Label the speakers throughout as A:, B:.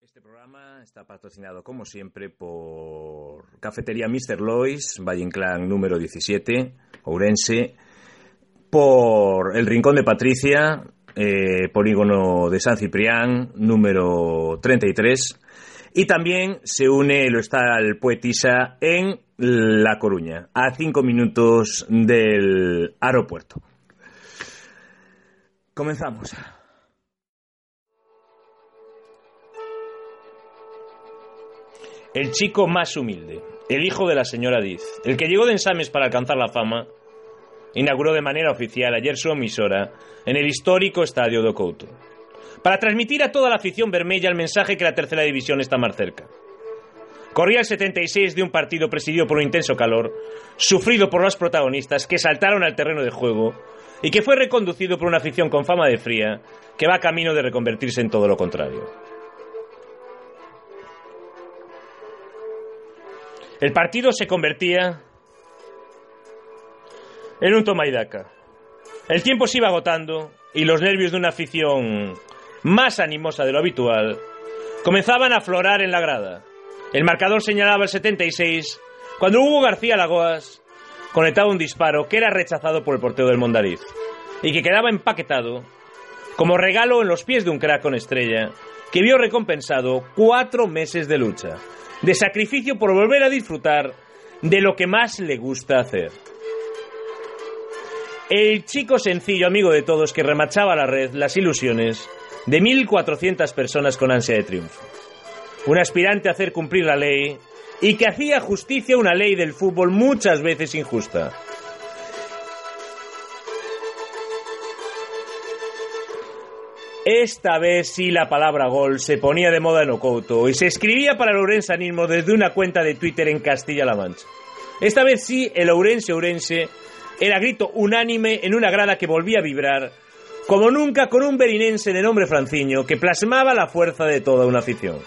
A: Este programa está patrocinado, como siempre, por Cafetería Mr. Lois, Valle Inclán número 17, Ourense, por El Rincón de Patricia, eh, Polígono de San Ciprián, número 33. Y también se une el hostal Poetisa en La Coruña, a cinco minutos del aeropuerto. Comenzamos. El chico más humilde, el hijo de la señora Diz, el que llegó de ensames para alcanzar la fama, inauguró de manera oficial ayer su emisora en el histórico Estadio do Couto, para transmitir a toda la afición vermella el mensaje que la tercera división está más cerca. Corría el 76 de un partido presidido por un intenso calor, sufrido por los protagonistas que saltaron al terreno de juego y que fue reconducido por una afición con fama de fría que va camino de reconvertirse en todo lo contrario. El partido se convertía en un toma y daca. El tiempo se iba agotando y los nervios de una afición más animosa de lo habitual comenzaban a aflorar en la grada. El marcador señalaba el 76 cuando Hugo García Lagoas conectaba un disparo que era rechazado por el portero del Mondariz y que quedaba empaquetado como regalo en los pies de un crack con estrella que vio recompensado cuatro meses de lucha, de sacrificio por volver a disfrutar de lo que más le gusta hacer. El chico sencillo, amigo de todos, que remachaba la red las ilusiones de 1.400 personas con ansia de triunfo. Un aspirante a hacer cumplir la ley y que hacía justicia a una ley del fútbol muchas veces injusta. Esta vez sí la palabra gol se ponía de moda en Ocouto y se escribía para el Ourensanismo desde una cuenta de Twitter en Castilla-La Mancha. Esta vez sí el Ourense Ourense era grito unánime en una grada que volvía a vibrar como nunca con un berinense de nombre Franciño que plasmaba la fuerza de toda una afición.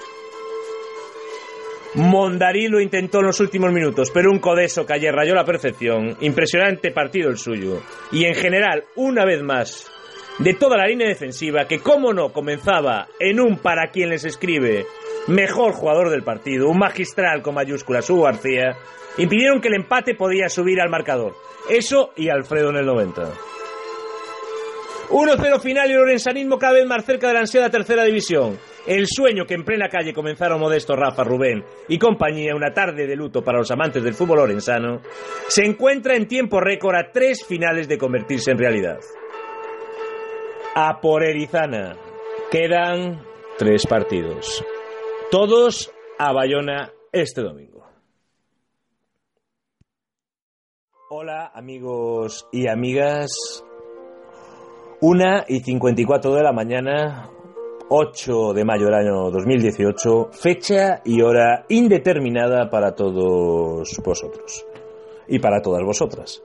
A: Mondarí lo intentó en los últimos minutos, pero un codeso que ayer rayó la perfección. Impresionante partido el suyo. Y en general, una vez más, de toda la línea defensiva, que como no comenzaba en un para quien les escribe mejor jugador del partido, un magistral con mayúsculas, Hugo García, impidieron que el empate podía subir al marcador. Eso y Alfredo en el 90. 1-0 final y el orensanismo cada vez más cerca de la ansiada tercera división. El sueño que en plena calle comenzaron Modesto, Rafa, Rubén y compañía una tarde de luto para los amantes del fútbol orensano, se encuentra en tiempo récord a tres finales de convertirse en realidad. A por Erizana. Quedan tres partidos. Todos a Bayona este domingo. Hola amigos y amigas. Una y 54 de la mañana, 8 de mayo del año 2018, fecha y hora indeterminada para todos vosotros y para todas vosotras.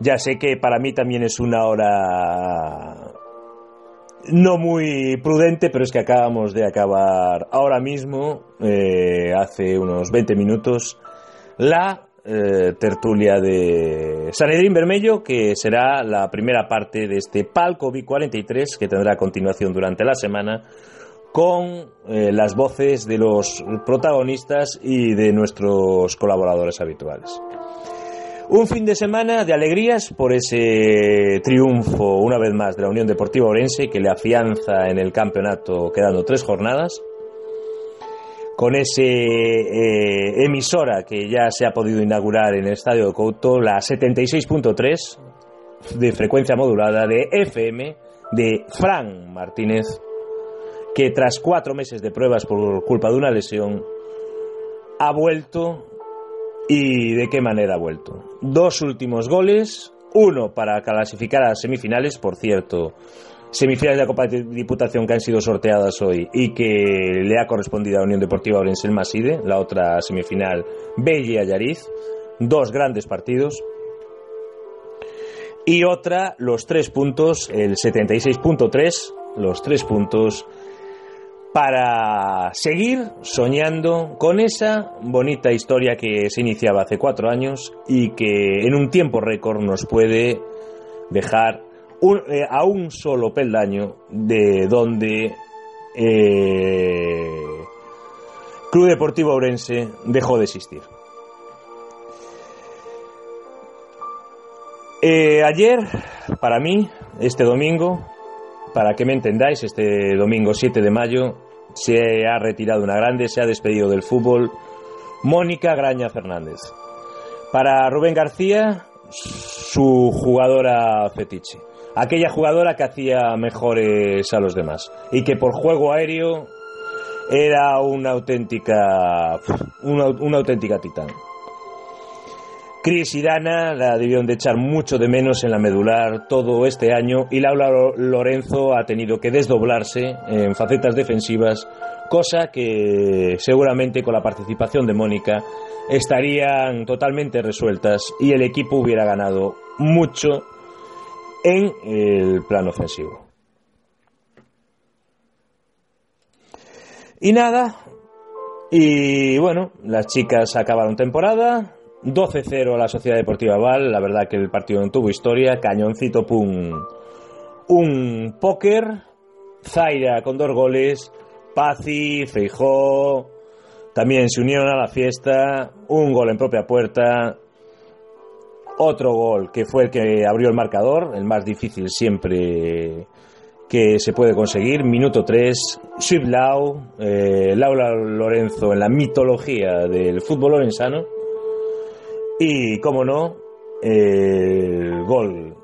A: Ya sé que para mí también es una hora no muy prudente, pero es que acabamos de acabar ahora mismo, eh, hace unos 20 minutos, la eh, tertulia de Sanedrín Bermello, que será la primera parte de este palco B43 que tendrá a continuación durante la semana con eh, las voces de los protagonistas y de nuestros colaboradores habituales. Un fin de semana de alegrías por ese triunfo, una vez más, de la Unión Deportiva Orense, que le afianza en el campeonato quedando tres jornadas. Con ese eh, emisora que ya se ha podido inaugurar en el Estadio de Couto, la 76.3 de frecuencia modulada de FM de Fran Martínez, que tras cuatro meses de pruebas por culpa de una lesión, ha vuelto y de qué manera ha vuelto. Dos últimos goles, uno para clasificar a las semifinales, por cierto, semifinales de la Copa de Diputación que han sido sorteadas hoy y que le ha correspondido a Unión Deportiva Orense el Maside, la otra semifinal Belli Ayariz, dos grandes partidos. Y otra, los tres puntos, el 76.3, los tres puntos para seguir soñando con esa bonita historia que se iniciaba hace cuatro años y que en un tiempo récord nos puede dejar un- eh, a un solo peldaño de donde eh, Club Deportivo Ourense dejó de existir. Eh, ayer, para mí, este domingo, para que me entendáis, este domingo 7 de mayo se ha retirado una grande, se ha despedido del fútbol Mónica Graña Fernández. Para Rubén García, su jugadora fetiche. Aquella jugadora que hacía mejores a los demás y que por juego aéreo era una auténtica una, una auténtica titán. Cris y Dana la debieron de echar mucho de menos en la medular todo este año y Laura Lo- Lorenzo ha tenido que desdoblarse en facetas defensivas, cosa que seguramente con la participación de Mónica estarían totalmente resueltas y el equipo hubiera ganado mucho en el plano ofensivo. Y nada, y bueno, las chicas acabaron temporada. 12-0 a la Sociedad Deportiva Val. La verdad que el partido no tuvo historia. Cañoncito pum. Un póker. Zaira con dos goles. Paci, Feijó. También se unieron a la fiesta. Un gol en propia puerta. Otro gol que fue el que abrió el marcador. El más difícil siempre que se puede conseguir. Minuto 3, Sweep Lau, eh, Laura Lorenzo en la mitología del fútbol orensano. Y, como no, eh, el gol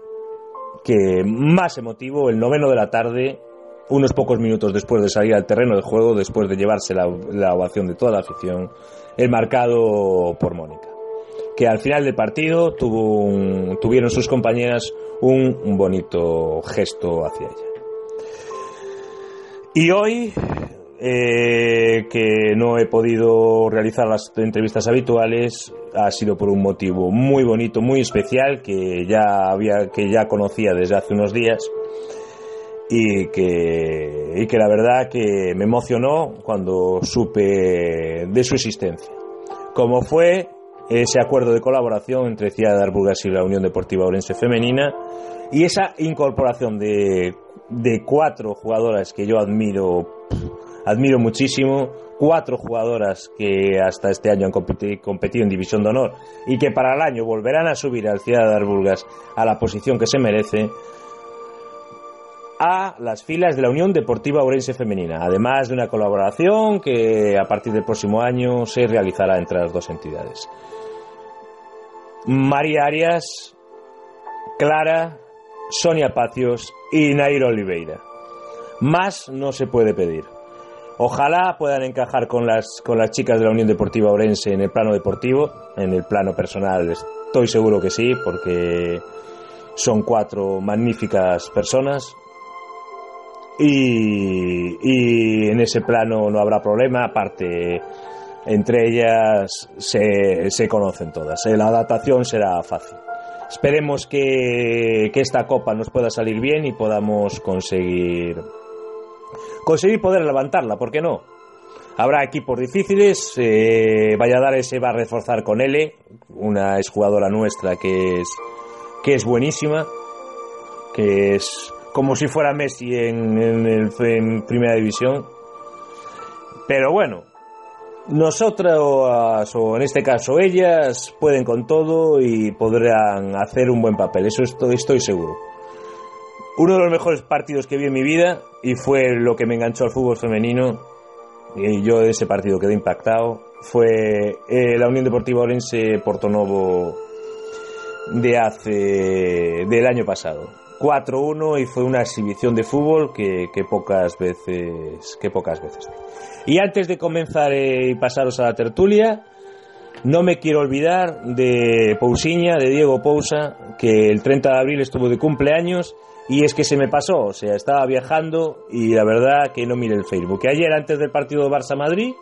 A: que más emotivo, el noveno de la tarde, unos pocos minutos después de salir al terreno de juego, después de llevarse la, la ovación de toda la afición, el marcado por Mónica que al final del partido tuvo un- tuvieron sus compañeras un, un bonito gesto hacia ella. Y hoy, eh, que no he podido realizar las entrevistas habituales, ha sido por un motivo muy bonito, muy especial, que ya, había, que ya conocía desde hace unos días. Y que, y que la verdad que me emocionó cuando supe de su existencia como fue ese acuerdo de colaboración entre Ciudad de Arburgas y la Unión Deportiva Orense Femenina y esa incorporación de, de cuatro jugadoras que yo admiro pff, admiro muchísimo cuatro jugadoras que hasta este año han competi- competido en División de Honor y que para el año volverán a subir al Ciudad de Arburgas a la posición que se merece a las filas de la Unión Deportiva Orense Femenina, además de una colaboración que a partir del próximo año se realizará entre las dos entidades. María Arias, Clara, Sonia Pacios y Nair Oliveira. Más no se puede pedir. Ojalá puedan encajar con las, con las chicas de la Unión Deportiva Orense en el plano deportivo, en el plano personal estoy seguro que sí, porque son cuatro magníficas personas, y, y en ese plano no habrá problema, aparte entre ellas se, se conocen todas, eh, la adaptación será fácil. Esperemos que, que esta copa nos pueda salir bien y podamos conseguir conseguir poder levantarla, ¿por qué no? Habrá equipos difíciles, eh, Valladares se va a reforzar con L, una exjugadora nuestra que es, que es buenísima, que es como si fuera Messi en, en el- en primera división. Pero bueno, nosotras, o en este caso ellas, pueden con todo y podrán hacer un buen papel, eso estoy, estoy seguro. Uno de los mejores partidos que vi en mi vida y fue lo que me enganchó al fútbol femenino, y yo de ese partido quedé impactado, fue eh, la Unión Deportiva Orense Portonovo de hace del año pasado. 4-1 y fue una exhibición de fútbol que, que pocas veces que pocas veces. vi. Y antes de comenzar eh, y pasaros a la tertulia, no me quiero olvidar de Pousiña, de Diego Pousa, que el 30 de abril estuvo de cumpleaños Y es que se me pasó, o sea, estaba viajando y la verdad que no miré el Facebook. Que ayer, antes del partido Barça-Madrid,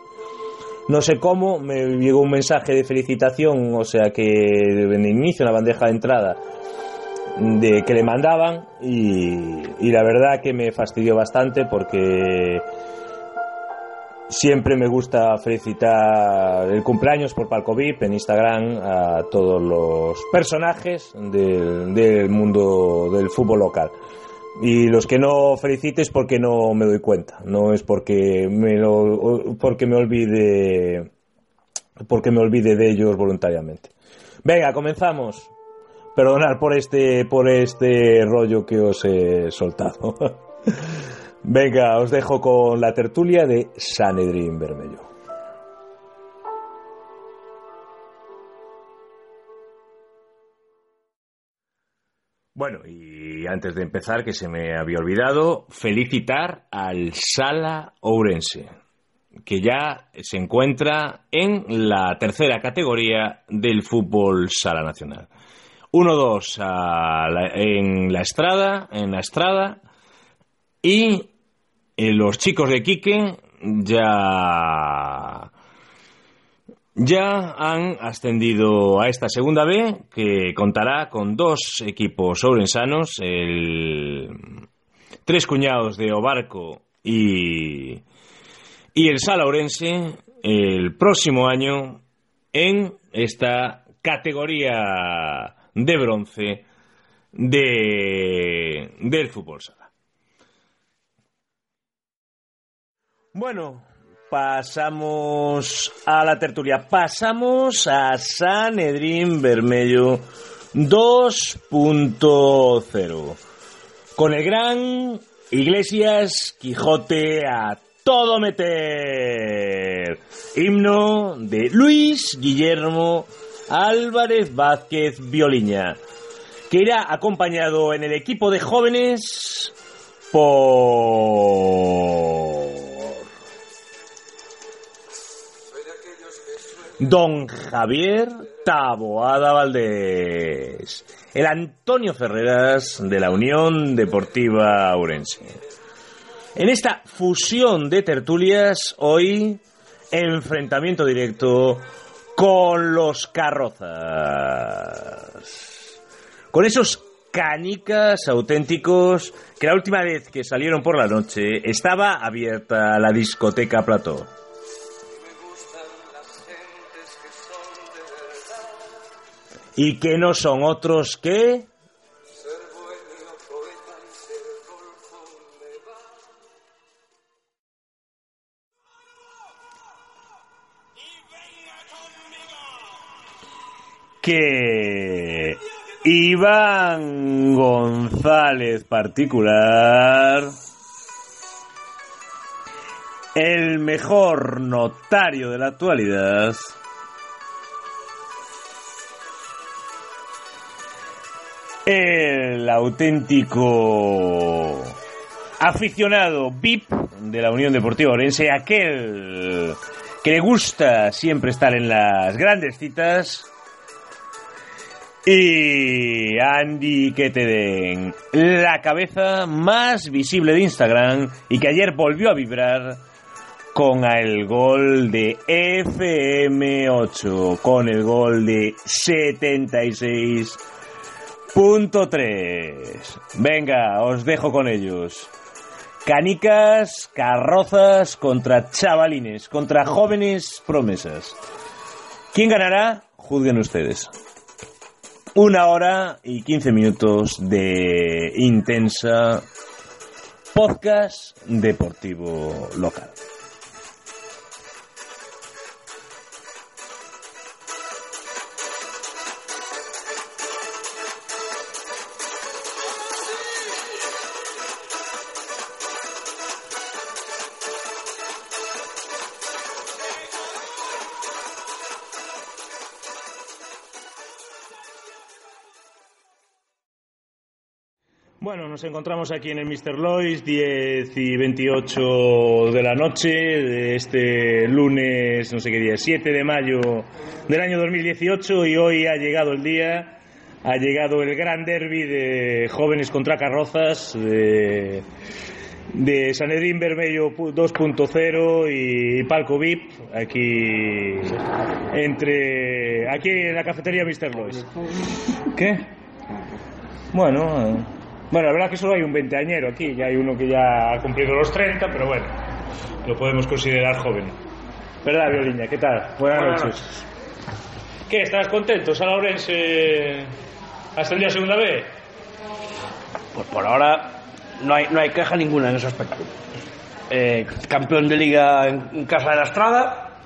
A: no sé cómo, me llegó un mensaje de felicitación, o sea, que en el inicio, en la bandeja de entrada, de que le mandaban y, y la verdad que me fastidió bastante porque siempre me gusta felicitar el cumpleaños por Palco VIP en Instagram a todos los personajes del, del mundo del fútbol local. Y los que no felicite es porque no me doy cuenta, no es porque me lo, porque me olvide porque me olvide de ellos voluntariamente. Venga, comenzamos. Perdonad por este por este rollo que os he soltado. Venga, os dejo con la tertulia de Sanedrín Bermello. Bueno, y antes de empezar, que se me había olvidado, felicitar al Sala Ourense, que ya se encuentra en la tercera categoría del fútbol Sala Nacional. 1-2 la, en la estrada, en la estrada, y eh, los chicos de Quique ya, ya han ascendido a esta segunda B que contará con dos equipos sobrensanos, el tres cuñados de Obarco y, y el Salaurense el próximo año en esta categoría de bronce de, del fútbol sala. Bueno, pasamos a la tertulia. Pasamos a Sanedrín Bermello 2.0. Con el gran Iglesias Quijote a todo meter. Himno de Luis Guillermo Álvarez Vázquez Violiña. Que irá acompañado en el equipo de jóvenes por... Don Javier Taboada Valdés, el Antonio Ferreras de la Unión Deportiva Aurense. En esta fusión de tertulias, hoy enfrentamiento directo con los carrozas. Con esos canicas auténticos que la última vez que salieron por la noche estaba abierta la discoteca Plató. y que no son otros que que Iván González particular el mejor notario de la actualidad el auténtico aficionado VIP de la Unión Deportiva Orense, aquel que le gusta siempre estar en las grandes citas. Y Andy, que te den la cabeza más visible de Instagram y que ayer volvió a vibrar con el gol de FM8, con el gol de 76 Punto 3. Venga, os dejo con ellos. Canicas, carrozas contra chavalines, contra jóvenes promesas. ¿Quién ganará? Juzguen ustedes. Una hora y quince minutos de intensa podcast deportivo local. Bueno, nos encontramos aquí en el Mr. Lois, 10 y 28 de la noche, de este lunes, no sé qué día, 7 de mayo del año 2018, y hoy ha llegado el día ha llegado el gran derby de jóvenes contra carrozas de, de Sanedrín Vermello pu- 2.0 y Palco VIP aquí entre aquí en la cafetería Mr. Lois. ¿Qué? Bueno, eh, bueno, la verdad es que solo hay un veinteañero aquí, ya hay uno que ya ha cumplido los 30, pero bueno, lo podemos considerar joven. ¿Verdad, Violiña? ¿Qué tal? Buenas,
B: Buenas
A: noches. ¿Qué? ¿Estás contento? ¿Salaurense ascendió a segunda B?
B: Pues por ahora no hay, no hay queja ninguna en ese aspecto. Eh, campeón de liga en, en Casa de la Estrada,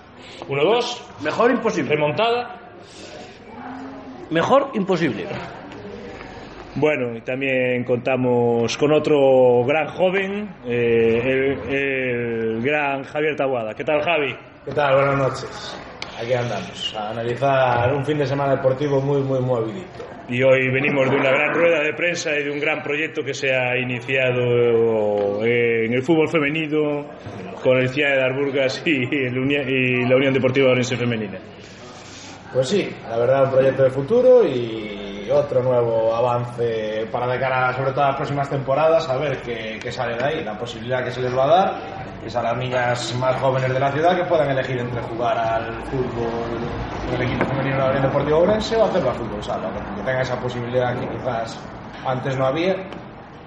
A: 1-2,
B: mejor imposible.
A: remontada.
B: Mejor imposible.
A: Bueno, y también contamos con otro gran joven, eh, el, el gran Javier Tabuada. ¿Qué tal, Javi?
C: ¿Qué tal? Buenas noches. Aquí andamos, a analizar un fin de semana deportivo muy, muy movidito.
A: Y hoy venimos de una gran rueda de prensa y de un gran proyecto que se ha iniciado eh, en el fútbol femenino con el CIA de Arburgas y, el Unia- y la Unión Deportiva Orense Femenina.
C: Pues sí, la verdad, un proyecto de futuro y otro nuevo avance para de cara, sobre todo a las próximas temporadas, a ver qué, qué sale de ahí, la posibilidad que se les va a dar es a las niñas más jóvenes de la ciudad que puedan elegir entre jugar al fútbol del equipo femenino de la Unión Deportiva Orense o hacerlo al fútbol sala, que tengan esa posibilidad que quizás antes no había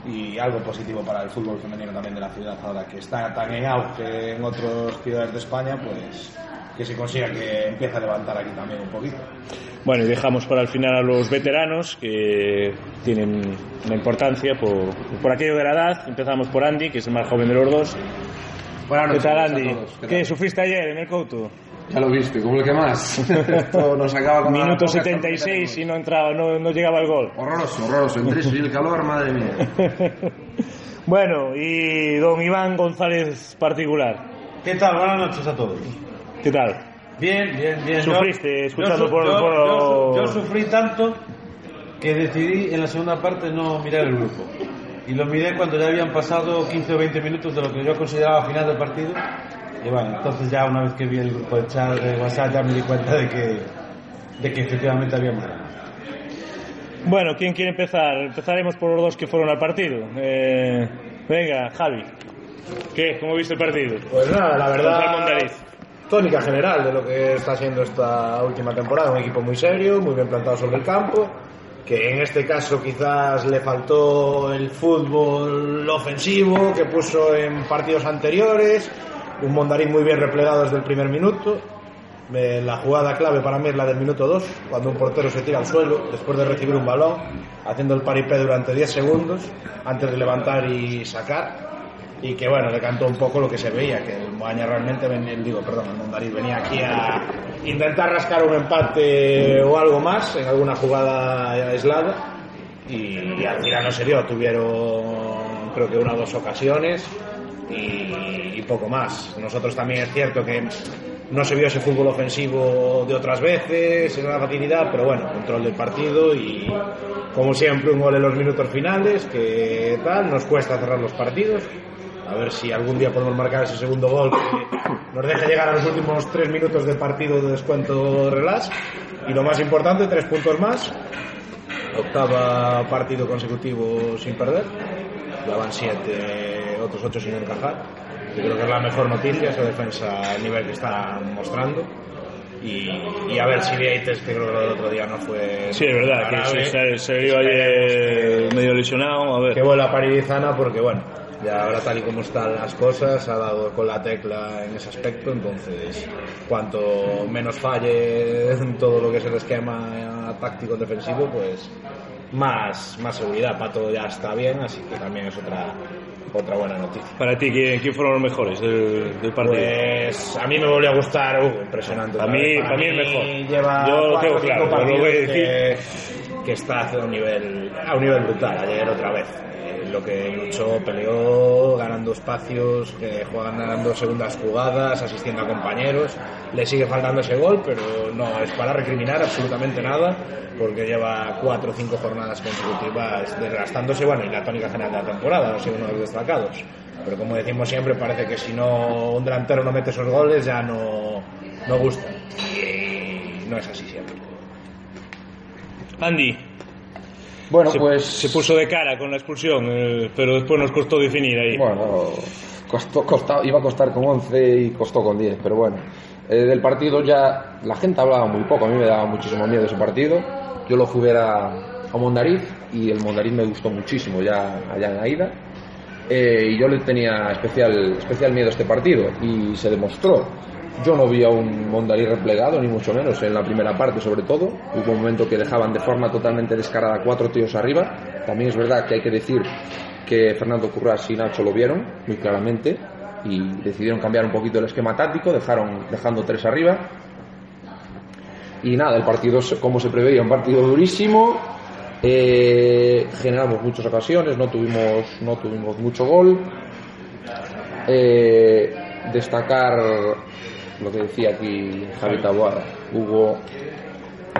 C: y algo positivo para el fútbol femenino también de la ciudad ahora que está tan en auge en otras ciudades de España, pues que se consiga que empiece a levantar aquí también un poquito.
A: Bueno, y dejamos para el final a los veteranos que tienen una importancia por, por aquello de la edad. Empezamos por Andy, que es el más joven de los dos.
D: Buenas
A: ¿Qué
D: noches
A: tal,
D: a
A: Andy?
D: todos. ¿Qué
A: ¿Qué,
D: tal?
A: sufriste ayer en el Couto?
D: Ya lo viste, como el que más. Esto nos acaba con la
A: Minuto
D: poca
A: 76 y
D: carpeta
A: no entraba, no, no llegaba el gol.
D: que tenemos. Horroroso, horroroso. Entre eso y el calor, madre mía.
A: Bueno, y don Iván González particular,
E: ¿Qué tal? Buenas noches a todos.
A: ¿qué tal?
E: Bien, bien, bien.
A: Sufriste, escuchando
E: su-
A: por-
E: yo-
A: por-
E: yo su- yo sufrí tanto que decidí en la segunda parte no mirar el grupo. Y lo miré cuando ya habían pasado 15 o 20 minutos de lo que yo consideraba final del partido. Y bueno, entonces ya una vez que vi el grupo de chat de WhatsApp ya me di cuenta de que, de que efectivamente había ganado.
A: Bueno, ¿quién quiere empezar? Empezaremos por los dos que fueron al partido. Eh, venga, Javi. ¿Qué? ¿Cómo viste el partido?
C: Pues nada, la
A: Contra el
C: verdad,
A: Mondariz.
C: tónica general de lo que está siendo esta última temporada, un equipo muy serio, muy bien plantado sobre el campo, que en este caso quizás le faltó el fútbol ofensivo que puso en partidos anteriores, un Mondarín muy bien replegado desde el primer minuto. Eh, La jugada clave para mí es la del minuto 2, cuando un portero se tira al suelo después de recibir un balón, haciendo el paripé durante 10 segundos antes de levantar y sacar y que bueno, decantó un poco lo que se veía, que el Moaña realmente venía, digo, perdón, el Mondariz venía aquí a intentar rascar un empate o algo más en alguna jugada aislada y, y al final no se dio, tuvieron creo que una o dos ocasiones y, y poco más. Nosotros también es cierto que no se vio ese fútbol ofensivo de otras veces, en la facilidad, pero bueno, control del partido y como siempre un gol en los minutos finales, que tal, nos cuesta cerrar los partidos. A ver si algún día podemos marcar ese segundo gol que nos deje llegar a los últimos tres minutos de partido de descuento relax. Y lo más importante, tres puntos más octava partido consecutivo sin perder. Ya van siete, otros ocho sin encajar. Yo creo que es la mejor noticia esa defensa, el nivel que está mostrando. Y, y a ver si Vieites, que creo que el otro día no fue.
A: Sí, es verdad, que se,
C: grave,
A: se- se vio ayer medio lesionado. A
C: que
A: ver.
C: vuelva a Paridizana porque, bueno, ya ahora tal y como están las cosas, ha dado con la tecla en ese aspecto. Entonces, cuanto menos falle en todo lo que es el esquema táctico defensivo, pues más, más seguridad. Pato ya está bien, así que también es otra, otra buena noticia.
A: Para ti, ¿quién, quién fueron los mejores del, del partido?
C: Pues a mí me volvió a gustar, uh, impresionante.
A: A
C: otra
A: mí-
C: vez.
A: para mí es mejor.
C: Lleva
A: Yo lo
C: cuatro
A: tengo
C: o cinco
A: claro, yo lo voy a
C: partidos que- que está a un nivel, a un nivel brutal. Ayer otra vez. Eh, Lo que luchó, peleó, ganando espacios, que juegan ganando segundas jugadas, asistiendo a compañeros. Le sigue faltando ese gol, pero no es para recriminar absolutamente nada, porque lleva cuatro o cinco jornadas consecutivas desgastándose, bueno, y la tónica general de la temporada, no sé, uno de los destacados. Pero como decimos siempre, parece que si no un delantero no mete esos goles ya no, no gusta. Y no es así siempre.
A: Andy,
D: Bueno,
A: se,
D: pues.
A: se puso de cara con la expulsión, eh, pero después nos costó definir ahí.
D: Bueno, costó, costó- iba a costar con 11 y costó con 10, pero bueno. Eh, del partido ya la gente hablaba muy poco, a mí me daba muchísimo miedo ese partido. Yo lo jugué a, a Mondariz y el Mondariz me gustó muchísimo ya allá en la ida. Eh, y yo le tenía especial, especial miedo a este partido y se demostró. Yo no vi a un Mondariz replegado, ni mucho menos, en la primera parte sobre todo. Hubo un momento que dejaban de forma totalmente descarada cuatro tíos arriba. También es verdad que hay que decir que Fernando Curras y Nacho lo vieron muy claramente y decidieron cambiar un poquito el esquema táctico, dejaron, dejando tres arriba. Y nada, el partido, se- como se preveía, un partido durísimo. eh, generamos muchas ocasiones, no tuvimos, no tuvimos mucho gol. Eh, destacar lo que decía aquí Javi Taboada. Hubo,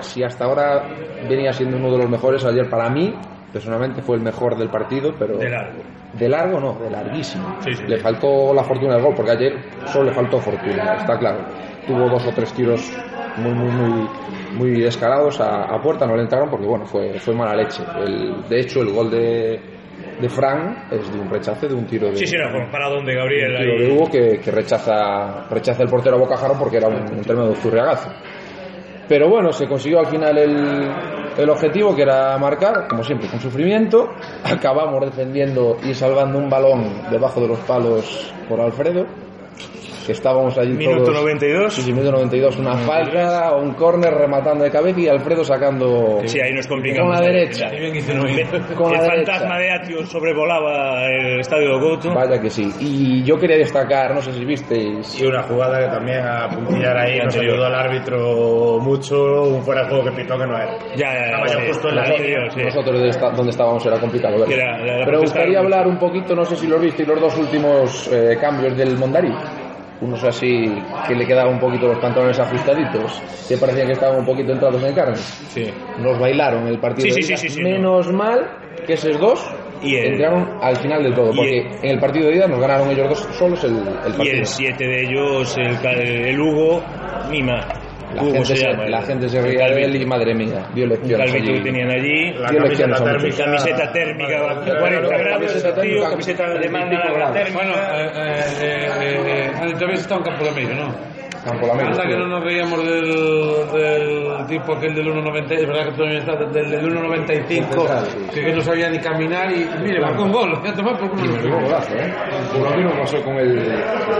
D: si hasta ahora venía siendo uno de los mejores, ayer para mí, personalmente fue el mejor del partido, pero.
A: De largo.
D: De largo no, de larguísimo.
A: Sí, sí,
D: le
A: sí.
D: faltó la fortuna del gol, porque ayer solo le faltó fortuna, está claro. Tuvo dos o tres tiros muy, muy, muy, muy descarados a, a puerta, no le entraron porque, bueno, fue, fue mala leche. El- de hecho, el gol de, de Fran es de un rechace, de un tiro de,
A: Sí, sí, no, con paradón de Gabriel
D: un tiro de
A: ahí.
D: Hugo que, que rechaza, rechaza el portero a Bocajarro porque era un, un tremendo zurriagazo. Pero bueno, se consiguió al final el, el objetivo que era marcar, como siempre, con sufrimiento. Acabamos defendiendo y salvando un balón debajo de los palos por Alfredo, que estábamos allí
A: Minuto
D: todos.
A: 92.
D: Sí, sí, minuto 92, una falta, un córner rematando de cabeza y Alfredo sacando
A: Sí, ahí nos
D: con
A: complicamos.
D: la derecha.
E: Qué bien hizo Noé.
D: Con
A: el
D: la derecha.
A: fantasma de Atio sobrevolaba el estadio de Couto.
D: Vaya que sí. Y yo quería destacar, no sé si visteis,
C: Y una jugada que también a puntillar ahí nos
A: Anterior.
C: ayudó al árbitro mucho, un fuera de juego que pitó que no era.
A: Ya, ya, ya,
C: Estaba yo
A: sí.
C: justo en la
A: Nosotros-
C: línea.
D: Sí.
A: sí.
D: Nosotros de esta- donde estábamos era complicado verlo.
A: Era- la- la
D: Pero
A: protesta
D: gustaría
A: era muy-
D: hablar un poquito, no sé si lo visteis, los dos últimos eh, cambios del Mondari. Unos así que le quedaban un poquito los pantalones ajustaditos, que parecían que estaban un poquito entrados en carne.
A: Sí.
D: Nos bailaron el partido.
A: Sí,
D: de
A: sí, sí,
D: ida.
A: sí, sí,
D: Menos mal que esos dos
A: Y el-
D: entraron al final del todo,
A: y
D: porque
A: el-
D: en el partido de ida nos ganaron ellos dos solos el, el partido.
A: Y el 7 de ellos, el, ca- el Hugo, Mima.
D: la,
A: Hugo
D: gente
A: se
D: se,
A: llama.
D: la
A: el-
D: gente se
A: el
D: ría de
A: calvito.
D: él y madre mía, dio
A: Un
D: lecciones
A: calvito que
D: allí.
A: tenían allí.
C: La
D: Yo le
C: camiseta
D: quiero,
C: térmica.
A: Camiseta térmica,
C: Vale,
A: 40
C: vale,
A: grados,
D: camiseta
A: tío,
D: térmica,
A: camiseta alemana,
D: 25
A: la
D: grados.
A: térmica.
E: Bueno, eh, eh, eh, eh, eh, Alex, habéis estado en Campo de Medio, ¿no?
D: Campo Lamego,
E: Anda
D: sí.
E: que no nos veíamos del, del tipo aquel del 1.90, es verdad que todavía está del, del 1.95, que, que no sabía ni caminar y, y mire, marcó un gol, ya tomar por culo.
D: Qué golazo, ¿eh? Por lo menos pasó con el,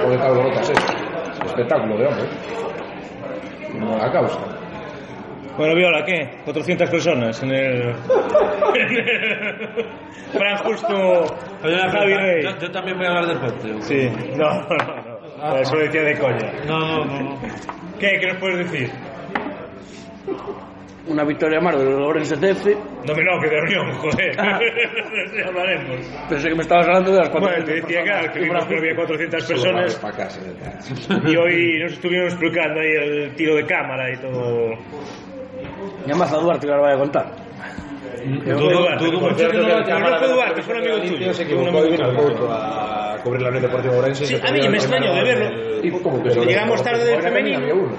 D: con el tal Borotas ese. Espectáculo de hombre. No la causa.
A: Bueno, Viola, ¿qué? 400 personas en el... Fran Justo, Javi Rey.
E: yo, yo también voy a hablar del puente.
A: Sí, no, no, no. Eso decía de coña.
E: No, Ah. no, no, no.
A: ¿Qué? ¿Qué nos puedes decir?
F: Una victoria más del Orense CF.
A: No, me no, que de reunión, joder.
E: Ah.
A: Ya Hablaremos.
F: Pensé que me estabas hablando de las cuatro.
A: Bueno, te decía claro, que vimos que había 400
D: Solo
A: personas
D: para casa. de verdad.
A: y hoy nos estuvieron explicando ahí el tiro de cámara y todo.
F: Llamas a Duarte que ahora vaya a contar.
A: Dudu Duarte,
E: Dudu
A: por
E: Duarte,
A: cierto,
E: no,
A: que
E: no,
A: el cámara
E: Duarte,
A: de-
E: Duarte, fue un amigo
A: Duarte,
E: tuyo.
C: Se
A: fue un amigo
C: equivocó y vino
A: tuyo.
C: al Couto a cubrir la Unión Deportiva Orense. y
A: Sí,
C: se
A: a mí
C: ponía
A: me
C: el
A: extrañó de
C: primer
A: verlo.
D: Y como que se-
A: Llegamos tarde del
D: Hoy también
A: femenino.
D: había uno.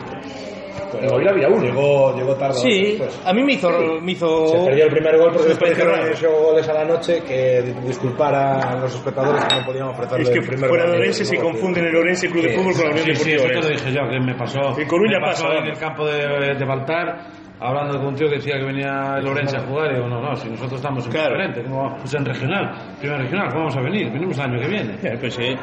D: Pero hoy había uno.
C: Llegó, llegó tarde.
F: Sí,
A: Pues,
C: después.
F: a mí me hizo. Me hizo...
C: Se perdió el primer gol porque después
A: parece
C: dijeron
A: raro.
C: que ocho goles a la noche que disculpara a los espectadores que no podían ofrecerle
A: Es que
C: el primer
A: fuera de
C: gol.
A: Orense se confunden el Orense Club de Fútbol con la Unión
E: Sí, sí,
A: Deportiva
E: eso te lo
A: Orense.
E: dije yo, que me pasó.
A: En Coruña
E: me pasó
A: pasa,
E: en
A: vamos.
E: el campo de, de Baltar, hablando con un tío que decía que venía el Orense a jugar. Y digo, no, no, si nosotros estamos en
A: Claro.
E: preferente, ¿cómo vamos? Pues en regional, primera regional, ¿cómo vamos a venir? Venimos el año que viene.
A: Eh, Pues sí.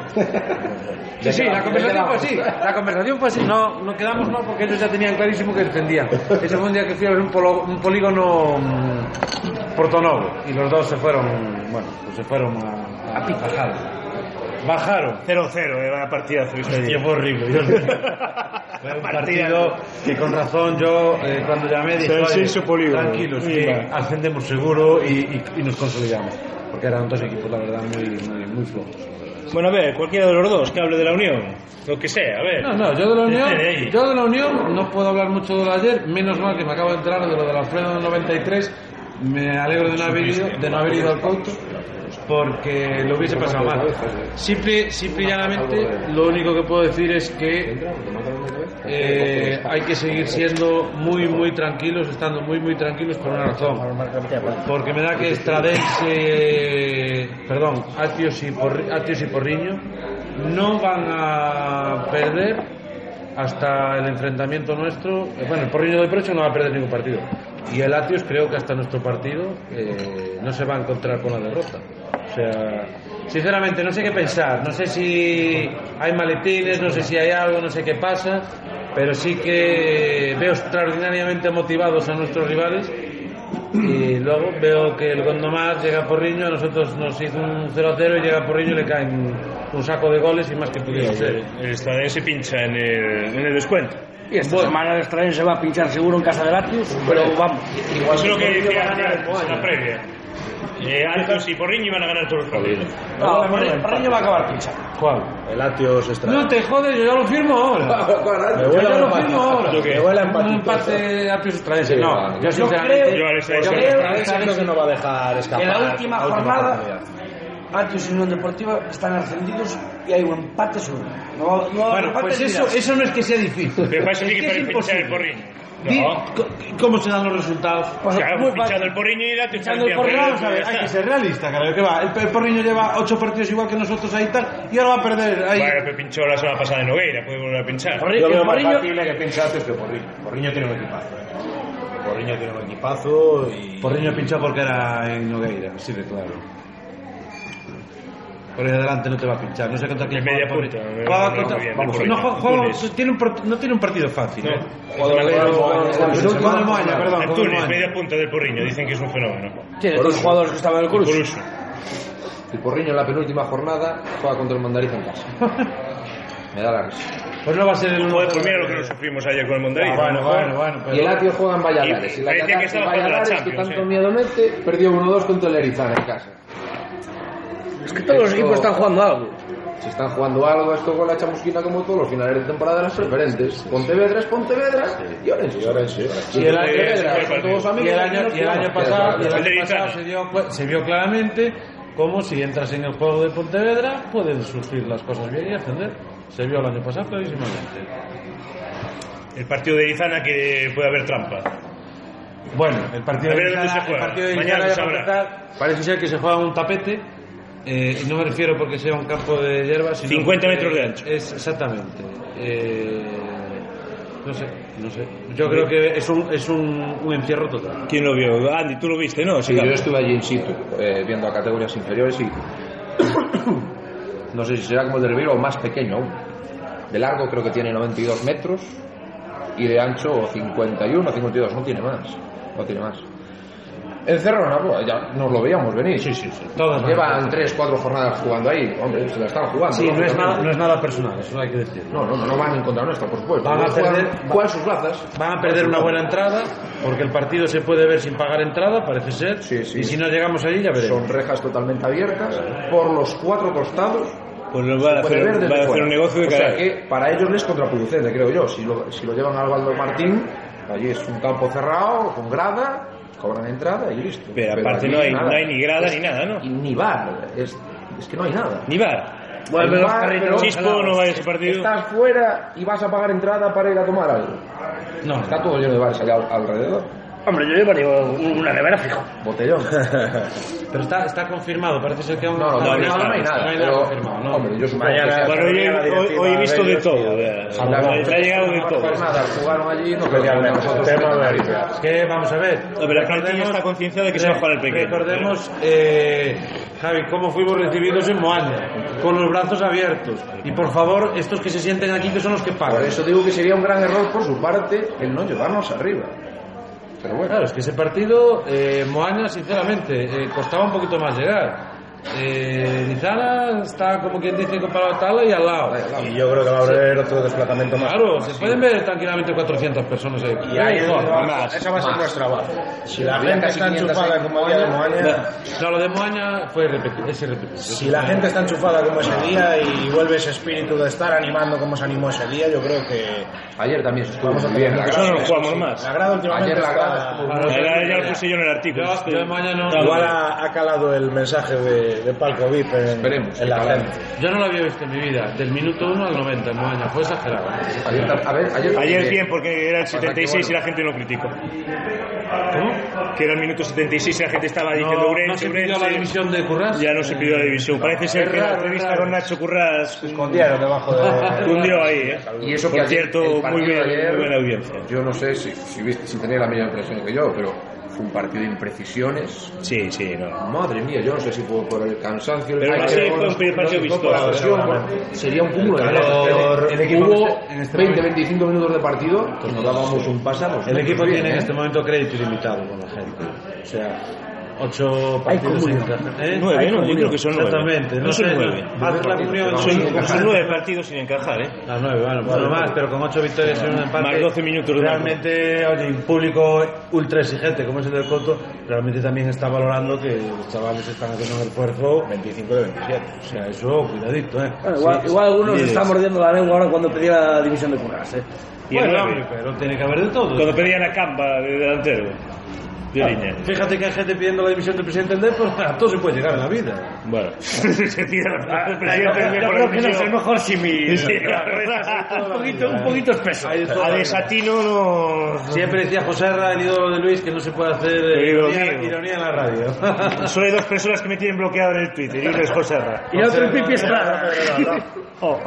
E: Sí, sí, la conversación fue así. La conversación fue así. No, no quedamos no porque ellos ya tenían clarísimo que defendían. Ese fue un día que fui a ver un, polo- un polígono mm, Portonovo y los dos se fueron, bueno, pues se fueron a, a, bajar. Bajaron.
A: 0-0, eh, la partida fuiste allí.
E: Y fue horrible, Dios mío. Fue un partido que con razón yo eh, cuando llamé dije,
A: Se
E: "Oye,
A: deshizo polígono".
E: tranquilos, que
A: Mira.
E: ascendemos seguro y, y- y nos consolidamos. Porque eran dos equipos, la verdad, muy, muy, muy flojos.
A: Bueno, a ver, cualquiera de los dos que hable de la Unión. Lo que sea, a ver.
E: No, no, yo de la Unión,
A: Desde ahí.
E: yo de la Unión no puedo hablar mucho de lo de ayer, menos mal que me acabo de enterar de lo del Alfredo del 93. Me alegro de no haber ido, de no haber ido al Couto, porque lo hubiese pasado mal. Simple, simple y llanamente, lo único que puedo decir es que eh, hay que seguir siendo muy, muy tranquilos, estando muy, muy tranquilos por una razón. Porque me da que Estradense, perdón, Atios y, Porri- Atios y Porriño no van a perder hasta el enfrentamiento nuestro. Eh, Bueno, el Porriño de Precho no va a perder ningún partido. Y el Atios creo que hasta nuestro partido eh, no se va a encontrar con la derrota. O sea, sinceramente no sé qué pensar, no sé si hay maletines, no sé si hay algo, no sé qué pasa, pero sí que veo extraordinariamente motivados a nuestros rivales y luego veo que el Gondomar llega a Porriño, a nosotros nos hizo un 0-0 y llega a Porriño y le caen un saco de goles y más que pudiera ser.
B: El estadounidense pincha en el, en el descuento.
F: Y esta semana el extraño se va a pinchar seguro en casa de Latius, pero vamos.
B: Igual Eso es lo que decía antes en la previa. Eh, Altos y Porriño iban a ganar todos los partidos.
F: No, Porriño Porriño va a acabar pinchando.
E: ¿Cuál?
C: El Atios extraño.
E: No te jodes, yo ya lo firmo ahora.
C: Me
E: Yo
C: huele
E: ya
C: a
E: lo
C: empate.
E: firmo ahora.
C: Yo que- Me huele a
E: Un
C: empatito,
E: empate a pies extraense.
D: Sí,
E: No,
D: vale.
E: yo sinceramente.
B: Yo al ese-
F: Yo
B: ese-
F: creo-
C: Atios creo que no va a dejar escapar.
F: En la última
C: la
F: jornada,
C: oportunidad.
F: Atios y Unión Deportiva están ascendidos y hay un empate solo. No, va- no va a haber
E: Bueno, pues
F: empates,
E: eso,
F: mira.
E: eso no es que sea difícil.
B: Pero para eso sí
E: Es
B: que
E: que es
B: puede pinchar el
E: imposible.
B: Porriño.
E: Di
B: No.
E: co- ¿Cómo se dan los resultados?
F: Pues
B: Claro,
F: muy
B: pues pinchando
F: fácil.
B: el Porriño y Latios.
F: Pinchando el Porriño,
B: campeón.
E: Vamos a ver, hay
B: Ya
E: que
B: está.
E: ser realista, carajo, que va. El, el Porriño lleva ocho partidos igual que nosotros ahí y tal, y ahora va a perder ahí.
B: Bueno, pero pinchó la semana pasada en Nogueira, puede volver a pinchar.
C: Yo
F: Porriño,
C: veo más
F: Porriño,
C: factible que pinche Atios que Porriño. Porriño tiene un equipazo. eh. Porriño tiene un equipazo y...
E: Porriño pinchó porque era en Nogueira, así de claro. Por ahí adelante no te va a pinchar, no sé contra quién
B: De media
E: juega el
B: punta,
E: Porriño.
B: me-
E: Juega
B: me-
E: contra-
B: me- me-
E: vamos,
B: me-
E: no,
B: me-
E: juega- juega-
B: Túnez.
E: tiene un part- no tiene un partido fácil. ¿eh?
D: Jugadores-
E: Con el Moaña, perdón,
B: El
E: con el
B: Túnez,
E: Moaña.
B: media punta del Porriño, dicen que es un fenómeno. Pues
F: tiene dos jugadores que estaban en el
B: Por
F: curso.
B: uso.
D: El Porriño en la penúltima jornada juega contra el Mandariz en casa. Me da la risa.
E: Pues no va a ser el
B: Joder, pues mira lo que nos sufrimos ayer con el
F: Ah,
B: Mondariz.
E: Bueno, bueno, bueno, pero-
D: Y el Atio juega en Valladares.
B: Y-
D: Y la
B: parecía que
D: Catar-
B: estaba
D: el
B: jugando la
D: Valladares, que
B: Champions,
D: tanto
B: eh.
D: miedo mete, perdió 1-2 contra el Erizana en casa.
F: Es que todos los
D: Esto-
F: equipos están jugando algo.
D: Se están jugando algo, esto con la chamusquina como todos los finales de temporada de las preferentes. Pontevedra es Pontevedra y Orense. Y Orense.
E: Y el año-
D: son
B: pues,
D: todos
E: Y
D: amigos.
E: el año, y el año pasado, y el año
B: El de
E: pasado
B: Izana.
E: se, dio cu- se vio claramente cómo si entras en el juego de Pontevedra pueden surgir las cosas bien y ascender. Se vio el año pasado clarísimamente.
B: El partido de Izana que puede haber trampa.
E: Bueno, el partido
B: A
E: de
B: ver dónde
E: Izana-
B: se juega.
E: el partido de
B: Mañana
E: Izana
B: se
E: ya va a
B: sabrá.
E: empezar. parece ser que se juega en un tapete. eh, y no me refiero porque sea un campo de hierba, sino
B: 50
E: porque
B: metros de ancho.
E: Es exactamente. eh, no sé, no sé. Yo creo que es un, es un, un encierro total.
B: ¿Quién lo vio? Andy, tú lo viste, ¿no?
D: Sí, yo estuve allí in situ, eh, viendo a categorías inferiores y no sé si será como el de Ribeiro o más pequeño aún. De largo creo que tiene 92 metros y de ancho 51 o 52, no tiene más, no tiene más. En Cerrona, pues, ya nos lo veíamos venir. Sí, sí, sí.
E: Todas
D: Llevan 3, 4 jornadas jugando ahí, hombre, se la están jugando.
E: Sí, no es, nada,
D: No,
E: no es nada personal, eso hay que decir.
D: no, no, no van en contra nuestra, por supuesto.
E: Van a
D: Ellos juegan-
E: perder-
D: juegan sus plazas.
E: Van a perder una buena entrada, porque el partido se puede ver sin pagar entrada, parece ser.
D: Sí, sí.
E: Y si no llegamos allí, ya veremos.
D: Son rejas totalmente abiertas, por los cuatro costados.
B: Pues lo van a
D: se puede
B: hacer,
D: ver desde
B: van a hacer
D: fuera.
B: un negocio de
D: O sea
B: cara.
D: que para ellos les contraproducente, creo yo. Si lo, si lo llevan al Valdo Martín, allí es un campo cerrado, con grada, cobran entrada y listo.
B: Pero aparte
D: aquí
B: no hay-
D: nada.
B: no hay ni grada
D: Es-
B: ni nada, ¿no?
D: y Ni bar, es, es que no hay nada.
B: Ni bar.
D: Hay
F: pero los
D: bar,
F: carritos
D: pero
B: Chispo no va a ese partido.
D: Estás fuera y vas a pagar entrada para ir a tomar algo.
E: No,
D: Está todo lleno de bares allá al- alrededor.
F: Hombre, yo llevaría una nevera fijo.
D: Botellón.
E: pero está, está confirmado, parece ser que aún
D: No, no,
B: no,
D: no,
B: está,
D: no hay nada. pero,
E: confirmado, ¿no?
D: Hombre, yo supongo
C: Mañana-
D: que sea-
B: Bueno, hoy, hoy- hoy he visto de todo. eh.
D: Sí,
B: Le
D: la-
B: ha llegado de
D: no
B: todo.
D: pasa nada, jugaron allí, no pelearon con nosotros.
C: Tema de-
E: Es que vamos a ver.
B: No, pero la plantilla
E: Recordemos-
B: está concienciada de que se va a jugar el pequeño.
E: Recordemos, eh, Javi, cómo fuimos recibidos en Moaña, con los brazos abiertos. Y por favor, estos que se sienten aquí, que son los que
D: Por
E: pagan.
D: eso digo que sería un gran error por su parte el no llevarnos arriba. Pero bueno,
E: Claro, es que ese partido, eh, Moaña, sinceramente, eh, costaba un poquito más llegar. Eh, Lizana está, como quien dice, comparado a Tala y al lado.
C: Y yo creo que va a haber otro desplazamiento más.
E: Claro, se pueden ver tranquilamente 400 personas ahí.
C: Y ahí es donde va-
B: Más,
C: esa va a ser
D: más.
C: nuestra base. Si la
D: Había
C: gente
D: casi
C: está
D: 500
C: enchufada
D: en
C: como el día de Moaña,
E: No, lo de Moaña fue repetido, es irrepetible.
C: si la gente está enchufada como ese día y vuelve ese espíritu de estar animando como se animó ese día, yo creo que
D: ayer también se estuvo
C: vamos a
D: muy bien.
C: tener que-
D: la
B: Eso no
D: grada.
B: lo jugamos más.
C: la grada últimamente
D: Ayer la grada
C: está...
D: estuvo
E: Claro,
B: Ya ya lo puse yo en el artículo.
E: Yo- yo de Moaña no-
B: Estaba-
C: Igual ha, ha calado el mensaje de de, de palco VIP en,
G: Esperemos,
C: en la
G: ojalá.
C: gente.
E: Yo no lo había visto en mi vida, del minuto 1 al 90 en Moaña, fue exagerado.
G: Ayer, tam- a ver, ayer,
A: Ayer bien, porque era el
G: Pasa
A: 76 y
G: que,
A: la gente lo criticó.
E: ¿Cómo?
A: Que era el minuto 76 y la gente estaba diciendo
E: No, no
A: Urense,
E: se pidió la
A: Urense.
E: división de Curras.
A: Ya no se pidió la división. Parece ser que la entrevista con Nacho Curras
C: Escondieron debajo de...
A: cundió ahí, ¿eh?
G: bueno, y eso que
A: Por
G: ayer-
A: cierto,
G: el partido
A: muy bien,
G: ayer,
A: muy buena audiencia.
G: Yo no sé si, si, viste- si tenéis la misma impresión que yo, pero fue un partido de imprecisiones.
A: Sí, sí, no.
G: Madre mía, yo no sé si fue por el cansancio. el-
A: Pero
G: Ay,
A: no sé,
G: creo,
A: fue un
G: no sé,
A: partido
G: no sé, fue por la
A: vistoso,
G: presión, por- Sería un cúmulo de
C: calor,
G: cosas.
E: el equipo
G: Hubo
E: en este
G: 20-25 minutos de partido que nos dábamos un pasado.
E: El equipo tiene
A: ¿eh?
E: en este momento crédito ilimitado con la gente. O sea, ocho partidos sin
G: comunión.
E: encajar.
A: Nueve,
E: Hay
A: ¿no? Yo
E: comunión.
A: creo que son nueve.
E: Exactamente.
A: No son
E: sé,
A: nueve.
E: Haz la comunión.
G: Son-
E: cinco
A: Son
G: son
E: partidos.
A: nueve partidos sin encajar, ¿eh?
E: Ah, nueve, bueno, bueno, más, pero con ocho victorias en un empate.
A: Más 12 minutos de
E: Realmente, oye, un público ultra exigente como es el del Coto, realmente también está valorando que los chavales están haciendo un esfuerzo.
C: 25 de 27.
E: O sea, eso, cuidadito, ¿eh?
F: Bueno, igual, igual algunos
A: líderes.
F: están mordiendo la lengua ahora cuando pedía la división de curras, ¿eh?
A: Y el
E: Bueno,
A: nueve.
E: pero tiene que haber de todo.
A: Cuando pedían a Camba de delantero. De línea.
E: Fíjate que hay gente pidiendo la división del presidente del Depor, a todo se puede llegar en la vida.
A: Bueno. se tira la el presidente
E: yo
A: por
E: creo
A: el
E: que no es el
A: mejor simi. un poquito, un poquito espeso.
E: Hay de todo.
A: A desatino no...
E: Siempre decía José Ra, el ídolo de Luis, que no se puede hacer eh,
A: Querido
E: ironía,
A: mío.
E: ironía en la radio.
A: Solo hay dos personas que me tienen bloqueado en el Twitter. Y uno es José Ra.
F: Y otro el Pipi Estrada.
A: Oh,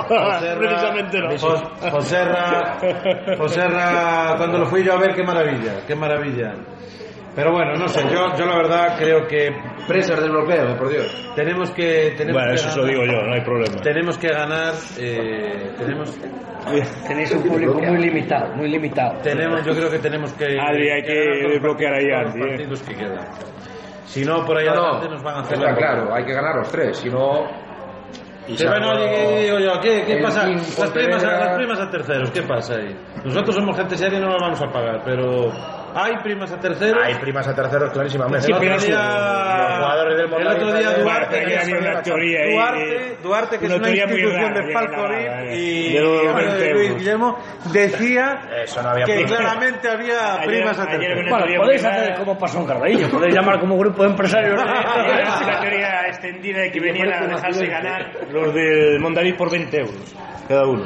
A: precisamente no.
E: Joserra, Joserra, cuando lo fui yo a ver, qué maravilla, qué maravilla. Pero bueno, no sé, yo, yo la verdad creo que
G: Presas del bloqueo, eh, por Dios.
E: tenemos que... Tenemos
A: Bueno,
E: que
A: eso se lo
E: ganar-
A: digo yo, no hay problema.
E: Tenemos que ganar, eh, tenemos,
F: Tenéis un público muy limitado, muy limitado.
E: tenemos, yo creo que tenemos que...
A: Adri, hay que
E: ganar todos los
A: bloquear ahí a
E: partidos, todos
A: Adri, eh.
E: los partidos que quedan. Si no, por ahí
G: No,
E: adelante nos van a hacer
G: está
E: la-
G: claro, hay que ganar los tres, si no...
E: Sí, bueno, oye, ¿qué digo yo? ¿Qué, qué
G: El
E: pasa?
G: King,
E: Las
G: Pontevedra.
E: primas, a, las primas a terceros, ¿qué pasa ahí? Nosotros somos gente seria y no las vamos a pagar, pero hay primas a terceros.
C: Hay primas a terceros clarísimamente.
E: el otro
A: pero
E: día,
A: es un-
C: los jugadores del
E: el otro día
C: Montaña-
E: Duarte,
A: Bueno, aquí había una teoría ahí,
E: Duarte,
A: eh,
E: Duarte, que es
A: una
E: una
A: teoría muy
E: institución
A: rara,
E: de
A: ya
E: Falco
A: era nada,
E: Rip
A: eh.
E: y
A: De los
E: amigo de
A: 20
E: Luis
A: euros.
E: Guillermo, decía
C: Eso no había
E: que
C: problema.
E: claramente había
A: Ayer-
E: primas a
A: ayer
E: terceros.
A: venía-
F: Bueno, podéis hacer como pasó en Carballo, podéis llamar como grupo de empresarios.
A: Es una teoría extendida de que venían a dejarse ganar los del Mondariz por 20 euros cada uno.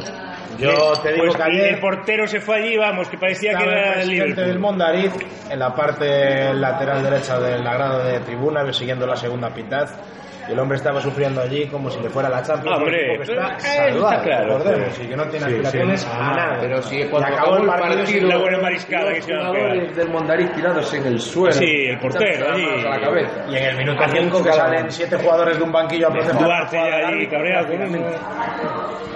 C: Yo te digo
A: Pues
C: que
A: el
C: ayer
A: portero se fue allí, vamos, que parecía que
C: estaba el
A: era el
C: presidente del
A: Liverpool.
C: Mondariz en la parte lateral derecha de la grada de tribuna, siguiendo la segunda mitad. Y el hombre estaba sufriendo allí como si le fuera la Champions.
A: Hombre,
C: un equipo que
A: pero
C: está
A: él está
C: salvado,
A: claro,
C: recordemos,
A: sí.
C: y que no tiene aspiraciones a nada.
G: Pero si
C: Y acabó el partido sin
A: la buena mariscada que
G: los
A: se iban a
G: jugadores
A: pegar.
G: del Mondariz tirados en el suelo.
A: Sí, el portero,
G: Las
A: allí.
G: manos a la cabeza.
C: Y en el minuto 5 que salen 7 jugadores de un banquillo a protestar.
A: Duarte ya allí, cabreado, con un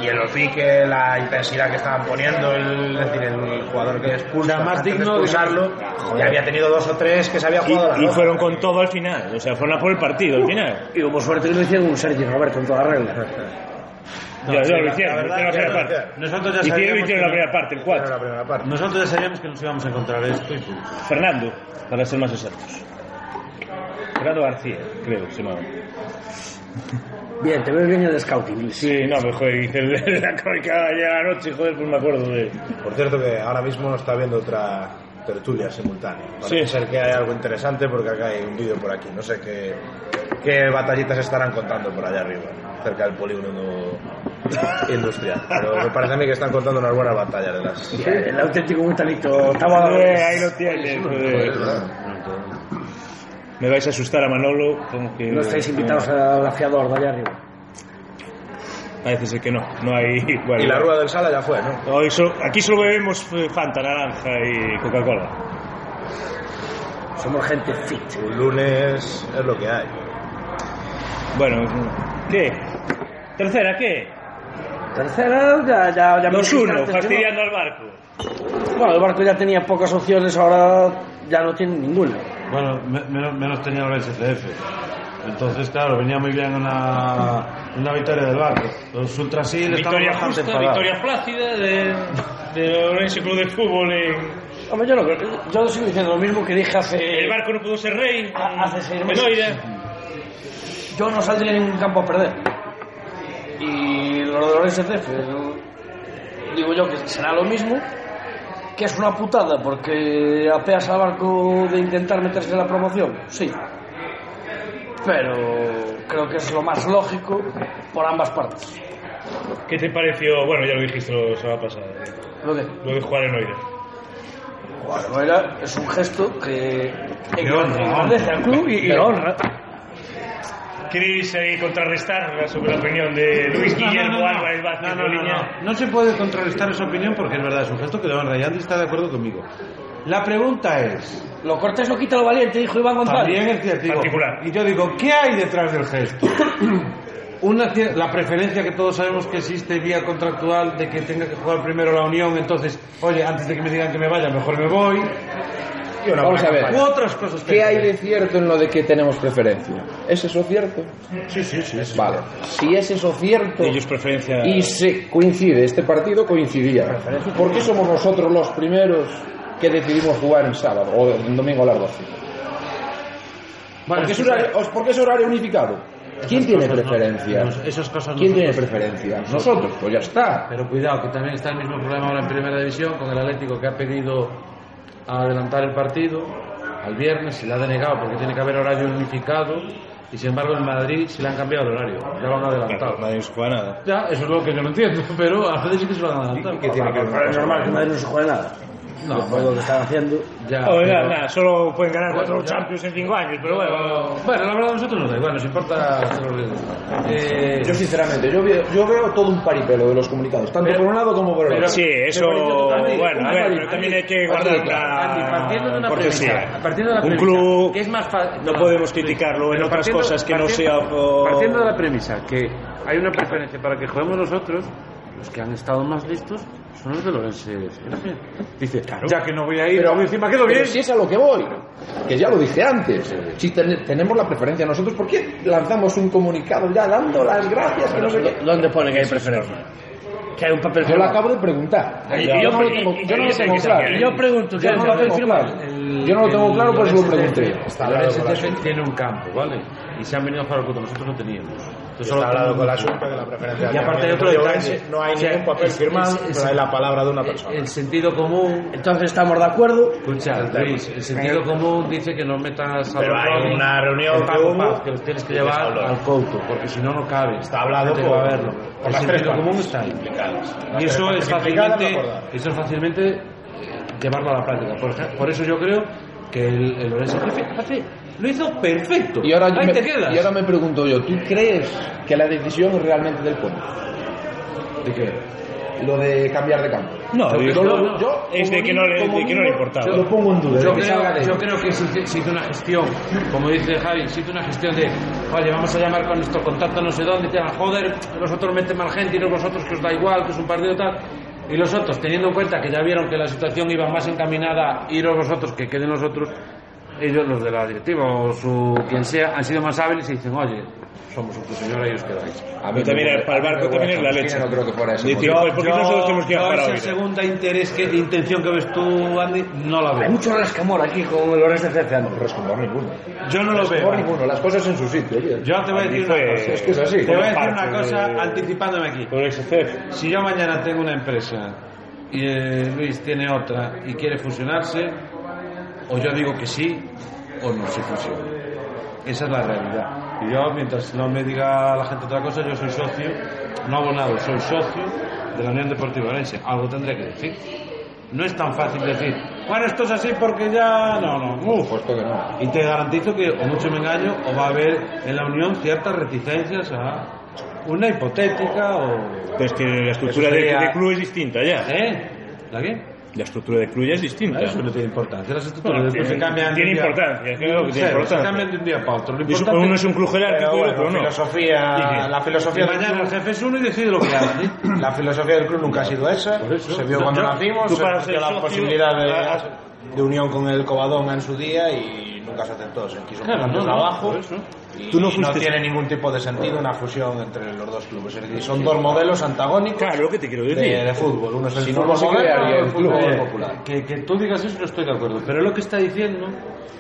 C: Y el piques, la intensidad que estaban poniendo, el, es decir, el jugador que expulsa,
E: más
C: antes
E: digno de-
C: de expulsarlo, ya había tenido dos o tres que se había jugado la
A: Y, y
C: roja.
A: fueron con todo al final, o sea, fueron a por el partido al final.
F: Y como suerte que lo hicieron un Sergio Roberto en toda regla.
A: ya, ya, lo
E: la
A: hicieron,
E: verdad
A: lo hicieron la
E: que
A: primera
E: no.
A: parte.
E: Nosotros ya
A: Hicieron,
E: sabíamos
A: hicieron
E: que
A: la
E: no.
A: primera parte, el
C: Era
A: 4.
C: la primera parte.
E: Nosotros ya sabíamos que nos íbamos a encontrar esto y punto.
A: Fernando, para ser más exactos. Fernando García, creo, se llamaba.
F: Bien, te veo bien en el scouting, Luis.
A: Sí, no, pero joder, hice el- la crónica ayer a la noche, joder, pues me acuerdo de...
C: Por cierto que ahora mismo está viendo otra tertulia simultánea.
A: Sí.
C: Parece ser que hay algo interesante porque acá hay un vídeo por aquí. No sé qué, qué batallitas estarán contando por allá arriba, cerca del polígono industrial. Pero me parece a mí que están contando unas buenas batallas de las...
F: Bien, El auténtico gutanito. Estaba
A: Joder, ahí lo tienes,
G: Joder,
A: joder.
G: es verdad.
A: Me vais a asustar a Manolo, como que...
F: No estáis invitados al afiador de allá arriba.
A: Parece ser que no, no hay... bueno.
C: Y la rueda del sala ya fue, ¿no?
A: No, eso- aquí solo bebemos eh, Fanta, naranja y Coca-Cola.
F: Somos gente fit.
C: Un lunes es lo que hay.
A: Bueno, ¿qué? ¿Tercera qué?
F: Tercera, ya, ya, ya me
A: Los
F: dijiste
A: uno,
F: antes que no.
A: fastidiando al barco.
F: Bueno, el barco ya tenía pocas opciones, ahora ya no tiene ninguna.
E: Bueno, me- menos, menos tenía ahora el CCF. Entonces, claro, venía muy bien una, una victoria del barco. Los Ultras sí le estaban
A: Victoria
E: bastante
A: justa,
E: enfadados.
A: victoria plácida de, de Orense Club de Fútbol. en-
F: Hombre, yo, lo que- yo sigo diciendo lo mismo que dije hace...
A: El barco no pudo ser rey.
F: Ah, hace seis
A: en
F: meses.
A: Oira.
F: Yo no saldría en ningún campo a perder. Y lo de los SCF, yo- digo yo que será lo mismo, que es una putada, porque apeas al barco de intentar meterse en la promoción, sí. Pero creo que es lo más lógico por ambas partes.
G: ¿Qué te pareció? Bueno, ya lo dijiste la semana pasada.
F: Lo que
G: Lo de jugar en Oira.
F: bueno, era- es un gesto que engrandece al club y, y lo honra.
G: ¿Queréis eh, contrarrestar la sobre la opinión de Luis Guillermo Álvarez Vázquez
E: No, no, no,
G: Boliña?
E: no. No se puede contrarrestar esa opinión porque es verdad, es un gesto que de verdad, y Andy está de acuerdo conmigo. La pregunta es,
F: Lo cortés lo quita lo valiente, dijo Iván
E: también
F: González.
E: es cierto, digo,
G: Particular.
E: y yo digo, ¿qué hay detrás del gesto? Una, cier- la preferencia que todos sabemos que existe vía contractual de que tenga que jugar primero la Unión, entonces, oye, antes de que me digan que me vaya, mejor me voy,
D: Vamos a ver.
E: u otras cosas. que-
D: ¿Qué hay de cierto en lo de que tenemos preferencia? ¿Es eso cierto?
E: Sí, sí, sí. sí.
D: Vale. Si es eso cierto
B: Ellos preferencia.
D: y se coincide, este partido coincidía. ¿Por qué somos nosotros los primeros que decidimos jugar en sábado o en domingo a las 12?
E: Bueno,
D: ¿Por qué es
E: sí,
D: horario, os- por qué es horario unificado? ¿Quién tiene
E: cosas no-
D: preferencia?
E: no- esas cosas
D: ¿Quién tiene
E: nosotros-
D: preferencia? Nosotros, pues ya está.
E: Pero cuidado, que también está el mismo problema ahora en Primera División con el Atlético que ha pedido adelantar el partido al viernes, se le ha denegado porque tiene que haber horario unificado y sin embargo en Madrid se le han cambiado el horario, ya lo han adelantado.
B: Nadie se juega nada.
E: Ya, eso es lo que yo no entiendo, pero a veces sí que se lo han adelantado.
F: Es normal que Madrid no se juegue nada.
E: No,
F: Por
E: bueno,
F: lo que están haciendo.
E: ya,
G: No,
E: pero-
G: nada, Ah, nada, solo pueden ganar cuatro Champions en cinco años, pero bueno.
E: Bueno, la verdad a nosotros nos da igual, nos importa hacer los riesgos. Eh,
D: Yo sinceramente, yo veo, yo veo todo un paripelo de los comunicados, tanto por un lado como por el otro.
G: Sí, eso, bueno, a ver, pero también hay que guardar
E: Andy, partiendo de
G: una
E: una premisa,
G: cortesía.
E: partiendo de una
B: Un
E: premisa,
B: club
E: que es más fa-
B: No podemos criticarlo en
E: Pero
B: otras
E: partiendo-
B: cosas que no
E: partiendo-
B: sea por.
E: Partiendo de la premisa que hay una preferencia para que juguemos nosotros, los que han estado más listos son los de Lorense. Serafín. Dice, ya que no voy a ir,
D: Pero-
E: pero encima quedo bien.
D: Pero si es a lo que voy, que ya lo dije antes, si ten- tenemos la preferencia nosotros, ¿por qué lanzamos un comunicado ya dando las gracias? Que no sé qué?
F: ¿Dónde pone que hay preferencia? Que hay un papel
D: Yo lo
F: firmado.
D: acabo de preguntar.
F: Y- y
D: Yo
F: yo-
D: no lo
F: y-
D: tengo-
F: y-
D: yo no
F: y-
D: lo
F: y-
D: tengo
F: y-
D: claro.
F: y yo pregunto, ¿qué
D: Yo
F: hay
D: no
F: un
D: lo
F: papel
D: tengo
F: firmado?
D: claro. Yo no lo tengo claro, por eso lo pregunté.
C: Está
E: El
C: hablado con la
E: STF
C: Junta.
E: tiene un campo, ¿vale? Y se han venido a jugar con nosotros no teníamos. Entonces,
C: Está hablado
E: tenemos
C: con la
E: un
C: Junta de la preferencia.
E: Y aparte hay otro
C: de
E: detalle.
C: No hay
E: O sea,
C: ningún papel
E: es-
C: firmado,
E: es- es-
C: pero hay la palabra de una
E: campo.
C: persona.
E: El sentido común.
F: Entonces estamos de acuerdo.
E: Escucha, Luis, el sentido común dice que no metas a
C: Pero
E: los
C: hay
E: jóvenes,
C: una reunión
E: el
C: que
E: Paco
C: hubo
E: Paz, que los tienes que
C: y que se
E: llevar
C: habló.
E: al couto, porque si no, no cabe.
C: Está hablado
E: por,
C: por-
E: verlo.
C: por
E: el
C: las tres
E: sentido
C: partes.
E: común está ahí. Y
C: Las
E: eso
C: tres
E: es,
C: partes implicadas,
E: fácilmente,
C: no acordar.
E: eso es fácilmente eh, llevarlo a la práctica. Por, ej- por eso yo creo que el, el Orense jefe hace- lo hizo perfecto.
D: Y ahora,
E: ahí
D: me,
E: te quedas.
D: y ahora me pregunto yo, ¿tú crees que la decisión es realmente del pueblo?
E: ¿De qué?
D: Lo de cambiar de campo.
B: No,
D: Yo-
B: digo,
D: yo lo-
E: no.
D: yo,
G: Es de
D: como
G: que no le-
D: mínimo- como
G: de que no le
D: mínimo,
G: importaba.
D: Lo pongo en duda.
E: Yo
D: que salga
E: creo,
D: de-
E: yo creo que se hizo, se hizo una gestión, como dice Javi, se hizo una gestión de, oye, vamos a llamar con nuestro contacto no sé dónde, y te van, joder, vosotros meten mal gente y no vosotros que os da igual, que es un partido tal. Y los otros, teniendo en cuenta que ya vieron que la situación iba más encaminada, iros vosotros que queden nosotros, ellos, los de la directiva o su quien sea, han sido más hábiles y dicen, oye, somos un señora y os quedáis.
D: A mí
B: Yo también,
D: me-
B: para el barco
D: me-
B: también es la
D: Cristina
B: leche.
D: No creo que fuera ese.
B: Dice,
D: motivo.
B: pues, ¿por qué nosotros tenemos que ir a jugar a
E: esa
B: Oviedo?
G: ¿eh?
E: segunda interés que, intención que ves tú, Andy, no la
F: Hay
E: veo.
F: mucho rescamor aquí con el Orense CFA.
D: No rescondo ninguno.
E: Yo no lo
D: Por
E: veo.
D: ninguno, las cosas en su sitio. oye.
E: Yo te voy a
B: Andy
E: decir una
B: fue-
E: cosa.
D: Es que es así.
E: Te voy a decir
B: Parte
E: una cosa
B: de-
E: anticipándome aquí.
B: Con el SCF.
E: Si yo mañana tengo una empresa y eh, Luis tiene otra y quiere fusionarse, o yo digo que sí o no se fusiona. Esa es la realidad. Y yo, mientras no me diga la gente otra cosa, yo soy socio, no abonado, soy socio de la Unión Deportiva Orense. Algo tendré que decir. No es tan fácil decir, bueno, esto es así porque ya... No, no,
D: Por
E: uf.
D: supuesto que no.
E: Y te garantizo que o mucho me engaño o va a haber en la Unión ciertas reticencias a una hipotética o...
B: Pero es que la estructura
E: Eso
B: de,
E: sería-
B: de club es distinta ya.
E: ¿Eh? ¿La qué?
B: La estructura de club ya es distinta.
E: Eso no tiene importancia. Las estructuras
B: Bueno,
E: después se
B: tiene-
E: cambian... de
B: tiene
E: un día-
B: importancia, claro que tiene
E: Claro, Se
B: importancia.
E: cambian de un día para otro. Lo
B: Es-
E: importante
B: Uno es un club
C: Pero
B: jerárquico y el
C: bueno,
B: otro no.
C: filosofía,
B: Sí.
C: la filosofía
E: que
C: del
E: mañana el
C: club,
E: jefe es uno y decide lo que hace.
C: la filosofía del club nunca ha sido esa.
E: Por eso.
C: Se vio cuando
B: Yo-
C: nacimos,
B: tú
C: se
B: para
C: vio
B: ser
C: la
B: socio-
C: posibilidad
B: Ah,
C: de, de unión con el Covadonga en su día y nunca se aceptó. Se quiso
E: Claro,
C: poner
E: no,
C: desde
E: no,
C: abajo
E: por eso.
C: y
B: Tú no
C: no,
B: fuiste-
C: tiene ningún tipo de sentido una fusión entre los dos clubes. Es decir, son dos modelos antagónicos
B: Claro, lo que te quiero
C: de,
B: decir.
C: de fútbol. Uno es el
D: Si no,
C: fútbol
D: no se
C: moderno,
D: crearía
C: el
D: el
C: fútbol
D: club.
C: popular.
E: Que, que tú digas eso no estoy de acuerdo. Pero lo que está diciendo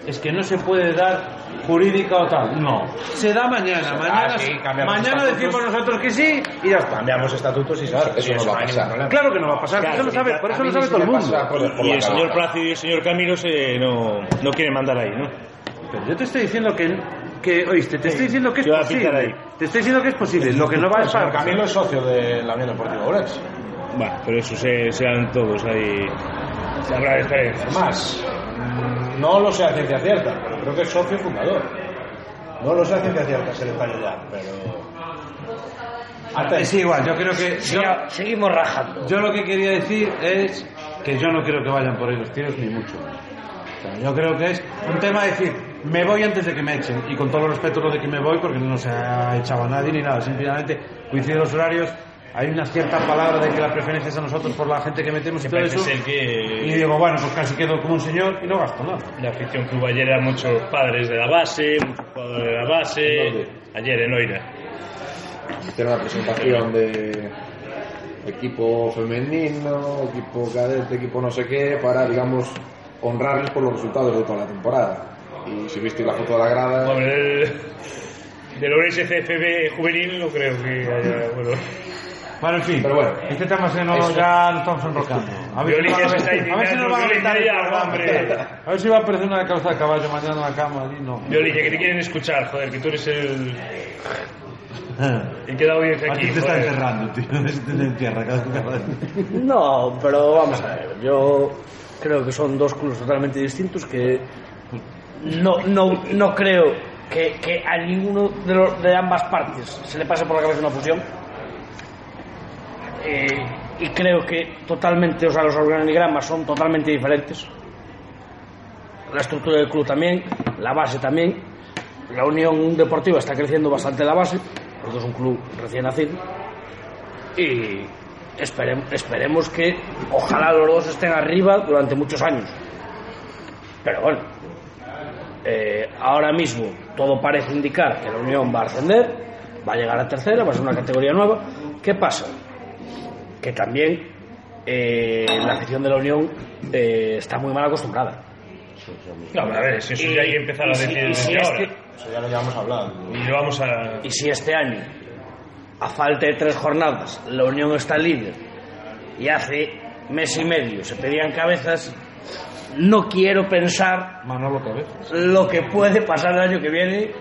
E: es que no se puede dar jurídica o tal. No. Se da mañana. Mañana,
C: sí, cambiamos
E: mañana
C: estatutos.
E: decimos nosotros que sí y ya está.
C: Cambiamos estatutos y se hace.
D: Eso no va a
C: hay ningún
D: pasar.
C: problema.
E: Claro que no va a pasar.
B: Claro,
E: eso lo sabe, por
D: A
E: eso
D: mí
E: lo sabe
D: sí
E: todo el
D: me
E: mundo.
D: pasa cosas por
B: Y
D: la
B: el señor
D: cabeza.
B: Plácido y el señor Camilo se, no, no quieren mandar ahí, ¿no?
E: Pero yo te estoy diciendo que, que, oíste, te estoy diciendo que es
A: Yo voy a picar
E: posible. Te estoy diciendo que es posible. Lo que no va
C: Pero
E: a pasar.
C: Camilo es socio de la Unión Deportiva Orense.
A: Bueno, pero eso se, se dan todos ahí. Se habrá diferencias.
C: Más, no lo sé a ciencia cierta, pero creo que es socio fundador. No lo sé a ciencia cierta ese detalle ya, pero... Hasta
E: Es igual, yo creo que. Yo,
F: Seguimos rajando.
E: yo lo que quería decir es que yo no creo que vayan por ahí los tiros, ni mucho. O sea, yo creo que es un tema de decir, me voy antes de que me echen. Y con todo el respeto lo de que me voy, porque no se ha echado a nadie ni nada. Simplemente coinciden los horarios. Hay una cierta palabra de que la preferencia es a nosotros por la gente que metemos y todo eso.
A: que
E: Y digo, bueno, pues casi quedo como un señor y no gasto nada.
A: la afición cuballera, muchos padres de la base, muchos jugadores de la base. Ayer en Oira.
D: Hicieron una presentación de equipo femenino, equipo cadete, equipo no sé qué, para, digamos, honrarles por los resultados de toda la temporada. Y si visteis la foto de la grada,
A: Hombre, del, del Orense CFB juvenil no creo que haya. Bueno,
E: Bueno, en fin,
D: Pero bueno.
E: este tema se nos,
D: Eso.
E: ya lo estamos enroscando. A ver, si,
A: Violín
E: van a-
A: se está
E: a ver si nos
A: indignando,
E: van a
A: Violín,
E: quitar el
A: ya,
E: programa.
A: hombre.
E: A ver si va a aparecer una calza de caballo mañana en la cama allí, no.
A: yo le dije que te quieren escuchar, joder, que tú eres el. He quedado bien
E: A ti
A: aquí.
E: Ah, te está
A: joder.
E: enterrando, tío. Te entierra cada cada-
F: No, pero vamos a ver. Yo creo que son dos clubes totalmente distintos que no, no, no creo que, que a ninguno de, los- de ambas partes se le pase por la cabeza una fusión. Eh, y creo que totalmente, o sea, los organigramas son totalmente diferentes. La estructura del club también, la base también. La Unión Deportiva está creciendo bastante la base, porque es un club recién nacido y espere- esperemos que ojalá los dos estén arriba durante muchos años. Pero bueno, eh, ahora mismo todo parece indicar que la Unión va a ascender, va a llegar a tercera, va a ser una categoría nueva. ¿Qué pasa? Que también eh, la afición de la Unión eh, está muy mal acostumbrada.
A: No, pero a ver, si eso ya hay que empezar a
F: y si-
A: decir
F: y si
A: desde ahora.
F: este-
C: Eso ya lo llevamos hablando.
A: Y lo vamos a.
F: Y si este año, a falta de tres jornadas, la Unión está líder y hace mes y medio se pedían cabezas, no quiero pensar
E: Manolo Cabezas.
F: lo que puede pasar el año que viene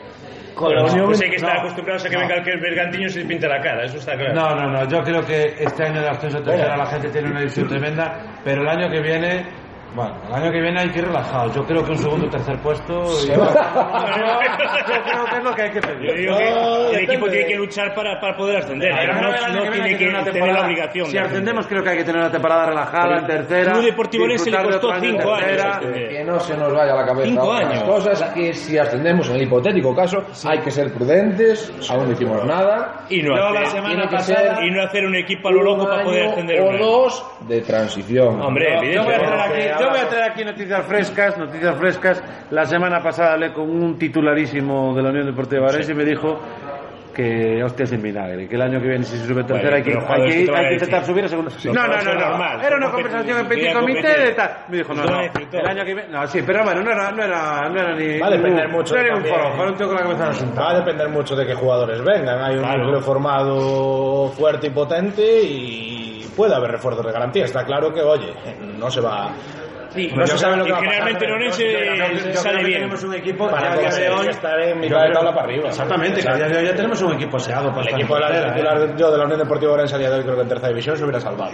F: con la Unión.
A: Pues hay que estar
E: no,
A: acostumbrados a que
E: no.
A: venga el bergantiño y se pinte la cara, eso está claro.
E: No, no, no. Yo creo que este año de ascenso a tercera la gente tiene una ilusión tremenda, pero el año que viene. Bueno, el año que viene hay que ir relajado. Yo creo que un segundo o tercer puesto. y-
C: Se va.
E: Yo creo que es lo que hay que pedir.
A: Yo digo
C: No,
A: que el
C: depende.
A: equipo tiene que luchar para, para poder ascender. pero no, no tiene que tener la obligación.
E: Si
A: de ascender.
E: ascendemos, creo que hay que tener una temporada relajada, en tercera.
A: Club Deportivo Orense le
E: disfrutar
A: costó
E: de otro año en
A: cinco años
E: tercera.
A: ascender.
D: que no se nos vaya a la cabeza
A: Cinco
D: otras
A: años.
D: cosas, que si ascendemos en el hipotético caso, hay que ser prudentes, aún no hicimos nada.
A: Y no,
E: Yo la
A: hacer,
E: semana
D: Tiene que
E: pasada.
D: ser
A: y no hacer un equipo a lo loco
D: un
A: para poder
D: año
A: ascender.
D: o
A: un año.
D: dos de transición.
A: Hombre,
E: Yo voy, a
A: evidente.
E: traer aquí, yo voy a traer aquí noticias frescas, noticias frescas. La semana pasada hablé con un titularísimo de la Unión Deportiva Orense y me dijo que hostias en vinagre, que el año que viene si se sube tercera hay que,
A: pero,
E: hay
A: joder,
E: que-
A: esto te va
E: hay que
A: a
E: intentar
A: decir.
E: subir a segunda.
A: Lo
E: No,
A: que
E: no,
A: es
E: no, no.
A: normal,
E: Era una
A: porque
E: conversación en
A: tú querías
E: petit comité
A: competir.
E: de tal. Me dijo,
A: Lo
E: no, no,
A: va a decir todo.
E: el año que viene... No, sí, pero bueno, no era, no era, no era ni...
C: Va a depender
E: ningún-
C: mucho
E: No era un
C: también.
E: foro, un tío con la cabeza en el asunto.
C: Pues Va a depender mucho de qué jugadores vengan. Hay un
A: Claro.
C: núcleo formado fuerte y potente y puede haber refuerzos de garantía. Está claro que, oye, no se va.
F: Sí,
C: No se sabe lo
A: Y
C: que va a pasar.
A: generalmente
C: pero
A: Orense
C: yo creo que
A: sale bien.
E: Tenemos un equipo
C: Para
E: que a día de
C: conseguir
E: hoy-
C: estar en mitad
E: Yo
C: de
E: creo-
C: tabla para arriba.
E: Exactamente, que a día de hoy ya tenemos un equipo aseado para
C: El
E: estar en
C: equipo de la,
E: tercera, ¿eh?
C: titular yo de la Unión Deportiva Orense a día de hoy creo que en tercera división se hubiera salvado.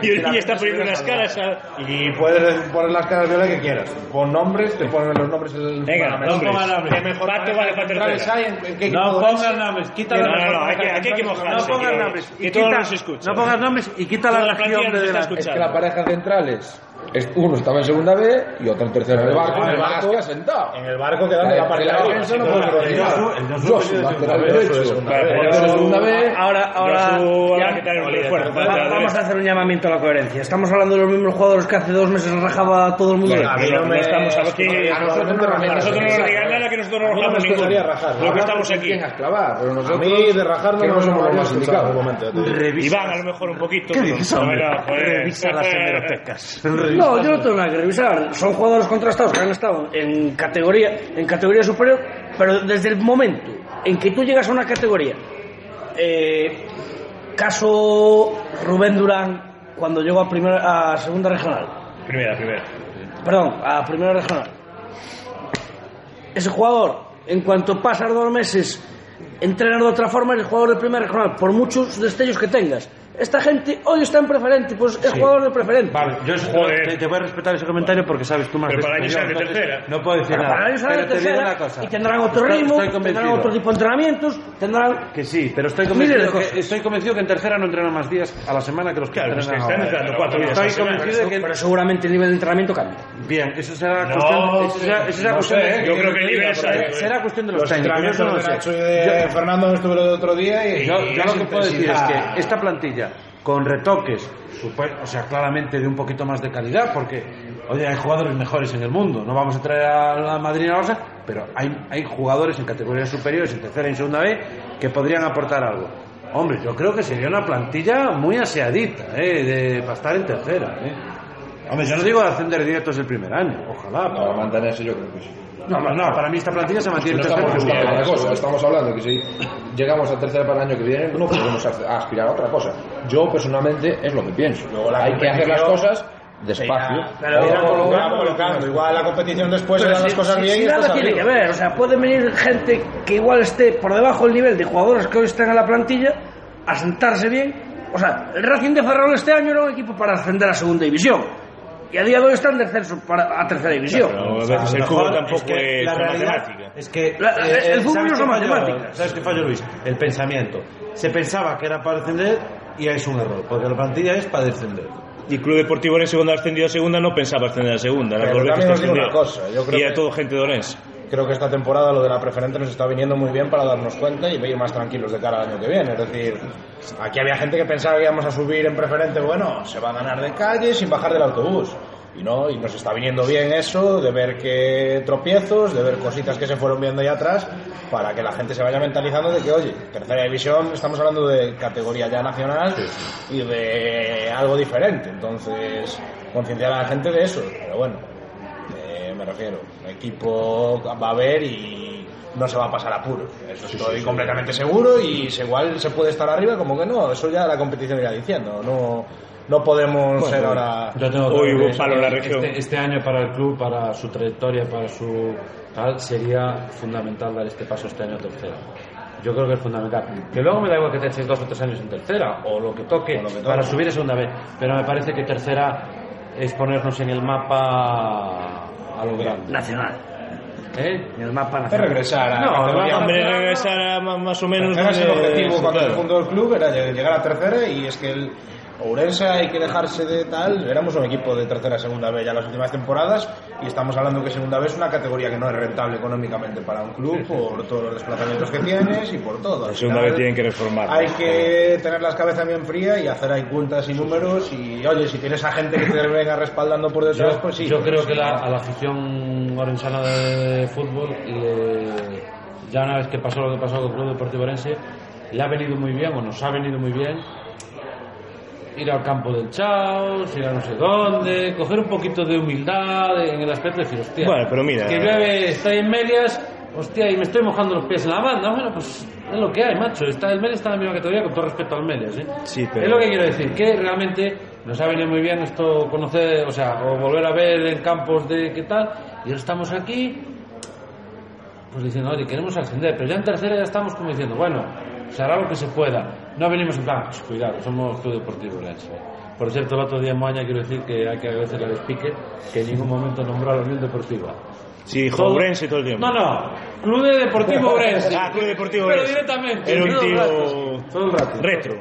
A: Violín está poniendo unas caras a...
C: Y pues, puedes poner las caras de la que quieras. Pon nombres, te ponen los nombres. El...
A: Venga,
C: Bueno,
A: nombres.
C: pongan
A: Que mejor
C: Pato
A: vale para tercera.
C: centrales hay en- en qué
E: No
C: equipo
E: pongas nombres, quita
A: No,
E: la
A: no, no,
E: región.
A: hay que- aquí hay que mojarse,
E: No pongas
A: que-
E: nombres y
A: que todos
E: quita-
A: nos escuchan.
E: No pongas nombres y quita
A: ¿eh? Toda
E: la
A: la
E: región
A: plantilla
E: de
A: nos está
E: delante.
D: Es que
A: escuchando.
D: la pareja centrales, es- uno estaba en segunda B y otro en tercera en el barco,
C: En
D: en
C: el
D: el barco
C: Vasco.
D: ya sentado.
C: En el barco quedan de la parte de
D: la
C: arriba.
D: defensa no
C: Entonces,
D: puedo
C: pero-
E: Josu- el Josu
D: Josu,
E: es de
D: lateral
C: segunda B, Josu de
D: derecho.
C: segunda B.
D: Pero en segunda B,
F: Ahora, ahora
A: Josu habrá
F: ya-
A: que tener un líder.
F: Bueno, va- vamos a hacer un llamamiento a la coherencia. Estamos hablando de los mismos jugadores que hace dos meses rajaba a todo el mundo.
C: A mí no me
A: estamos aquí.
C: A nosotros no
A: A
C: nos
A: nosotros no nos
C: interesa.
A: digan nada que nosotros no nos
C: No
A: hablamos
C: nos gustaría
A: ninguno.
C: rajar.
A: Lo que
D: Habrá
A: estamos
D: muchos
A: aquí.
D: quien a clavar, pero
C: A
D: nosotros
C: mí de rajar no
D: que no
C: nos
D: somos los más
C: indicados.
D: indicados.
E: Revisa,
A: Iván, a lo mejor un poquito.
E: ¿Qué
A: pero-
E: dices, hombre?
A: Bueno, pues, eh, joder.
E: Revisa las hemerotecas.
F: No, yo no tengo nada que revisar. Son jugadores contrastados que han estado en categoría, en categoría superior, pero desde el momento en que tú llegas a una categoría, eh, caso Rubén Durán cuando llegó a primera, a segunda regional,
A: Primera, primera.
F: perdón, a primera regional, ese jugador, en cuanto pasan dos meses, entrenan de otra forma, es el jugador de primera jornada, por muchos destellos que tengas. Esta gente hoy está en preferente, pues es jugador de preferente.
E: Vale, yo eso-
A: Joder.
E: Te, te voy a respetar ese comentario porque sabes tú más
A: Pero
E: de
A: para
E: esto
A: ellos
E: que
A: será
E: yo,
A: de
E: entonces
A: tercera.
E: No puedo decir
F: Pero
E: nada.
F: para ellos serán
E: Pero
F: de
E: te digo
F: tercera
E: una cosa.
F: y tendrán otro
E: Estoy-
F: ritmo,
E: estoy
F: tendrán
E: convencido.
F: otro tipo de entrenamientos, tendrán...
E: Que sí, pero estoy
F: Miles de
E: convencido,
F: cosas.
E: que, estoy convencido que en tercera no entrenan más días a la semana que los que
A: Claro, es que
E: entrenan
A: Pues están
E: ahora.
A: entrando cuatro días a la
E: Estoy
A: semana.
E: convencido de
F: Pero
E: que...
F: seguramente el nivel de entrenamiento cambia.
E: Bien, eso será
A: No,
E: cuestión... Eso será, eso será
A: no
E: cuestión
A: sé,
E: de-
A: yo creo que el nivel es
E: será-
A: alto, eh.
E: Será cuestión de los,
C: Los
E: técnicos, yo
C: entrenamientos
E: eso no
C: de
E: sé.
C: Nacho y de Fernando estuve el otro día y...
E: Yo, yo
C: es
E: lo que puedo decir es
C: Eh, intensidad.
E: que esta plantilla, con retoques, supe- o sea, claramente de un poquito más de calidad, porque, oye, hay jugadores mejores en el mundo. No vamos a traer a la Madrid a Rosa, pero hay, hay jugadores en categorías superiores, en tercera y en segunda B, que podrían aportar algo. Hombre, yo creo que sería una plantilla muy aseadita, ¿eh? De, para estar en tercera, ¿eh? Hombre, yo no digo ascender directos el primer año, ojalá. pero-
G: Para mantenerse yo creo que sí.
E: No, no, no, para mí esta plantilla se mantiene
G: No
E: en tercera.
G: estamos
E: porque-
G: buscando otra cosa, estamos hablando que si llegamos a tercera para el año que viene no podemos a- aspirar a otra cosa. Yo personalmente es lo que pienso.
C: la
G: Hay que hacer las
C: competición
G: cosas despacio.
C: Pero irán colocando, colocando. Igual la competición después se dan las cosas bien y
F: nada
C: estás
F: tiene que
C: arriba.
F: ver, o sea, puede venir gente que igual esté por debajo del nivel de jugadores que hoy están en la plantilla a sentarse bien. O sea, el Racing de Ferrol este año era un equipo para ascender a segunda división. Y a día de hoy está en descenso para, a tercera división.
A: Pero a veces el fútbol tampoco es,
E: la
A: una
E: realidad
A: matemática.
E: Es que
F: La- el fútbol
E: ¿sabes
F: no es
E: qué
F: una
E: falló?
F: matemática.
E: ¿Sabes qué falló Luis? El pensamiento. Se pensaba que era para ascender y es un error, porque la plantilla es para descender.
A: Y Club Deportivo Orense cuando ascendió a segunda no pensaba ascender a segunda. Las
C: Pero
A: dos veces
C: también os
A: que
C: digo
A: ascendió.
C: una cosa, yo creo
A: y a
C: que-
A: todo gente de Orense.
C: Creo que esta temporada lo de la preferente nos está viniendo muy bien para darnos cuenta y venir más tranquilos de cara al año que viene. Es decir, aquí había gente que pensaba que íbamos a subir en preferente, bueno, se va a ganar de calle sin bajar del autobús. Y no, y nos está viniendo bien eso de ver que tropiezos, de ver cositas que se fueron viendo ahí atrás, para que la gente se vaya mentalizando de que, oye, tercera división, estamos hablando de categoría ya nacional y de algo diferente. Entonces, concienciar a la gente de eso. Pero bueno, eh, me refiero, el equipo va a haber y no se va a pasar apuro. Eso estoy completamente seguro y se- igual se puede estar arriba, como que no, eso ya la competición irá diciendo. No, no podemos
A: pues,
C: ser ahora.
H: Yo tengo
A: Uy,
H: claro
A: hubo
H: que
A: palo en la región.
H: Este, este año para el club, para su trayectoria, para su tal, sería fundamental dar este paso este año a tercera. Yo creo que es fundamental. Que luego me da igual que te eches dos o tres años en tercera, o lo que toque, para subir a segunda vez. Pero me parece que tercera es ponernos en el mapa a lo grande.
F: Nacional.
H: ¿Eh?
F: En el mapa
C: Es
F: nacional.
C: regresar a.
H: No,
C: categoría.
H: no,
A: Hombre, regresar a más, más o menos.
C: Era ese el
A: donde-
C: objetivo cuando
A: claro.
C: se fundó el club, era llegar a tercera y es que el Ourense hay que dejarse de tal, éramos un equipo de tercera segunda B ya las últimas temporadas y estamos hablando que segunda B es una categoría que no es rentable económicamente para un club por todos los desplazamientos que tienes y por todo. Al
A: La segunda
C: final,
A: vez tienen que reformar.
C: Hay que tener las cabezas bien frías y hacer ahí cuentas y números y oye, si tienes a gente que te venga respaldando por detrás,
H: Yo,
C: pues sí.
H: yo
C: pero
H: creo
C: si
H: que la-
C: no-
H: a la afición orensana de, fútbol, le- ya una vez que pasó lo que pasó con el Club Deportivo Orense, le ha venido muy bien, o nos ha venido muy bien, ir al campo del Chaos, ir a no sé dónde, coger un poquito de humildad en el aspecto de decir, hostia,
A: Bueno, pero mira-
H: que llueve, está en medias, hostia, y me estoy mojando los pies en la banda, bueno, pues es lo que hay, macho, está el medias está en la misma categoría con todo respeto al medias, ¿eh?
A: Sí, pero-
H: Es lo que quiero decir, que realmente nos ha venido muy bien esto conocer, o sea, o volver a ver en campos de qué tal, y ahora estamos aquí, pues diciendo, oye, queremos ascender, pero ya en tercera ya estamos como diciendo, bueno, se hará lo que se pueda. No venimos en plan, "Ch, cuidado, somos Club Deportivo Orense. Por cierto, el otro día en Moaña quiero decir que hay que agradecerle al speaker que en ningún momento nombró a la Unión Deportiva.
A: Sí, dijo Ourense todo el tiempo.
H: No, no, Club de Deportivo Orense.
A: Ah, Club Deportivo
H: Pero
A: Orense.
H: directamente.
A: Era un
H: todo el
A: tío-
H: rato, Todo el rato.
A: Retro.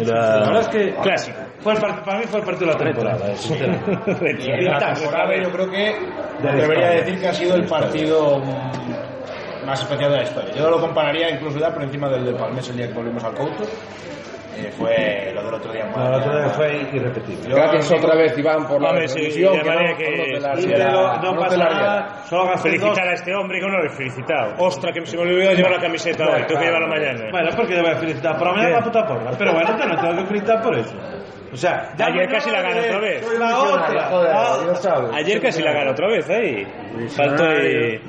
H: La verdad es que
A: Clásico.
H: fue el par- para mí fue el partido de la temporada, eh, sinceramente.
C: Y en la temporada yo creo que debería decir que ha sido el partido mm, más especial de la historia. Yo lo compararía incluso ya por encima del de Palmes el día que volvimos al Couto. Eh, fue lo del otro día. en
E: No, el
C: Madrid.
E: otro día fue irrepetible.
C: Yo-
G: Gracias otra vez, Iván, por la
A: Hombre, sí,
G: retransmisión,
A: de
G: que no-
A: manera que-
G: no te la-
E: Y te lo- no
G: no te
E: pasa
G: la-
E: nada, solo gasté
A: Felicitar a este hombre que no lo he felicitado. Ostras, que se me olvidó llevar la camiseta hoy. Tengo que llevarla mañana.
E: dos. Bueno, porque le voy a felicitar, por la mañana
A: Bien.
E: la puta porra, pero bueno, te lo tengo que felicitar por eso. O sea, ya
A: Ayer
E: mañana
A: casi la gana
E: veré
A: otra vez.
E: La otra, Ah, la otra.
A: Ayer casi la gana otra vez ahí. Faltó ahí.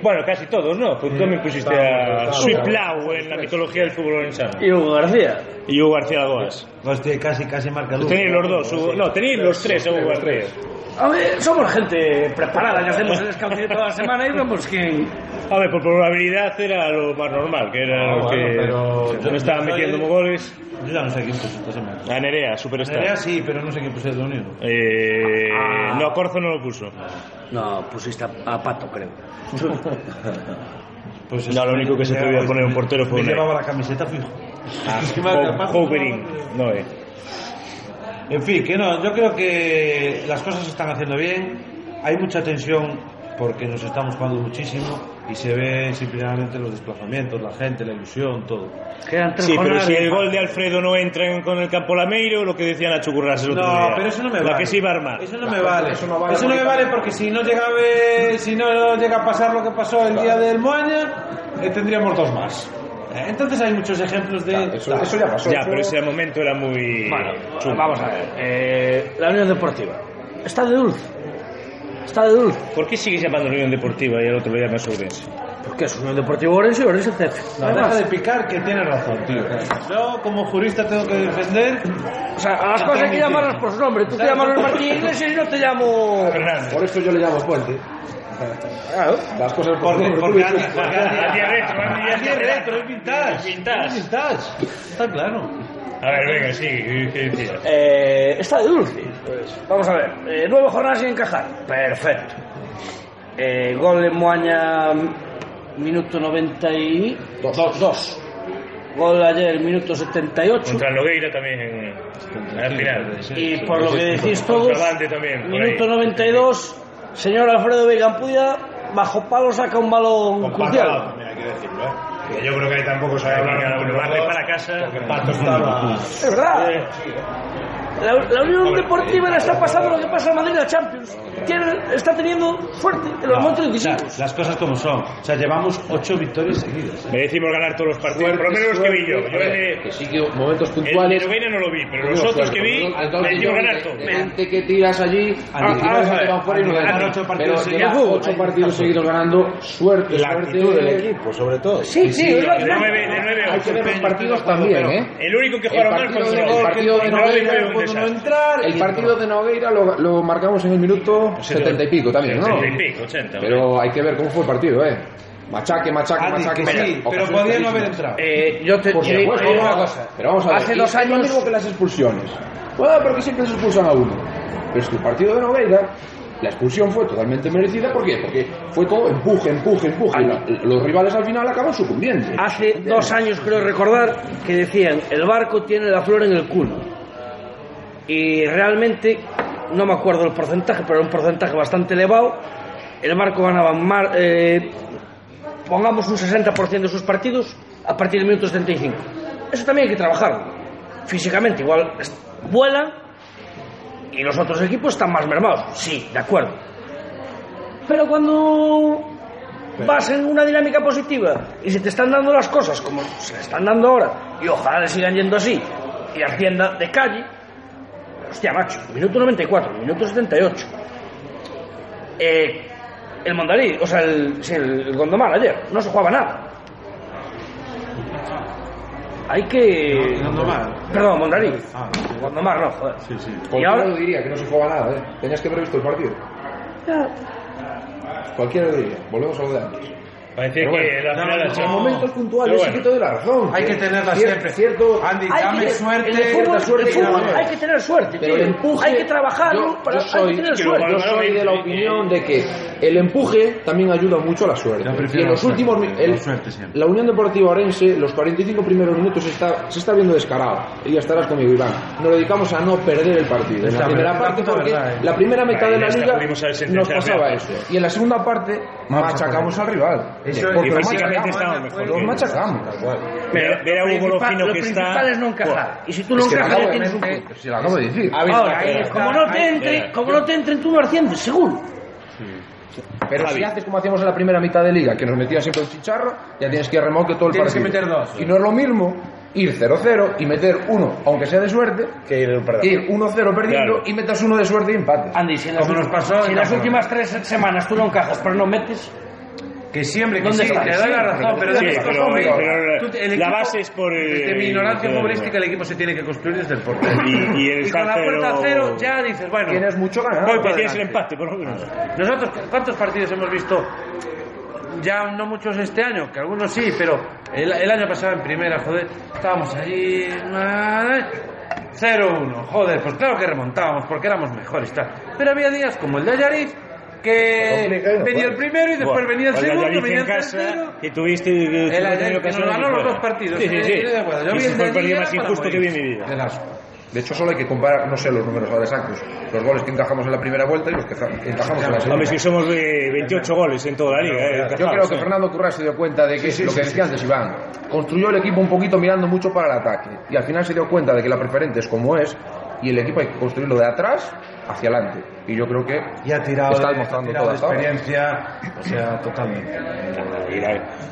A: Bueno, casi todos, ¿no? Porque tú me pusiste a Sweet Plow en la mitología del fútbol orensano.
F: Y Hugo García.
A: Y Hugo García Lagoas.
E: Hostia, casi, casi marca luz.
A: Tenéis los dos, Hugo- no, tenéis los tres a Hugo García.
F: A ver, somos gente preparada, que hacemos el escautismo toda la semana y vemos quién...
A: A ver, por probabilidad era lo más normal, que era lo
E: Ah, bueno,
A: que
E: pero-
A: no estaban
E: yo-
A: metiendo goles.
E: Yo ya no sé quién puso esta semana.
A: A Nerea, superstar.
E: Nerea sí, pero no sé quién puso el Unido.
A: Eh, No, Corzo no lo puso.
F: No, pusiste a, a Pato, creo.
E: Pues
A: No, lo único que se atrevió a poner un portero fue
E: Me
A: una-
E: llevaba la camiseta fijo. Encima,
A: Ho-
E: además,
A: Hoverin, no eh.
E: En fin, que no, yo creo que las cosas se están haciendo bien, hay mucha tensión porque nos estamos jugando muchísimo y se ven simplemente los desplazamientos, la gente, la ilusión, todo.
F: Quedan tres
A: Sí, pero
F: jornadas
A: si
F: y-
A: el gol de Alfredo no entra en- con el campo Lameiro, lo que decían a Churras el otro día.
E: No, pero eso no me vale.
A: La que se iba a armar.
E: Eso no me vale.
G: eso
E: Eso
G: no
E: no,
G: vale
E: me
G: porque-
E: vale porque si no llega a ver- si no llega a pasar lo que pasó el día del Moaña, eh, tendríamos dos más. Eh, Entonces hay muchos ejemplos de
G: Eso, eso ya pasó.
A: Ya,
G: eso-
A: pero ese momento era muy...
F: Bueno,
A: chungo.
F: vamos a ver. Eh, la Unión Deportiva. Está de dulce. Está de dulce.
A: ¿Por qué sigues llamando Unión Deportiva y al otro lo llamas Ourense?
F: Porque es Unión Deportiva Orense y Orense CF.
E: No,
F: Nada
E: deja
F: más.
E: de picar que tienes razón, tío. Yo como jurista tengo que defender
F: O sea, a las cosas hay que llamarlas por su nombre. Tú te llamas Luis Martín Iglesias y no te llamo...
G: Por eso yo le llamo Puente. Las cosas por
E: porque, porque Andy, porque Andy-
A: Andy es retro, Andy es
E: Andy es retro, es vintage.
A: Es vintage.
E: Es vintage. Está claro.
A: A ver, venga, sí, ¿qué- ¿qué decías?
F: Eh, está de dulce. Pues, vamos a ver. Eh, nueve jornadas sin encajar. Perfecto. Eh, gol de Moaña, minuto 92.
G: Dos.
F: Gol ayer, minuto 78.
A: Contra Logueira también en la final.
F: Y por lo que decís todos,
A: Contra Levante también, por
F: minuto
A: ahí.
F: 92, señor Alfredo Veigampuya, bajo palo saca un balón
C: Pato,
F: crucial.
C: también hay que decirlo, ¿eh? Que yo creo que ahí tampoco se ha hablado.
A: Venga,
C: mucho
A: uno,
C: de
A: barre
C: Pato,
A: para casa.
C: porque Pato estaba.
F: Es verdad. La, la Unión Deportiva le está pasando lo que pasa a Madrid en la Champions. Tiene- está teniendo suerte en los momentos
E: O
F: decisivos.
E: sea, las cosas como son. O sea, llevamos ocho victorias seguidas.
A: Merecimos ganar todos los partidos, por lo menos los que vi yo. Yo
G: A
A: el
G: ver,
A: de-
G: Que sí que momentos
A: el de
G: puntuales.
A: Logueira no lo vi, pero los
G: Tuvimos
A: otros
G: suerte,
A: que vi,
G: Pues, ¿no? pues, Entonces,
A: merecimos
G: yo,
A: ganar
G: de-
A: todos.
G: de gente que tiras allí, al
E: Ah,
G: 19
E: vamos a
G: se
E: ver,
G: van fuera y no
A: Ah,
E: ganar
G: ganan.
E: ocho partidos
G: Pero
E: seguidos.
G: lleva ocho partidos seguidos ganando. Suerte,
C: La
G: suerte.
C: actitud del equipo, sobre todo.
F: Sí, sí, es
A: De
F: verdad.
A: 9 de nueve a
G: Hay que
A: ocho.
G: ver los partidos también, ¿eh?
A: El único que jugaron
G: El
A: mal fue
G: partido de
A: Sorokin.
G: El partido de
A: Y
G: Noruega
A: Noruega fue un
E: pudo no
A: desastre.
E: entrar.
G: El partido de Nogueira lo, lo marcamos en el minuto
H: ¿eh?
G: setenta y pico también, ¿no?
A: 70 y pico, 80.
G: Pero hay que ver cómo fue el partido, ¿eh? Machaque, machaque,
E: Andy,
G: machaque.
E: que sí,
G: machaque.
E: pero
G: Ocasiones
E: podría no haber
G: clarísimas.
E: entrado.
F: Eh, yo te
G: Por
F: yo-
G: supuesto,
F: yo digo
G: no.
F: una cosa.
G: Pero vamos a ver.
F: Hace
G: y
F: dos
G: es lo
F: años-
G: mismo que las expulsiones. Bueno, porque siempre se expulsan a uno. Pero es que el partido de Nogueira, la expulsión fue totalmente merecida. ¿Por qué? Porque fue todo empuje, empuje, empuje. Y la- los rivales al final acaban sucumbiendo.
F: Hace dos años, creo recordar, que decían, el barco tiene la flor en el culo. Y realmente, no me acuerdo el porcentaje, pero era un porcentaje bastante elevado. El barco ganaba más, eh, pongamos un 60% de sus partidos a partir del minuto 75. Eso también hay que trabajarlo. Físicamente, igual es- vuelan y los otros equipos están más mermados. Sí, de acuerdo. Pero cuando vas en una dinámica positiva y se te están dando las cosas como se le están dando ahora, y ojalá le sigan yendo así, y Hacienda de calle, hostia, macho, minuto 94, minuto 78. Eh, el Mandarí, o sea, el, sí, el, el Gondomar ayer, no se jugaba nada. Hay que.
E: Gondomar.
F: Perdón, Mandarí.
E: Ah.
F: Gondomar, no, joder.
E: Sí, sí.
F: Y
G: Cualquiera
F: ahora,
G: lo diría, que no se juega nada, ¿eh? Tenías que haber visto el partido. Cualquiera lo diría. Volvemos a lo de antes.
A: Parecía
G: Pero
A: que
G: bueno,
A: la final la
E: no,
G: En
A: Champions-
G: momentos puntuales
A: Pero
G: sí que
A: bueno.
G: te doy la razón. ¿eh?
E: Hay que tenerla siempre.
G: Cierto,
E: Andy,
F: Hay
E: dame
F: que-
E: suerte.
F: en el fútbol-
G: la suerte
F: el
G: que
F: fútbol
G: la maneja.
F: hay que tener suerte,
G: Pero el
F: tío.
G: empuje,
F: hay que trabajarlo,
G: yo-
F: para,
G: yo soy-
F: hay que tener
A: que lo
F: suerte.
G: Yo soy de la opinión de que el empuje también ayuda mucho a la suerte.
E: eh, Yo
G: Y
E: prefiero
G: en los
E: la suerte,
G: últimos mi- el-
E: la suerte siempre.
G: la Unión Deportiva Orense, los 45 primeros minutos se está, se está viendo descarado. Y ya estarás conmigo, Iván. Nos dedicamos a no perder el partido. En
E: Está
G: la
E: bien,
G: primera
E: la
G: parte,
E: puta
G: porque
E: verdad, eh.
G: la primera mitad
A: Ahí
G: de la
A: hasta
G: liga
A: pudimos haber
G: nos
A: sentenciado
G: pasaba
A: al
G: eso. Y en la segunda parte machacamos al rival.
E: Eso-
G: Porque
A: Y
G: lo
A: físicamente
G: machacamos.
A: estábamos mejor.
G: Los
A: que ellos.
G: machacamos, tal cual.
A: Ver ver a Hugo Logino
F: lo
A: que está...
F: principal es no encajar. Y si tú no
G: Es que lo
F: encajas,
G: acabo
F: ya
G: de-
F: tienes un
G: eh,
F: punto.
G: se lo acabo de decir.
F: Ahora, ahí, como no te entre, como no te entren, tú no asciendes, seguro.
G: Pero
A: Javi.
G: si haces como hacíamos en la primera mitad de liga, que nos metías siempre el chicharro, ya tienes que ir a remolque todo el
E: Tienes
G: partido.
E: que meter dos.
G: Y no es lo mismo ir 0-0 y meter uno, aunque sea de suerte,
C: Que ir
G: que ir 1-0 perdiendo
A: Claro.
G: y metas uno de suerte y empates.
F: Andy, si en las,
E: Como nos pasó
F: si
E: en
F: en las
E: Campo.
F: últimas tres semanas tú no encajas, pero no metes,
E: Que siempre, que
F: ¿Dónde
E: sí, te
F: está?
E: doy la razón, pero
A: Sí,
E: dame estos
A: pero-
E: hombres.
A: pero
E: Tú te-
A: la base es por, eh,
E: Desde mi ignorancia
A: eh,
E: futbolística, el equipo se tiene que construir desde el portero.
A: Y- y el
E: con la
A: estar
E: puerta a
A: cero-
E: cero ya dices, bueno,
G: Tienes mucho ganado.
A: Voy,
E: para
A: pero tienes el
E: adelante.
A: empate, por lo menos.
E: Nosotros, ¿cuántos partidos hemos visto? Ya no muchos este año, que algunos sí, pero el, el año pasado en primera, joder, estábamos allí. madre, 0-1, joder, pues claro que remontábamos porque éramos mejores, tal. Pero había días como el de Ayariz que
G: Complicado,
E: venía el
G: claro.
E: primero y después
A: Bueno,
E: venía el
A: cuando ya
E: segundo,
A: viste
E: venía
A: en
E: el tercero.
A: casa que tuviste que tuviste
E: El ayer
A: una
E: que nos
A: ocasión
E: ganó los
A: fuera.
E: dos partidos.
A: Sí, sí,
E: Eh,
A: sí.
E: estoy de acuerdo. Yo
A: Y
E: vi
A: ese
E: el
A: fue
E: de
A: el partido
E: ayer
A: más
E: para
A: injusto que
E: morir.
A: vi en mi vida.
G: Del asco. De hecho, solo hay que comparar, no sé los números ahora exactos, los goles que encajamos en la primera vuelta y los que ca- que encajamos en la segunda.
A: Hombre, si somos de 28 goles en toda la liga. eh,
G: Yo
A: encajados,
G: creo que
A: eh.
G: Fernando Currás se dio cuenta de que lo que decía antes Iván, construyó el equipo un poquito mirando mucho para el ataque y al final se dio cuenta de que la preferente es como es y el equipo hay que construirlo de atrás hacia adelante. Y yo creo que
E: Y ha tirado,
G: está
E: de- ha
G: demostrando
E: tirado
G: toda
E: de
G: la tabla.
E: experiencia, o sea, totalmente.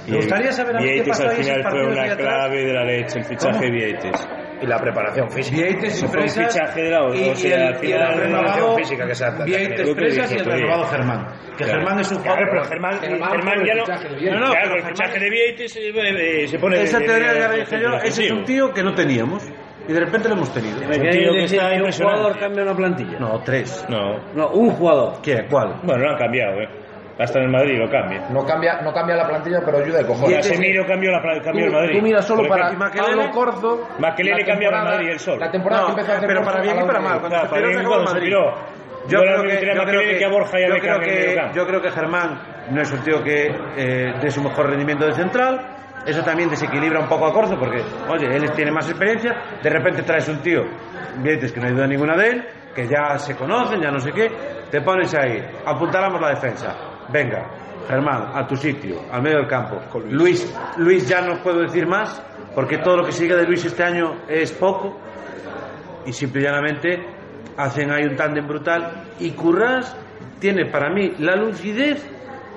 A: Y
E: Me gustaría saber a mí qué
A: Vieites
E: pasó
A: al
E: ahí ese
A: final fue
E: partido de
A: una
E: atrás.
A: clave de la leche, el fichaje de Vieites.
C: Y la preparación física.
E: Vieites
A: Eso fue un
E: Presas
A: fichaje de la o-
E: y,
A: o sea,
E: y el,
A: al
E: y el
A: final-
E: renovado
C: física que se adapta.
E: Vieites
A: Yo creo que
E: Presas y el
A: dije, oye.
E: renovado Germán. Que Germán es un
A: Claro,
E: jugador.
A: pero Germán, Germán, ya no.
E: Vieites.
A: no, no,
E: Claro,
A: claro, el
E: Germán-
A: fichaje de Vieites eh, eh, se pone.
E: Esa
A: de-
E: teoría
A: de-
E: ya la
A: de-
E: dije yo,
A: de-
E: ese es un tío que no teníamos y de repente lo hemos tenido.
A: Es un tío que está
F: un jugador
A: impresionante.
F: cambia una plantilla.
E: No, tres.
A: No.
F: No, un jugador.
E: ¿Qué? ¿Cuál?
A: Bueno, lo han cambiado, eh. Hasta en el Madrid lo cambian.
G: No cambia, no cambia la plantilla, pero ayuda de cojones.
A: Casemiro cambió la pla- cambió el
G: Tú-
A: Madrid.
G: Tú miras solo
A: Por
G: para
A: ejemplo,
G: Pablo Corzo.
A: Makelele
G: la
A: cambiaba
G: temporada-
A: Madrid, el sol.
G: La temporada
E: No,
G: que empezó a hacer
E: pero para
G: Corzo a
E: bien y
G: la
E: para
G: última.
E: mal. Cuando
A: Claro,
E: se piró,
A: para
E: se
A: mí
E: acabó
A: cuando
E: el
A: se
E: Madrid.
A: piró. Yo
E: Yo creo
A: era
E: que-
A: que
E: yo
A: tenía más
E: creo
A: que
E: que-
A: que a Borja y a
E: yo
A: Beckham
E: creo
A: en el
E: que-
A: campo.
E: Yo creo que Germán no es un tío que eh, dé su mejor rendimiento de central. Eso también desequilibra un poco a Corzo porque, oye, él tiene más experiencia. De repente traes un tío, Vietes, que no hay duda ninguna de él, que ya se conocen, ya no sé qué. Te pones ahí, apuntalamos la defensa. Venga, Germán, a tu sitio, al medio del campo. Luis, Luis ya no os puedo decir más porque todo lo que sigue de Luis este año es poco y simple y llanamente hacen ahí un tándem brutal y Currás tiene para mí la lucidez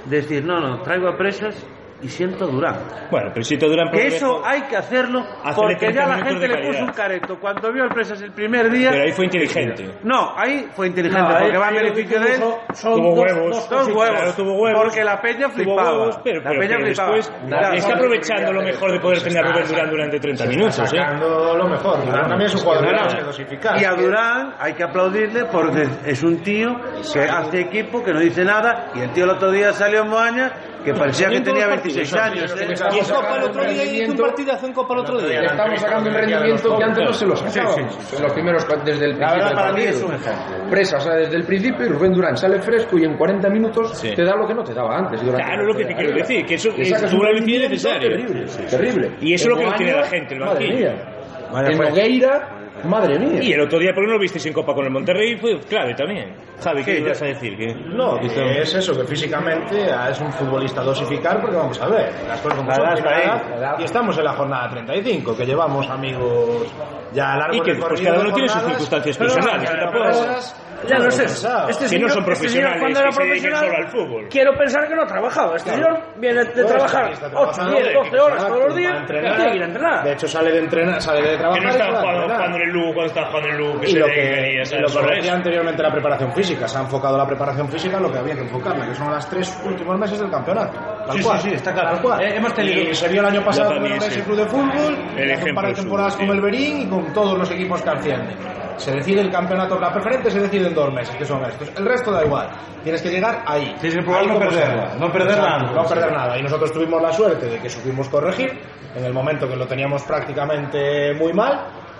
E: de decir no, no, traigo a presas y siento a Durán.
A: Bueno, pero si te duran
E: Que eso hay que hacerlo
A: Hacerle
E: porque
A: 30
E: ya la
A: minutos
E: gente
A: de
E: le puso
A: calidad.
E: un careto cuando vio al presas el primer día.
A: Pero ahí fue inteligente.
E: No, ahí fue inteligente
F: No,
E: porque
F: ahí
E: va en
F: creo que
E: beneficio de él.
F: incluso son
A: tuvo
F: dos-
A: huevos,
F: dos
E: Dos
F: cositas.
E: huevos,
A: claro, tuvo huevos.
E: porque la peña
A: Tuvo
E: flipaba.
A: huevos, pero,
E: la
A: pero-
E: peña
A: pero
E: flipaba.
A: después
E: Claro,
A: está aprovechando lo mejor de poder tener a Rubén Durán durante 30 minutos, ¿eh?
C: Sacando lo mejor. Durán también es un jugador que tenemos que dosificar.
E: Y a Durán hay que aplaudirle porque es un tío que hace equipo, que no dice nada. Y el tío el otro día salió en Moaña que parecía que tenía 26 años. ¿eh?
G: Estamos
E: Y eso-
G: sacando
F: Copa el otro
G: un
F: día y hizo un
G: rendimiento-
F: partidazo en Copa el otro día.
G: le Estamos sacando un rendimiento que antes no se lo sacaba. En los primeros, desde el principio.
E: La verdad,
G: del
E: para mí
G: partido.
E: es un ejemplo.
G: Presa, o sea, desde el principio y Rubén Durán sale fresco y en 40 minutos
A: Sí.
G: te da lo que no te daba antes. durante
A: Claro,
G: la
A: lo que te
G: temporada.
A: quiero decir, que eso
G: Le
A: es
G: sacas
A: tú
G: un
A: la limpieza
G: rendimiento
A: necesaria.
G: Terrible, terrible.
A: Y eso es lo que no
G: Bolaño,
A: tiene la gente, el
G: Madre
A: banquillo.
G: mía.
E: Vaya,
G: en
E: pues.
G: Nogueira, madre mía.
A: Y el otro día, ¿por qué no lo visteis en Copa con el Monterrey? Fue clave también. Javi, ¿qué
E: Sí,
A: ibas
E: yo-
A: a decir? ¿Qué?
C: No, que es eso, que físicamente ah, es un futbolista a dosificar, porque vamos a ver, las cosas como
E: La
C: son,
E: edad
C: tiene
E: está
C: la
E: ahí,
C: edad,
E: la edad.
C: y estamos en la jornada 35, que llevamos amigos ya a largo
A: Y que, pues,
C: recorrido
A: cada
C: de
A: uno tiene sus
C: jornadas,
A: circunstancias
C: pero vamos,
A: personales,
C: que
A: tampoco-
C: jornadas,
F: Ya
C: no
F: lo sé.
C: pensaba.
F: Este
A: Que no son
F: este
A: profesionales,
F: cuando era
A: que se dedican
F: profesional,
A: solo al fútbol.
F: Quiero pensar que no trabajaba. Este señor viene de
C: está-
F: trabajar
C: Pues está
F: 8,
C: trabajando,
F: 10, 12 horas todos los
C: va a
F: días.
C: entrenar.
F: Tiene que ir a
C: De
F: entrenar.
C: hecho, sale de, entrenar, sale de trabajar
A: Que no
C: y se
A: están
C: va a
A: jugando,
C: entrenar.
A: jugando en el Lugo cuando están jugando en el Lugo, que
C: y
A: se
C: lo
A: dedican y ya
C: que, y lo
A: sabes,
C: que
A: solo
C: decía
A: eso.
C: anteriormente la preparación física, se ha enfocado la preparación física en lo que había que enfocarla, que son las tres últimos meses del campeonato. Tal
E: Sí,
C: cual,
E: sí, sí, está claro.
C: tal cual.
E: Eh, hemos tenido-
C: Y se vio el año pasado
A: Yo
C: con
A: también,
C: el
A: sí.
C: Club de Fútbol,
A: El
C: hace un par
A: ejemplo
C: de
A: es
C: temporadas
A: uno,
C: con
A: sí.
C: el Berín y con todos los equipos que ascienden. Se decide el campeonato, la preferente se decide en dos meses, que son estos. El resto da igual. Tienes que llegar ahí.
E: Tienes que probar
C: Ahí
E: no
C: como
E: perderla,
C: sea.
E: no perderla
C: Exacto,
E: antes.
C: no perder nada. Y nosotros tuvimos la suerte de que supimos corregir en el momento que lo teníamos prácticamente muy mal.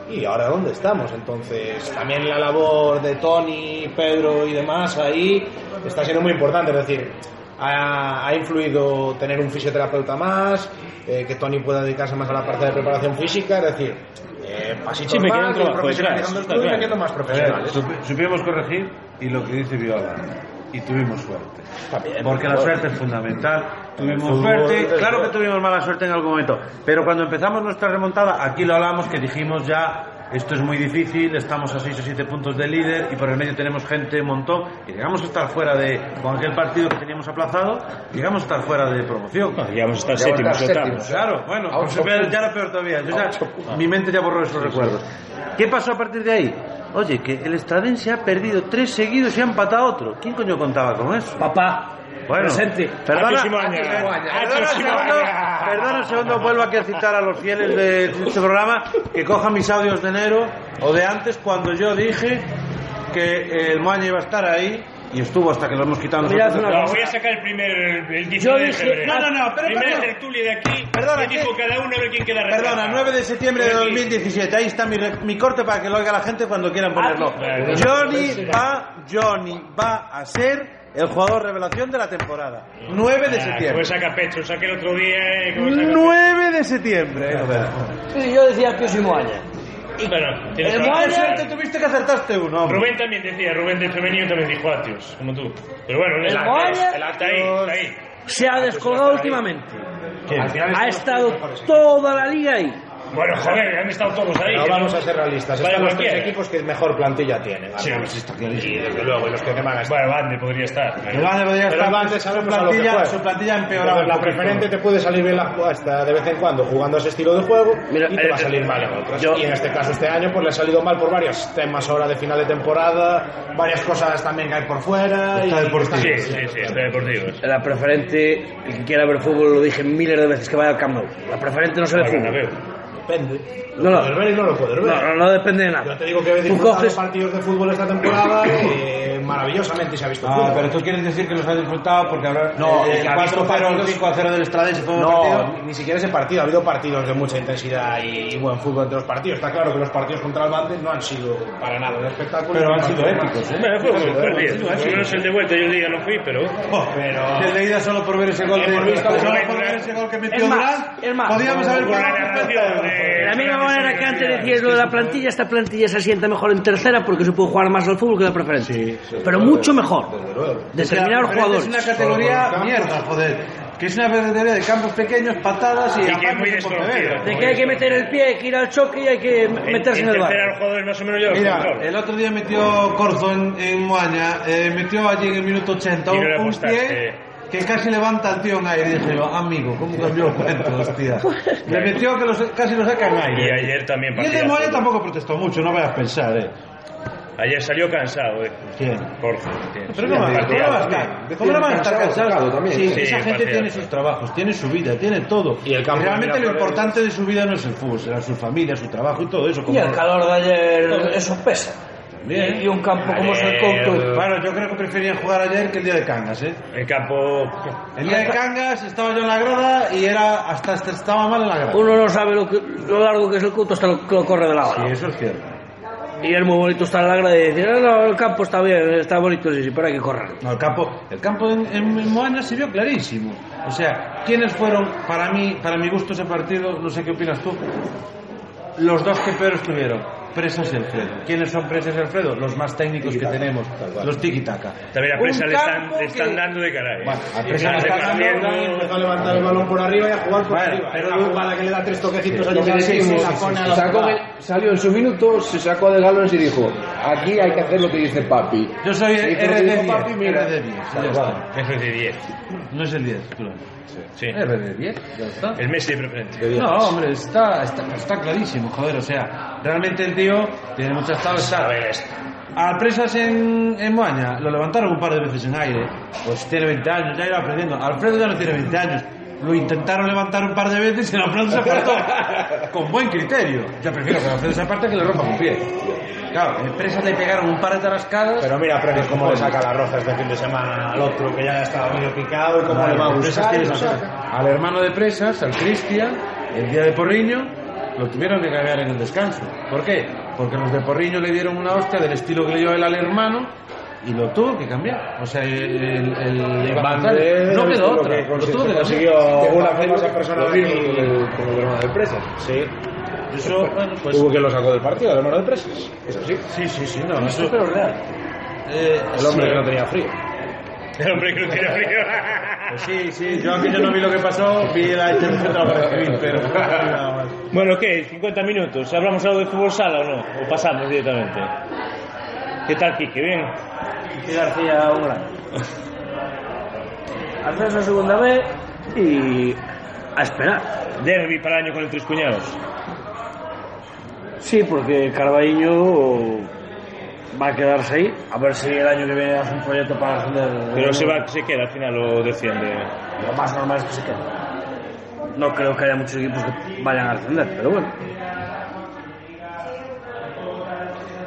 C: Y ahora dónde estamos. Entonces, también la labor de Tony, Pedro y demás ahí está siendo muy importante. Es decir, ha, ha influido tener un fisioterapeuta más, eh, que Tony pueda dedicarse más a la parte de preparación física. Es decir, eh, pasitos
A: Sí, me queda un
C: más, ir
A: trabajo detrás,
C: profesionalizando el
A: está
C: club y
A: claro.
C: metiendo más ¿eh?
E: A ver,
C: profesionales.
E: sup- supimos corregir y lo que dice Viola. Y tuvimos suerte.
C: También,
E: Porque la
C: bueno.
E: suerte es fundamental. Tuvimos
C: fútbol,
E: suerte.
C: desde
E: Claro que
C: luego.
E: tuvimos mala suerte en algún momento. Pero cuando empezamos nuestra remontada, aquí lo hablamos, que dijimos ya, esto es muy difícil, estamos a 6 o 7 puntos de líder y por el medio tenemos gente, un montón. Y llegamos a estar fuera de, con aquel partido que teníamos aplazado, llegamos a estar fuera de promoción.
A: No, llegamos a estar
G: Ya van a estar
A: séptimos, octavos.
G: séptimos.
E: Claro, bueno,
G: A
E: pues
G: ocho puntos.
E: ya era peor todavía. Yo
G: A
E: ya-
G: ocho puntos.
E: mi mente ya borró esos recuerdos. ¿Qué pasó a partir de ahí? Oye, que el Estradense ha perdido tres seguidos y ha empatado otro. ¿Quién coño contaba con eso?
F: Papá,
I: Bueno,
E: Presente.
I: Perdona,
E: Perdona, segundo, perdona, segundo, vuelvo aquí a citar a los fieles de este programa que cojan mis audios de enero o de antes cuando yo dije que el Moaña iba a estar ahí y estuvo hasta que lo hemos quitado
F: Mirad
E: nosotros.
F: una
A: No,
F: cosa.
A: voy a sacar el primer. El 19
F: Yo
A: de
F: dije-
A: febrero.
E: no, no, no, pero
A: Primera
E: perdona.
A: tertulia de aquí.
E: Perdona,
A: que dijo
E: ¿qué?
A: cada uno a ver quién queda retrasado.
E: Perdona, 9 de septiembre de 2017. Ahí está mi, re- mi corte para que lo oiga la gente cuando
C: Ah,
E: quieran ponerlo. Johnny va, Johnny va a ser el jugador revelación de la temporada. 9 de
A: Ah, Como
E: septiembre.
C: pues,
A: saca pecho, saque el otro día. eh, como saca pecho.
E: 9 de septiembre.
C: pues,
E: eh, joder.
F: Sí, yo decía que soy Moaña.
A: Bueno, tienes
E: El
C: pues,
A: razón.
E: Bayern Eh, te tuviste que acertaste uno. hombre.
A: Rubén también decía, Rubén del femenino también dijo Atius, como tú. Pero bueno,
E: Eh,
F: El
A: acta-
F: Bayern-
A: el acta ahí, está ahí.
F: Se ha descolgado últimamente.
C: Al final
F: Ha
C: estamos-
F: estado toda la liga ahí.
A: Bueno, joder, han estado todos ahí.
C: No
A: que
C: vamos
A: no-
C: a ser realistas.
A: Vale,
C: Están los tres
A: cualquiera.
C: equipos que mejor plantilla tienen.
A: Sí,
C: además.
A: sí, está
C: y desde luego, y los que no van a este- estar.
A: Bueno, Bande podría estar.
E: El Bayern podría
C: Pero
E: estar-
C: el Bayern
E: su,
C: sabemos a lo que
E: plantilla,
C: juega.
E: su plantilla ha empeorado.
C: Entonces, la
E: un poquito.
C: preferente te puede salir bien la hasta de vez en cuando jugando a ese estilo de juego
I: Mira,
C: y te
I: eh,
C: va a salir mal en otras.
I: yo-
C: y en este caso este año pues le ha salido mal por varios temas ahora de final de temporada, varias cosas también que hay por
E: Pues
C: fuera. y-
A: Sí, sí, sí, está deportivo.
F: La preferente, el que quiera ver fútbol, lo dije miles de veces, que vaya al Camp Nou. La preferente no se ve
A: Al
F: fútbol.
A: Bernabéu.
C: Depende.
F: No,
C: Lo
F: no.
C: puedes ver y no lo puedes ver.
F: No, no, no depende de
C: Yo
F: nada.
C: te digo que he
F: Tú
C: disfrutado
F: coges-
C: partidos de fútbol esta temporada eh, maravillosamente y se ha visto
E: Ah,
C: fútbol.
E: pero tú quieres decir que los has disfrutado porque ahora
C: No,
E: eh,
C: y
E: el
C: que ha visto
E: 4-0 el
C: partidos-
E: 5-0 del Estradense fue un partido.
C: No, ni siquiera ese partido. Ha habido partidos de mucha intensidad y, y buen fútbol entre los partidos. Está claro que los partidos contra el Bande no han sido para nada un espectáculo.
E: Pero
C: Ni
E: han
C: un
E: sido
C: partido
E: épicos,
C: más.
E: ¿eh?
A: Bueno, fue muy buen día.
E: sí, sí.
A: pues, Yo no sé el de vuelta, yo el día no fui, pero.
C: Pero-
E: Desde ida solo por ver ese gol de
C: Hemos visto
E: solo
A: que-
E: por ver ese gol que metió
F: Es más,
E: Durán,
F: es más.
E: podíamos haber
A: Por la
E: pagado
A: narración
E: 50 euros.
A: de.
F: De la misma manera que antes decías lo de la plantilla, esta plantilla se asienta mejor en tercera porque se puede jugar más al fútbol que la preferente. Pero mucho mejor.
E: Pero
F: Determinados
E: es una
F: jugadores.
E: categoría
C: Campos.
E: mierda, joder. Que es una categoría de campos pequeños, patadas y,
A: que es
E: apaños
A: muy
E: en
A: desconocida.
E: Pontevedra.
F: De que hay que meter el pie, hay que ir al choque y hay que meterse en el
A: tercera
F: bar.
A: los jugadores más o menos ya los
E: Mira,
A: controla.
E: el otro día metió Corzo en, en Moaña, eh, metió allí en el minuto 80
A: Y
E: un,
A: no le
E: un
A: apostaste.
E: pie que casi levanta al tío en aire. Y dije yo, amigo, ¿cómo cambió el cuento, hostia? Le metió que los- casi lo saca en
A: Y
E: aire.
A: ayer también
E: Y el de
A: partidazo.
E: Moaña tampoco protestó mucho, no vayas a pensar, ¿eh?
A: Ayer salió cansado, eh.
E: ¿Quién?
A: Corzo.
E: Pero no va a estar, ¿cómo no va a estar? ¿Cómo no va a estar
D: Cansado,
E: cansado?
D: también.
E: Sí,
A: Sí,
E: esa gente
A: partidazo.
E: tiene sus trabajos, tiene su vida, tiene todo.
C: Y el campo de
E: realmente lo
C: Miraflores-
E: importante de su vida no es el fútbol, será su familia, su trabajo y todo eso.
F: Y
E: como-
F: el calor de ayer, eso pesa.
E: Bien.
F: Y un campo como es el Couto.
E: Claro, yo creo que preferían jugar ayer que el día de Cangas, ¿eh?
A: eh, El campo.
E: El día de Cangas estaba yo en la grada y era hasta hasta estaba mal en la grada.
F: Uno no sabe lo, que- lo largo que es el Couto hasta lo, que lo corre de la
E: Y
F: hora.
E: eso es cierto.
F: Y es muy bonito estar en la grada y decir, "Ah, no, el campo está bien, está bonito, sí, sí, pero hay que correr.
E: No, el campo, el campo en, en- en Moana se vio clarísimo. O sea, ¿quiénes fueron para mí, para mi gusto ese partido? No sé qué opinas tú. Los dos que peor estuvieron, Presas y Alfredo. ¿Quiénes son Presas y Alfredo? Los más técnicos que tenemos, los tiki-taka.
A: También a
E: Un
A: presa le están,
E: campo
A: le están
E: que-
A: dando de cara, eh.
E: Bueno, a Presa le están dando-
A: Haciendo-
C: Empezó a levantar el balón por arriba y a jugar por
E: Bueno,
C: arriba.
E: pero
C: Pero la
E: luego-
C: jugada que le da tres toquecitos
D: Lo
C: a
D: que
C: Llorente y se
D: decimos,
C: la pone a la
D: sacó
C: jugada.
D: de- salió en su minuto, se sacó de galones y dijo, aquí hay que hacer lo que dice papi.
E: Yo soy
D: Sí,
E: el
D: pero dijo
E: RD10.
D: papi, mira.
E: RD10,
D: Tal
E: ya
D: cual.
E: está.
A: Eso es de 10.
E: No es el 10, claro.
A: Sí.
E: Eh, RD10, ya está.
A: El Messi de preferencia.
E: No, hombre, está, está, está clarísimo, joder, o sea, realmente el tío tiene muchas tablas.
A: A ver, es-
E: A presas en, en Moaña lo levantaron un par de veces en aire, pues tiene 20 años, ya iba aprendiendo. Alfredo ya no tiene 20 años, lo intentaron levantar un par de veces y el Alfredo se apartó. Con buen criterio. Yo prefiero que el Alfredo se aparte que le rompa un pie. Claro, en presas le pegaron un par de tarascadas.
C: Pero mira, Previs, cómo le saca la roja este fin de semana al otro que ya estaba medio picado y cómo le va a
E: Presas
C: buscar.
E: tiene
C: y lo
E: esa-
C: saca.
E: Al hermano de Presas, al Cristian, el día de Porriño, lo tuvieron que cambiar en el descanso. ¿Por qué? Porque los de Porriño le dieron una hostia del estilo que le dio él al hermano y lo tuvo que cambiar. O sea, el, el, el
D: Van
E: González
D: de-
E: no quedó
D: lo
E: otra.
D: que
E: Lo
D: consi-
E: tuvo que
D: consiguió
E: cambiar.
C: una famosa persona
D: Lo mismo
C: aquí.
D: con el- con el hermano de empresas.
C: Sí.
E: Eso, bueno, pues...
C: Hubo quien lo sacó del partido, el hermano de Previs.
D: Eso sí.
E: Sí, sí, sí, no, eso...
D: Pero real.
E: eh,
C: El hombre que no tenía frío.
A: el hombre que no tiene frío.
E: pues sí, sí, yo aquí yo no vi lo que pasó, vi la intervención de la Guardia Civil, pero... nada más.
A: Bueno, ¿qué? 50 minutos. ¿Hablamos algo de fútbol sala o no? ¿O pasamos directamente? ¿Qué tal, Kike? ¿Bien?
F: Y García un gran. Ascenso a segunda B y a esperar.
A: Derby para el año con el Tres Cuñados.
F: Sí, porque Carballiño va a quedarse ahí. A ver si el año que viene hace un proyecto para ascender.
A: Pero se, va, se queda al final o desciende.
F: Lo más normal es que se quede. No creo que haya muchos equipos que vayan a ascender, pero bueno.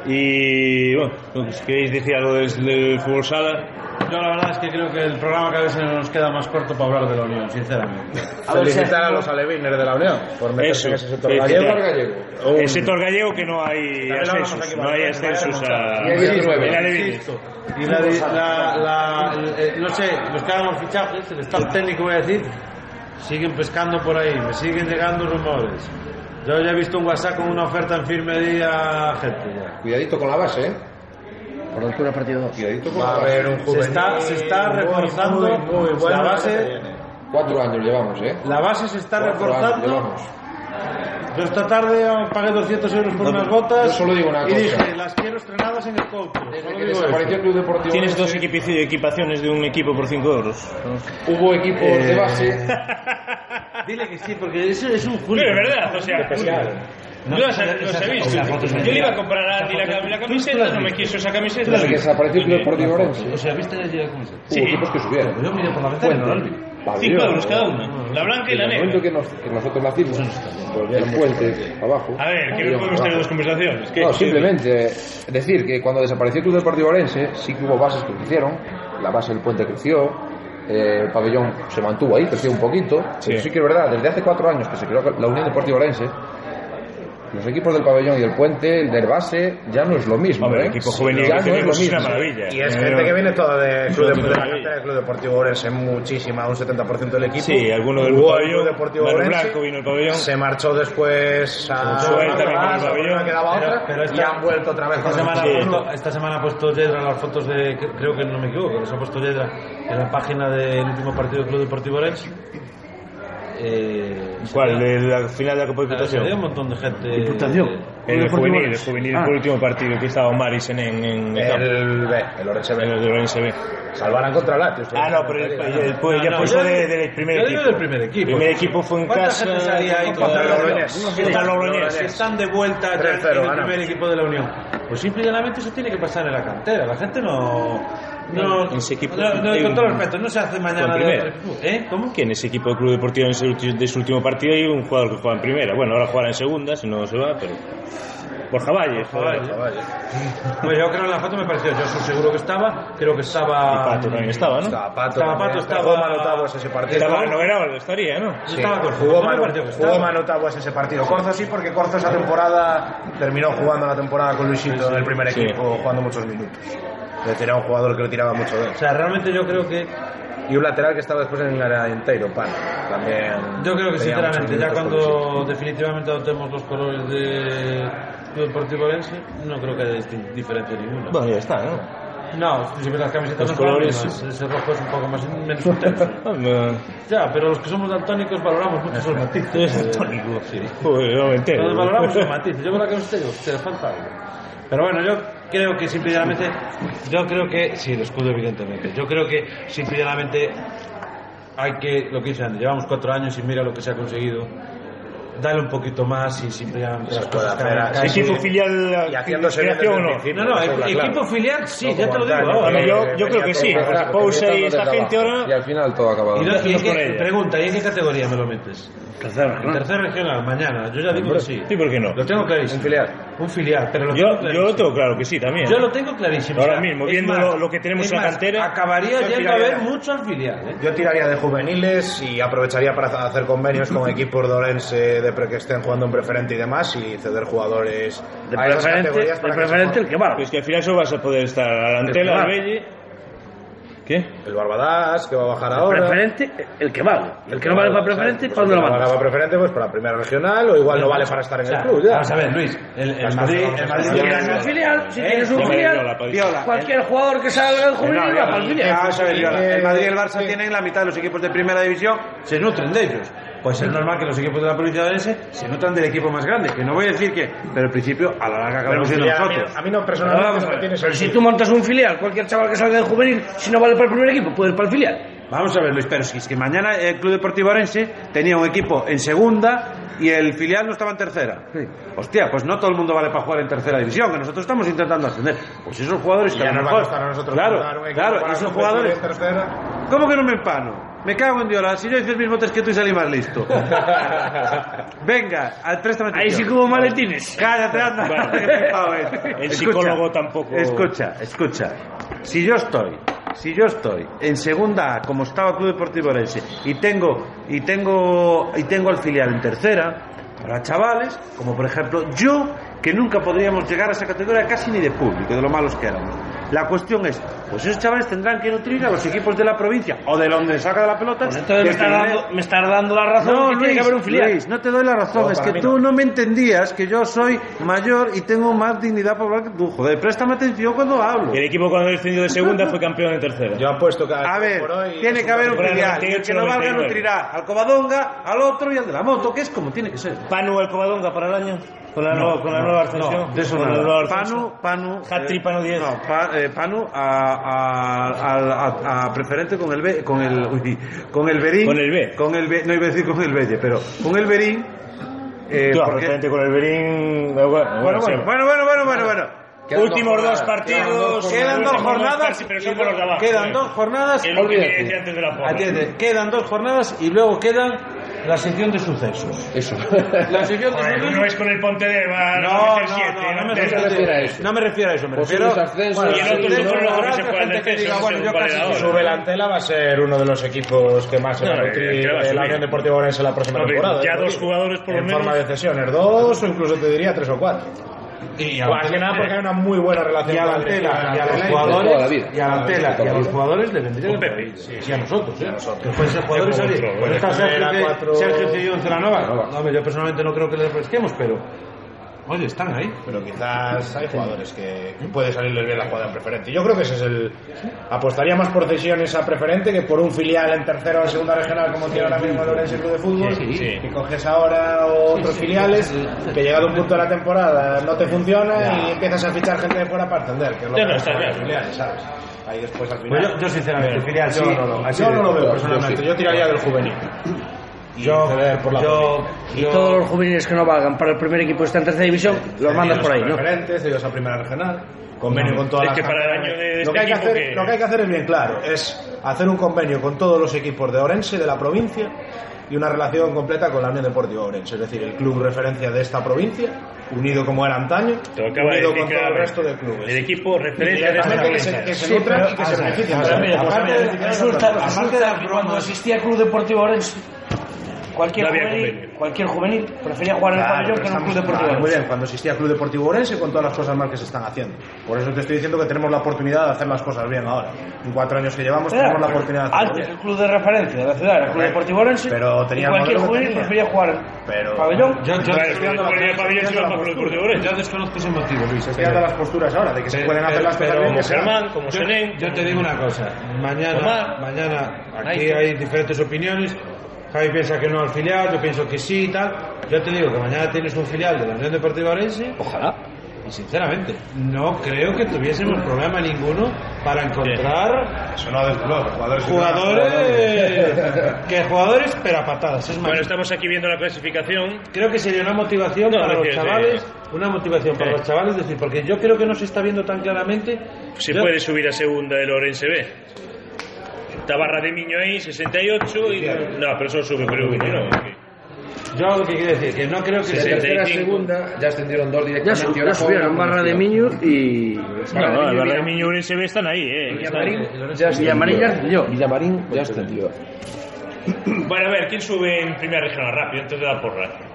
A: Y bueno, no, si queréis decir algo del, del fútbol sala,
H: Yo la verdad es que creo que el programa cada vez se nos queda más corto para hablar de la Unión, sinceramente.
C: A Felicitar a los alevines de la Unión por
A: Eso,
C: meterse en ese sector
A: felicitar.
C: gallego. Un-
A: el sector gallego que no hay
H: lo hablamos
A: ascensos,
H: aquí,
A: no
H: vale,
A: hay
H: vale,
A: ascensos
H: vale,
A: a,
D: Y el 19.
A: el Alevín.
H: Insisto. Y la, de- la- la- el- el- no sé, los que hagan los fichajes, el staff técnico voy a decir, siguen pescando por ahí, me siguen llegando rumores. Yo ya he visto un WhatsApp con una oferta en firme de a gente. ya.
D: Cuidadito con la base, ¿eh?
J: Por altura partido 2.
D: Cuidadito con
C: Va a
D: la base.
C: haber un
H: Se
C: juvenil
H: está, se está
C: muy,
H: reforzando
C: muy, muy bueno
H: la
C: el año que
H: base.
C: viene.
D: Cuatro años llevamos, ¿eh?
H: La base se está
D: Cuatro años
H: reforzando.
D: llevamos.
H: Yo esta tarde pagué 200 euros por unas botas
D: yo solo digo una
H: y
D: cosa.
H: dije, las quiero estrenadas en el coche.
D: Desde
H: Solo
D: que
H: digo eso.
D: desapareció el Club Deportivo
A: Tienes
D: Elche,
A: dos equipi- equipaciones de un equipo por 5 euros.
D: hubo equipos de base
H: Dile que sí, porque eso es un
A: Pero
H: julio.
A: es verdad, o sea, yo las, las he visto. Yo le iba a comprar a Andy la, cam- la camiseta, no me quiso esa camiseta.
D: desde que desapareció el Club Deportivo Orense
E: O sea, ¿viste la idea cómo se?
A: Sí.
D: hubo equipos que subieron
E: Yo miré por la ventana y no la vi.
A: 5 euros cada una, la blanca y
D: en
A: la
D: el momento
A: negra.
D: que, nos- que nosotros nacimos el puente abajo
A: A ver, que no
D: había
A: podemos
D: un
A: tener dos
D: abajo.
A: conversaciones. que-
D: no, simplemente eh, decir que cuando desapareció el Club Deportivo Orense sí que hubo bases que crecieron la base del puente creció eh, el pabellón se mantuvo ahí creció un poquito pero sí que es verdad desde hace cuatro años que se creó la Unión Deportiva Orense los equipos del pabellón y el puente el del base ya no es lo mismo
A: Hombre,
D: ¿eh?
A: el equipo juvenil
D: ya
A: que
D: no es lo
A: tenemos es una
D: mismo
A: maravilla.
C: Y es
A: Eh,
C: gente que viene toda de
A: Club
C: Club Deportivo, de la
A: Deportivo.
C: cantera del Club Deportivo Orense, muchísima, un 70% del equipo.
A: Sí, alguno del
C: Jugó
A: Grupo
C: al Club
A: Avión,
C: Deportivo
A: Manu
C: Orense,
A: Blanco vino al pabellón.
C: Se marchó después a.
A: Joel también
C: a-
A: vino al pabellón.
C: no quedaba
H: Pero-
C: otra,
H: pero
C: y
H: esta-
C: han vuelto otra vez
H: Esta
C: con
H: semana,
A: Sí.
H: ha puesto, esta semana ha puesto Yedra las fotos de, que- creo que no me equivoco, las ha puesto Yedra en la página del último partido del Club Deportivo Orense. Eh,
A: ¿Cuál? ¿De la final de la Copa de
H: se
A: Diputación?
H: dio un montón de gente.
A: El del juvenil, el juvenil fue el último partido que estaba Maris en, en, en Ah. el campo.
C: el B, el Orense
A: En
C: B.
A: el de Orense B.
C: Salvarán contra Latios.
A: Ah, no, pero el, el- el- pues,
H: No,
A: ya
H: no,
A: puso
H: yo
A: de-
H: digo-
A: del primer
H: yo digo
A: equipo.
H: del primer equipo.
A: El primer equipo fue en
H: ¿Cuánta
A: casa.
H: gente salía ahí
A: contra
H: todavía?
C: Logroñés.
A: Contra Logroñés.
H: Si están de vuelta ya
C: 3-0
H: en el
C: ganamos.
H: primer equipo de la Unión. Pues simple y llanamente eso tiene que pasar en la cantera. La gente no. No,
A: En ese equipo-
H: no, no, con todo respeto, no se hace
A: Con
H: mañana de
A: primera.
H: otro equipo. ¿Eh? ¿Cómo?
A: Que en ese equipo del Club Deportivo en ese ulti- de su último partido hay un jugador que juega en primera. Bueno, ahora jugará en segunda, si no se va, pero. Borja Valle. joder.
H: Pues yo creo en la foto me pareció, yo soy seguro que estaba, creo que
A: Y
H: estaba.
A: Pato también estaba, ¿no?
C: Estaba Pato.
H: Estaba
C: también,
H: Pato,
C: estaba
H: estaba-
C: Manu Tabuas ese partido.
A: Estaba, no era Valdo, estaría, ¿no?
H: Yo estaba con
C: Jugó
H: me
C: Manu,
H: pareció que
C: jugó
H: estaba.
C: Manu Tabuas ese partido. Corzo sí, porque Corzo esa temporada terminó jugando la temporada con Luisito en el primer
A: Sí.
C: equipo, jugando muchos minutos. Es decir, era un jugador que le tiraba mucho de él.
H: O sea, realmente yo creo que
C: Y un lateral que estaba después en el área entero, pan. También.
H: Yo creo que
C: tenía muchos
H: sinceramente ya
C: minutos con
H: cuando definitivamente adoptemos los colores de Club Deportivo Orense no creo que haya disti- diferencia ninguna.
A: Bueno, ya está, ¿no?
H: No, si ves las camisetas
A: Los
H: no son las
A: colores,
H: mismas, ese rojo es un poco más menos intenso.
A: Ah, no.
H: ya, pero los que somos daltónicos valoramos mucho esos matices. daltónico, sí.
A: Joder, no me entero.
H: Nos valoramos los matices. Yo creo que a ustedes se les falta algo. Pero bueno, yo creo que simple y llanamente, yo creo que, sí, el escudo evidentemente, yo creo que simple y llanamente hay que, lo que dice Andy, llevamos cuatro años y mira lo que se ha conseguido, dale un poquito más y simple y llanamente las cosas
C: puede
H: cambian.
C: hacer,
H: Casi-
A: Equipo filial.
C: Y haciéndose bien
A: creación o
C: desde el
A: no?
C: principio.
H: No, no,
C: Eso
H: equipo
C: está claro.
H: filial, sí,
C: No
H: ya te
C: como
H: lo digo.
C: antaño,
H: ahora.
A: Hombre, yo- yo
C: venía
A: creo que
C: con
A: sí,
C: el
A: Rafa
C: Barça,
D: Porque
A: Pousa
D: empezando
A: y esta
D: desde
A: gente
D: abajo.
A: ahora-
D: Y al final todo ha acabado.
H: Y no- y en
A: con
H: qué-
A: ella.
H: pregunta, ¿y en qué categoría me lo metes? En tercera regional, mañana. Yo ya digo que sí.
A: Sí, ¿por qué no?
H: Lo tengo clarísimo.
C: Un filial.
H: Un filial, pero lo tengo
A: Yo, yo
H: clarísimo.
A: lo tengo claro que sí, también.
H: Yo lo tengo clarísimo.
A: Ahora
H: O sea,
A: mismo,
H: es
A: viendo
H: más,
A: lo- lo que tenemos
H: es
A: en la
H: más,
A: cantera,
H: Acabaría
C: yo
H: yendo a
C: tiraría-
H: ver mucho al filial. ¿eh?
C: Yo tiraría de juveniles y aprovecharía para hacer convenios con equipos de Orense de pre que estén jugando en preferente y demás y ceder jugadores
F: De
C: a esas
F: preferente,
C: categorías
F: de
C: para que
F: preferente
C: se
F: el que va.
A: Pero es que al final solo vas a poder estar a la antela, al
F: Claro.
A: Belle. ¿Qué?
C: forme. El Barbadás, que va a bajar ahora.
F: Pues, Preferente el que vale. El que no vale para preferente, ¿para dónde lo
C: Para
F: mandas?
C: preferente, pues para primera regional o igual no vale para estar en
H: O sea,
C: el club. Ya.
H: Vamos a ver, Luis. El, el
C: Las
H: Madrid,
C: cosas
H: el
C: no se hacen.
H: Madrid
F: Si
H: tiene
F: tienes un
H: una-
F: filial, si
H: Eh,
F: tienes
A: no
F: un
A: me
F: filial, pues
A: viola la paliza.
H: Viola.
F: cualquier jugador que salga del juvenil va para el filial.
H: Vamos a ver, Viola,
C: Eh,
H: el Madrid y el Barça tienen la mitad de los equipos de primera división, se nutren de ellos. Pues es normal que los equipos de la provincia de ese se nutran del equipo más grande, que no voy a decir que, pero al principio a la larga acabamos siendo
C: Mira, a, mí,
H: nosotros.
C: a mí no
F: Pero
C: personalmente
F: vamos a
C: no me
F: ver,
C: tiene
F: pero si
C: sentido.
F: tú montas un filial, cualquier chaval que salga de juvenil, si no vale para el primer equipo, puede ir para el filial.
H: Vamos a ver, Luis, pero si es que mañana el Club Deportivo Orense tenía un equipo en segunda y el filial no estaba en tercera. Hostia, pues no todo el mundo vale para jugar en tercera división, que nosotros estamos intentando ascender. Pues esos jugadores que
C: Ya
H: a lo
C: nos va a
H: mejor-
C: costar a nosotros montar un
H: Claro,
C: equipo
H: claro,
C: para
H: esos
C: competir
H: jugadores.
C: en tercera.
H: ¿Cómo que no me empano? Me cago en Dios, si yo hice el mismo test que tú y salí más listo. Venga, al préstame
E: Ahí sí que hubo maletines.
H: Cállate, anda.
A: Vale.
H: que flipado es.
A: El
H: Escucha,
A: psicólogo tampoco-
H: Escucha, escucha. Si yo estoy, si yo estoy en segunda A, como estaba Club Deportivo Orense, y tengo, y tengo, y tengo al filial en tercera, para chavales, como por ejemplo yo, que nunca podríamos llegar a esa categoría casi ni de público, de lo malos que éramos. La cuestión es, pues esos chavales tendrán que nutrir a los equipos de la provincia o de donde saca la pelota.
E: Pues entonces me
H: que
E: estás
H: tienen-
E: dando, me estás dando la razón de que tiene que haber un filial.
H: Luis, no te doy la razón,
C: No,
H: es
C: para
H: que
C: mí
H: tú no. me entendías que yo soy mayor y tengo más dignidad para hablar que tú. Joder, préstame atención cuando hablo.
A: El equipo cuando descendió de segunda fue campeón en tercera.
C: Yo apuesto que
H: A ver,
C: por hoy
H: tiene que haber un
A: Para el
H: filial. Y el
A: 98,
H: que no valga
A: 99.
H: nutrirá al Covadonga, al otro y al de la moto, que es como tiene que ser.
A: Panu al Covadonga para el año. Con la, nueva, con la nueva ascensión.
H: De eso
A: Con la
H: nada.
A: nueva
H: Panu,
A: ascensión.
H: Panu. eh,
A: Hatri, Panu 10.
H: No, Pa- eh, Panu a, a, al- a- a preferente con el B- con el uy, con el Berín.
A: Con el B.
H: Con el B- no iba a decir con el Belle, pero con el Berín. eh,
A: Tú,
H: porque-
A: frente con el Berín. Bueno, bueno,
H: Bueno,
A: sí.
H: bueno, bueno, bueno, bueno, bueno, bueno.
G: Quedan
A: Últimos
G: dos
A: dos
G: jornadas,
A: partidos.
H: Quedan dos
A: últimos
H: jornadas.
A: partidos, Pero
H: y
A: son por los de
H: luego-
A: abajo.
H: Quedan
A: eh.
H: dos jornadas.
A: Es lo que
H: olvídate.
A: decía antes de la porra.
H: Atiende, Quedan dos jornadas y luego quedan la sección de sucesos.
G: Eso.
H: La sección de
A: Joder,
H: sucesos.
A: No es con el Pontevedra.
H: No, no,
A: el siete,
H: no, no me
A: Entonces,
G: refiero- refiero a eso.
H: No me refiero a eso, me
G: Posibles
H: refiero
G: ascensos.
A: Y el otro
H: ascensos,
A: son los que
H: habrá
A: se
H: otra
A: juegan
H: gente
A: descenso,
H: que diga,
A: no
H: bueno,
A: sé
H: yo
A: cuál
H: casi
A: era
H: que
A: ahora.
C: Su
H: sube la-
C: delantela va a ser uno de los equipos que más se va a
A: No,
C: nutrir
A: eh, que va a
C: de la
A: subir.
C: Unión Deportiva Orense la próxima
A: Hombre,
C: temporada.
A: ya
C: ¿eh?
A: dos jugadores por lo
C: En
A: menos.
C: forma de cesiones, dos o incluso te diría tres o cuatro. Más que nada porque hay una muy buena relación
H: Y a
C: con
H: la
C: el-
H: tela,
C: y
H: y
C: la
H: a los
C: tela.
G: toda la vida.
H: jugadores, y a la tela, y a los jugadores le vendría
A: Un Pepe, sí.
H: y a nosotros, ¿eh? Que fuese jugadores,
A: Como
H: oye,
A: otro,
H: pues está
C: Ferrer,
H: Sergio,
C: a
H: Te-
C: cuatro-
H: Sergio Cedillo en Celanova.
G: Celanova.
H: No, hombre, yo personalmente no creo que les pesquemos, pero. Oye, están ahí.
C: Pero quizás hay jugadores que que puede salirles bien la jugada en preferente. Yo creo que ese es el. Apostaría más por cesiones a preferente que por un filial en tercera o en segunda regional, como tiene ahora mismo el Orense Club de Fútbol. Que coges ahora o otros filiales, que llegado un punto de la temporada no te funciona y empiezas a fichar gente de fuera para atender, que es lo
A: Ya
C: que
A: no, está
C: pasa con los
A: claro.
C: filiales, ¿sabes? Ahí después al final.
H: Pues yo, yo sinceramente, filial, sí.
C: Yo no lo,
H: así
C: yo
H: de-
C: no lo veo
G: yo
C: personalmente,
G: sí.
C: yo tiraría del juvenil.
H: Yo,
C: Ceder por la
H: yo,
F: Y todos los juveniles que no valgan para el primer equipo está en tercera división, los mandas por ahí, ¿no?
C: Preferentes, ellos a primera regional, convenio con todas
A: es
C: las
A: que para el
C: cantones.
A: año de
C: lo, que hay que
A: este
C: hacer,
A: equipo que-
C: lo que hay que hacer es bien claro, es hacer un convenio con todos los equipos de Orense, de la provincia, y una relación completa con la Unión Deportiva Orense, es decir, el club referencia de esta provincia, unido como era antaño,
A: Te lo acaba de decir
C: unido con todo el
A: claramente.
C: resto de
A: El
C: clubes.
A: equipo referente de esta
C: Directamente que se,
A: provincia.
C: que se
F: Sí,
C: nutran
F: pero-
C: y que
A: ah,
C: se beneficien.
F: a ver, mira, pues
C: Aparte
F: mira,
C: de-
F: resulta, resulta que cuando asistía al Club Deportivo Orense, cualquier,
A: No había
F: juvenil,
A: convenio.
F: cualquier juvenil prefería jugar en el
C: Claro,
F: pabellón que en
C: pero
F: un Club
C: estamos-
F: Deportivo
C: Vale, muy
F: Orense.
C: bien, cuando existía Club Deportivo Orense con todas las cosas mal que se están haciendo. Por eso te estoy diciendo que tenemos la oportunidad de hacer las cosas bien ahora. En cuatro años que llevamos tenemos la oportunidad de hacerlo
F: Antes el
C: bien.
F: club de referencia de la ciudad era el Club
C: Correcto.
F: Deportivo Orense
C: Pero tenía
F: y cualquier
C: el modelo que
F: juvenil
C: tenía.
F: prefería jugar en
C: Pero-
F: pabellón.
H: yo, yo,
A: Claro, es que
C: estudiando la
A: por el
C: postura,
A: pabellón se va
C: estudiando la
A: por el
C: postura.
A: de Orense.
H: yo desconozco ese motivo, Luis.
C: Se quedan las posturas ahora, de que se pueden hacer las cosas
H: pero
C: bien.
A: Como
C: que se hacen.
A: Germán, como
H: Yo-
A: Senén.
H: Yo, te digo una cosa. Mañana,
A: Omar.
H: mañana aquí
A: Nice.
H: hay diferentes opiniones. Javi piensa que no al filial, yo pienso que sí y tal. Yo te digo que mañana tienes un filial de la Unión Deportiva Orense. Ojalá. Y sinceramente, no creo que tuviésemos problema ninguno para encontrar
C: Eso no desde luego, jugadores.
H: jugadores que jugadores pero a patadas. Es más,
A: Bueno, estamos aquí viendo la clasificación.
H: creo que sería una motivación
A: No,
H: para
A: no
H: los
A: tiene-
H: chavales, una motivación para
A: Sí.
H: los chavales, es decir, porque yo creo que no se está viendo tan claramente.
A: Se
H: Yo-
A: puede subir a segunda el Orense B. Tabarra de Miño ahí, 68. Y... No, pero eso sube pero no.
H: Yo lo que quiero decir, que no creo que
A: Sí,
G: De
H: sea.
A: sí.
G: tercera a
A: 65.
G: segunda ya ascendieron dos
F: Ya,
G: directamente.
F: su- ya
G: ahora
F: subieron
G: juegan
F: Barra de
G: con-
F: Miño y,
A: No, no,
G: Barra de
A: Tabarra de
G: Miño
A: Miño y Orense B están ahí, eh. Están-
G: Villamarín ya
F: Villamarín ya ascendió.
G: Villamarín ya ascendió.
A: Bueno, a ver, ¿quién sube en primera regional rápido antes de la porra?
H: Pero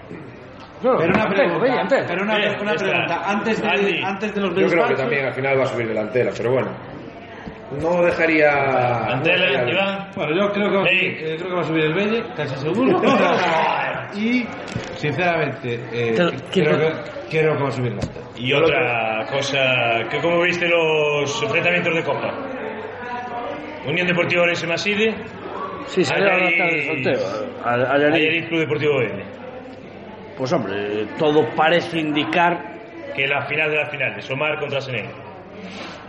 H: una
F: Venga, venga,
H: pregunta,
F: antes.
H: pero una,
A: Eh,
H: una
A: ya
H: pregunta,
A: está.
H: antes de,
A: Andy.
H: antes de los
G: Yo creo que
H: despachos,
G: también al final va a subir delantera, pero bueno. No dejaría. no
A: Antela,
G: dejaría-
A: Iván.
H: Bueno, yo creo que, va a subir-
A: Ey.
H: eh, creo que va a subir el Belle, casi seguro. y, sinceramente, eh,
F: Pero, ¿quién
H: creo,
F: te-
H: que, creo que va a subir la otra.
A: Y otra cosa, que ¿cómo viste los enfrentamientos de Copa? Unión Deportiva Orense Maside,
F: Sí, salió a la
A: Ayer-
F: tarde del sorteo. A- a- ¿eh? ayer-
A: Nayarit Club Deportivo M.
F: Pues hombre, todo parece indicar
A: Que es la final de las finales, Omar contra Senén.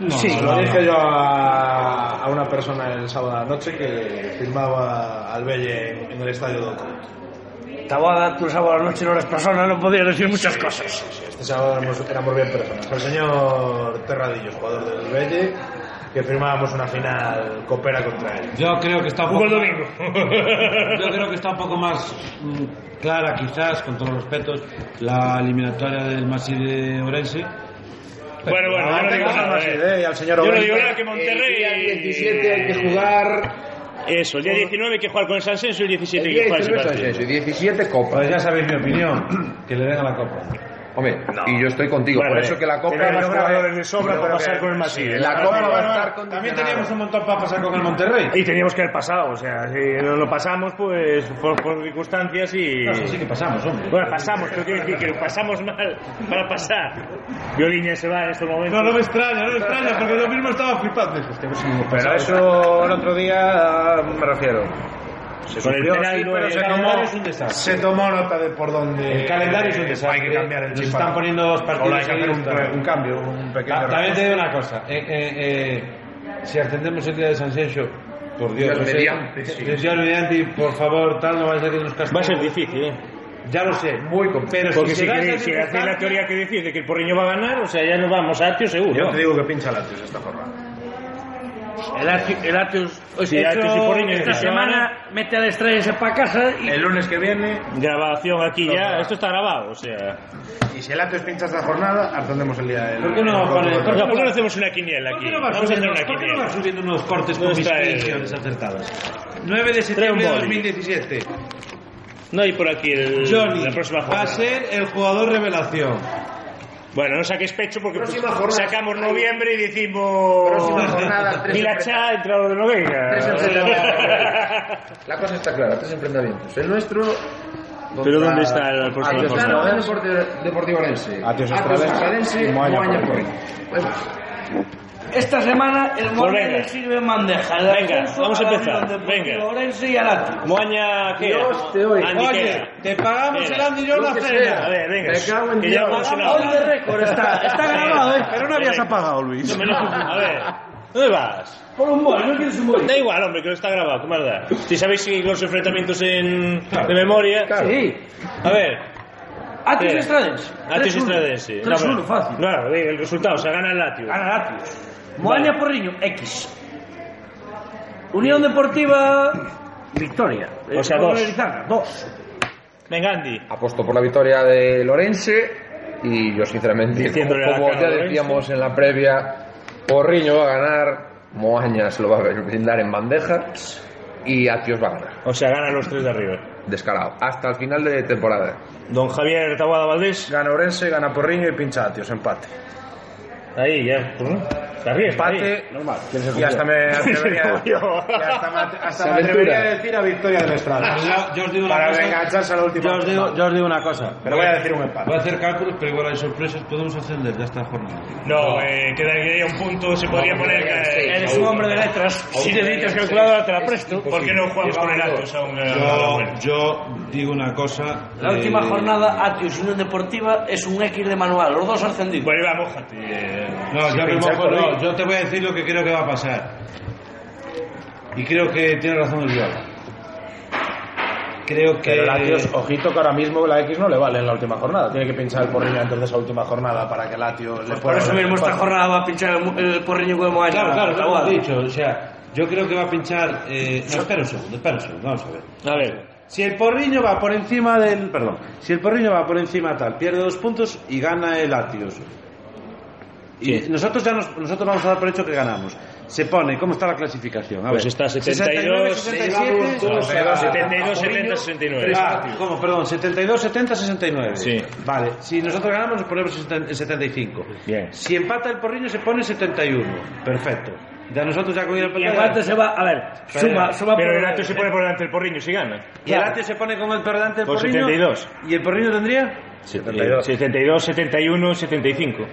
C: sí, lo dije yo a, a una persona el sábado a la noche que firmaba al Belle en, en el estadio Doco.
K: Tabada, tú el sábado a la noche no eres persona, no podías decir muchas cosas.
C: Este sábado éramos, éramos bien personas. El señor Terradillo, jugador del Belle, que firmábamos una final copera contra él.
L: Yo creo que está un
K: Jugó
L: poco,
K: el domingo.
L: yo creo que está un poco más mm, clara, quizás, con todos los respetos, la eliminatoria del Masí de Orense.
A: Bueno, bueno, yo no digo nada.
C: Más
A: eh.
C: idea, y al señor
A: Yo no
C: Oberta,
A: digo nada que
D: El día
A: Monterrey.
D: 17 hay que jugar.
A: Eso, el día 19 hay que jugar con el San Senso y el 17
D: El
A: hay que
D: día
A: jugar ese
D: 19 es
A: partido.
D: eso, y 17 copas.
H: Pues ya sabéis mi opinión, que le den a la copa.
D: Hombre, y yo estoy contigo.
A: Vale,
D: por
A: vale.
D: eso que la copa
C: Tiene
D: va a
C: los jugadores
D: estar.
C: de sobra
A: No va
C: para
A: a pasar con el Masí. ¿eh?
D: La copa va a estar
H: También
D: condicionada.
H: teníamos un montón para pasar con el Monterrey.
A: Y teníamos que haber pasado, o sea, si no lo pasamos, pues por, por circunstancias y.
H: No, sí, sí que pasamos, hombre.
A: Bueno, pasamos, pero quiero decir que lo pasamos mal para pasar. Violiña se va en estos momentos.
H: No, no me extraña, no me extraña, porque yo mismo estaba flipando. Dije, "Hostia, pues,
C: Pero a eso el otro día ah, me refiero. Se
A: Con el
C: sufrió,
A: penal
C: sí,
A: no
C: pero
A: es-
C: se
H: el calendario es
C: tomó,
H: un desastre.
C: se tomó nota de por dónde.
H: El calendario es un
C: eh,
H: desastre.
C: Hay que cambiar el
H: Nos
C: chip.
H: están poniendo dos partidos
C: Ahora hay que hacer un,
H: seguidos,
C: re- un cambio, un pequeño.
H: Ta- También te
C: recorte.
H: digo una cosa. eh, eh, eh, si atendemos el día de San Senso, por Dios,
D: Dios
H: no sé, Eh,
D: mediante, sí.
H: Dios mediante, por favor, tal, no vais a que nos castiguen.
A: Va a ser difícil, ¿eh?
H: Ya lo sé, muy complicado. Pero
A: Porque
H: si,
A: si,
H: se da
A: queréis-
H: esa
A: si hacéis la
H: circunstancia-
A: teoría que decís de que el Porriño va a ganar, o sea, ya nos vamos a Atio seguro.
C: Yo te digo que pincha Latios esta jornada.
F: El Atius, el Atius,
A: Sí, Atius y Porriño
F: esta
A: y
F: semana mete al estrella para casa y
C: El lunes que viene,
A: Grabación aquí ya, esto está grabado, o sea.
C: y si el Latios pincha esta jornada, atendemos el día del.
H: ¿Por qué no
C: el-
H: pone-
C: el-
A: O sea, ¿Por qué no
H: vas-
A: hacemos una quiniela
H: ¿Por
A: aquí?
H: qué no vas
A: Vamos a hacer
H: subiendo,
A: una
H: por qué no vas
A: quiniela.
H: subiendo unos cortes con
A: No
H: mis
A: está el-
H: predicciones acertadas? 9 de septiembre de
A: boli.
H: 2017.
A: No hay por aquí el,
H: Johnny
A: la próxima
H: va a
A: jornada.
H: ser el jugador revelación.
A: Bueno, no saques pecho porque
D: Próxima
A: pues,
D: jornada.
A: sacamos noviembre y decimos.
D: Próxima jornada, tres
A: Ni la
D: enfrenta-
A: cha ha entrado de
D: Tres
A: Nogueira.
D: enfrentamientos. La cosa está clara, tres enfrentamientos. El nuestro.
A: Pero ¿dónde está el próximo
D: Atestano,
A: partido?
D: Deportivo- Deportivo Orense.
C: Atios
D: Ostradense,
C: Ostradense,
D: Moaña
C: Moaña
D: Porriño. Eso es.
F: esta semana el Moreno
A: Pues venga.
F: le sirve en bandeja. El
A: Venga,
F: Alfonso
A: vamos a
F: la
A: empezar.
F: Unión Deportiva
A: Venga.
F: Orense y al Atius.
A: Moaña, ¿qué?
D: Dios te oiga.
A: Andy, ¿qué?
H: Oye, te pagamos
A: Mira,
H: el Andy y yo
D: lo
H: la
D: que
H: cena.
D: sea.
A: A ver, venga.
D: Me cago en
A: que ya
D: Dios.
A: hemos
F: Ah, hoy de
A: hablado.
F: récord está, está grabado, ¿eh?
A: Pero no habías apagado, Luis. A ver, ¿dónde vas?
F: Por un bol, no quieres un bol.
A: Da igual, hombre, que lo está grabado, ¿qué más da? Si sabéis si los enfrentamientos en... de memoria.
F: Sí.
A: A ver, Sí.
F: Atius
A: Ah,
F: y Estradense.
A: Atis Estradense.
F: 3-1,
A: No,
F: fácil.
A: No, el resultado, o sea, gana el Lazio.
F: Gana el Atius. Moaña Porriño, X. Unión Deportiva Victoria.
A: O sea,
F: Eh,
A: dos.
F: Lizarra, dos.
A: Venga, Andy.
D: Apuesto por la victoria de Lorense y yo sinceramente,
A: Diciéndole
D: como,
A: la cara
D: ya
A: a Lorense.
D: decíamos en la previa, Porriño va a ganar, Moañas lo va a brindar en bandeja y Atios va a ganar,
A: O sea, gana los tres de arriba.
D: descarado, hasta el final de temporada.
A: Don Javier Taboada Valdés.
C: Gana Orense, gana Porriño y pincha Latios, empate.
A: Ahí, ya. pues, ¿no? Te ríes, ahí.
C: Empate, y hasta me atrevería,
A: Se jodió.
C: y hasta me, atre- hasta
D: Se
C: me
D: aventura.
C: atrevería a decir a victoria del
H: Yo-
C: Estrada.
H: yo os digo una
C: Para
H: cosa.
C: engancharse a la última.
H: Yo os, digo, yo os digo una cosa.
C: Pero voy a decir un empate.
H: Voy a hacer cálculos, pero igual hay sorpresas. Podemos ascender ya esta jornada.
A: No, eh, quedaría un punto, se podría poner...
D: quedarían
A: que-
D: seis,
A: eres
D: aún.
A: un hombre de letras.
D: Aún
A: Si necesitas
D: quedarían
A: calculadora,
D: seis.
A: te la presto. ¿Por qué no jugamos con el Atos aún? eh,
H: Yo,
A: bueno?
H: yo digo una cosa.
F: La última
H: eh,
F: jornada, Atius Unión Deportiva es un X de manual. Los dos ascendidos.
A: Bueno, Pues iba, mójate.
H: No, yo, me
C: pinchar
H: mojo,
C: por
H: no,
C: ahí.
H: yo te voy a decir lo que creo que va a pasar. Y creo que tiene razón el Viola. Creo que.
C: Pero Latios, ojito que ahora mismo la X no le vale en la última jornada. Tiene que pinchar el Porriño antes de esa última jornada para que Latios le pueda.
F: Por eso mismo esta
C: Bueno,
F: jornada va a pinchar el, el porriño que hemos
H: Claro, claro, ya lo he dicho. O sea, yo creo que va a pinchar. eh, no, espera un segundo, espera un segundo, vamos a ver.
A: A ver.
H: Si el porriño va por encima del. Perdón. Si el porriño va por encima tal, pierde dos puntos y gana el Atios. Y nosotros ya nos, nosotros vamos a dar por hecho que ganamos. Se pone, ¿cómo está la clasificación? A
A: Pues
H: ver.
A: está 72,
H: 69, 67.
A: 72, 70, 69.
H: Ah, ¿Cómo? Perdón, 72, 70, 69.
A: Sí.
H: Vale, si nosotros ganamos nos ponemos en seten- en 75.
A: Bien.
H: Si empata el porriño se pone 71. Perfecto. Ya nosotros ya con el
F: Y aparte se va, a ver,
H: Pero-
F: suma, suma
A: Pero
F: por- ¿Eh?
A: el Atos se pone por delante del Porriño si gana.
H: Y el Atio se pone como el perdante del
A: Por
H: porriño.
A: 72. Eh,
H: ¿Y el porriño tendría?
A: 72, 71, 75.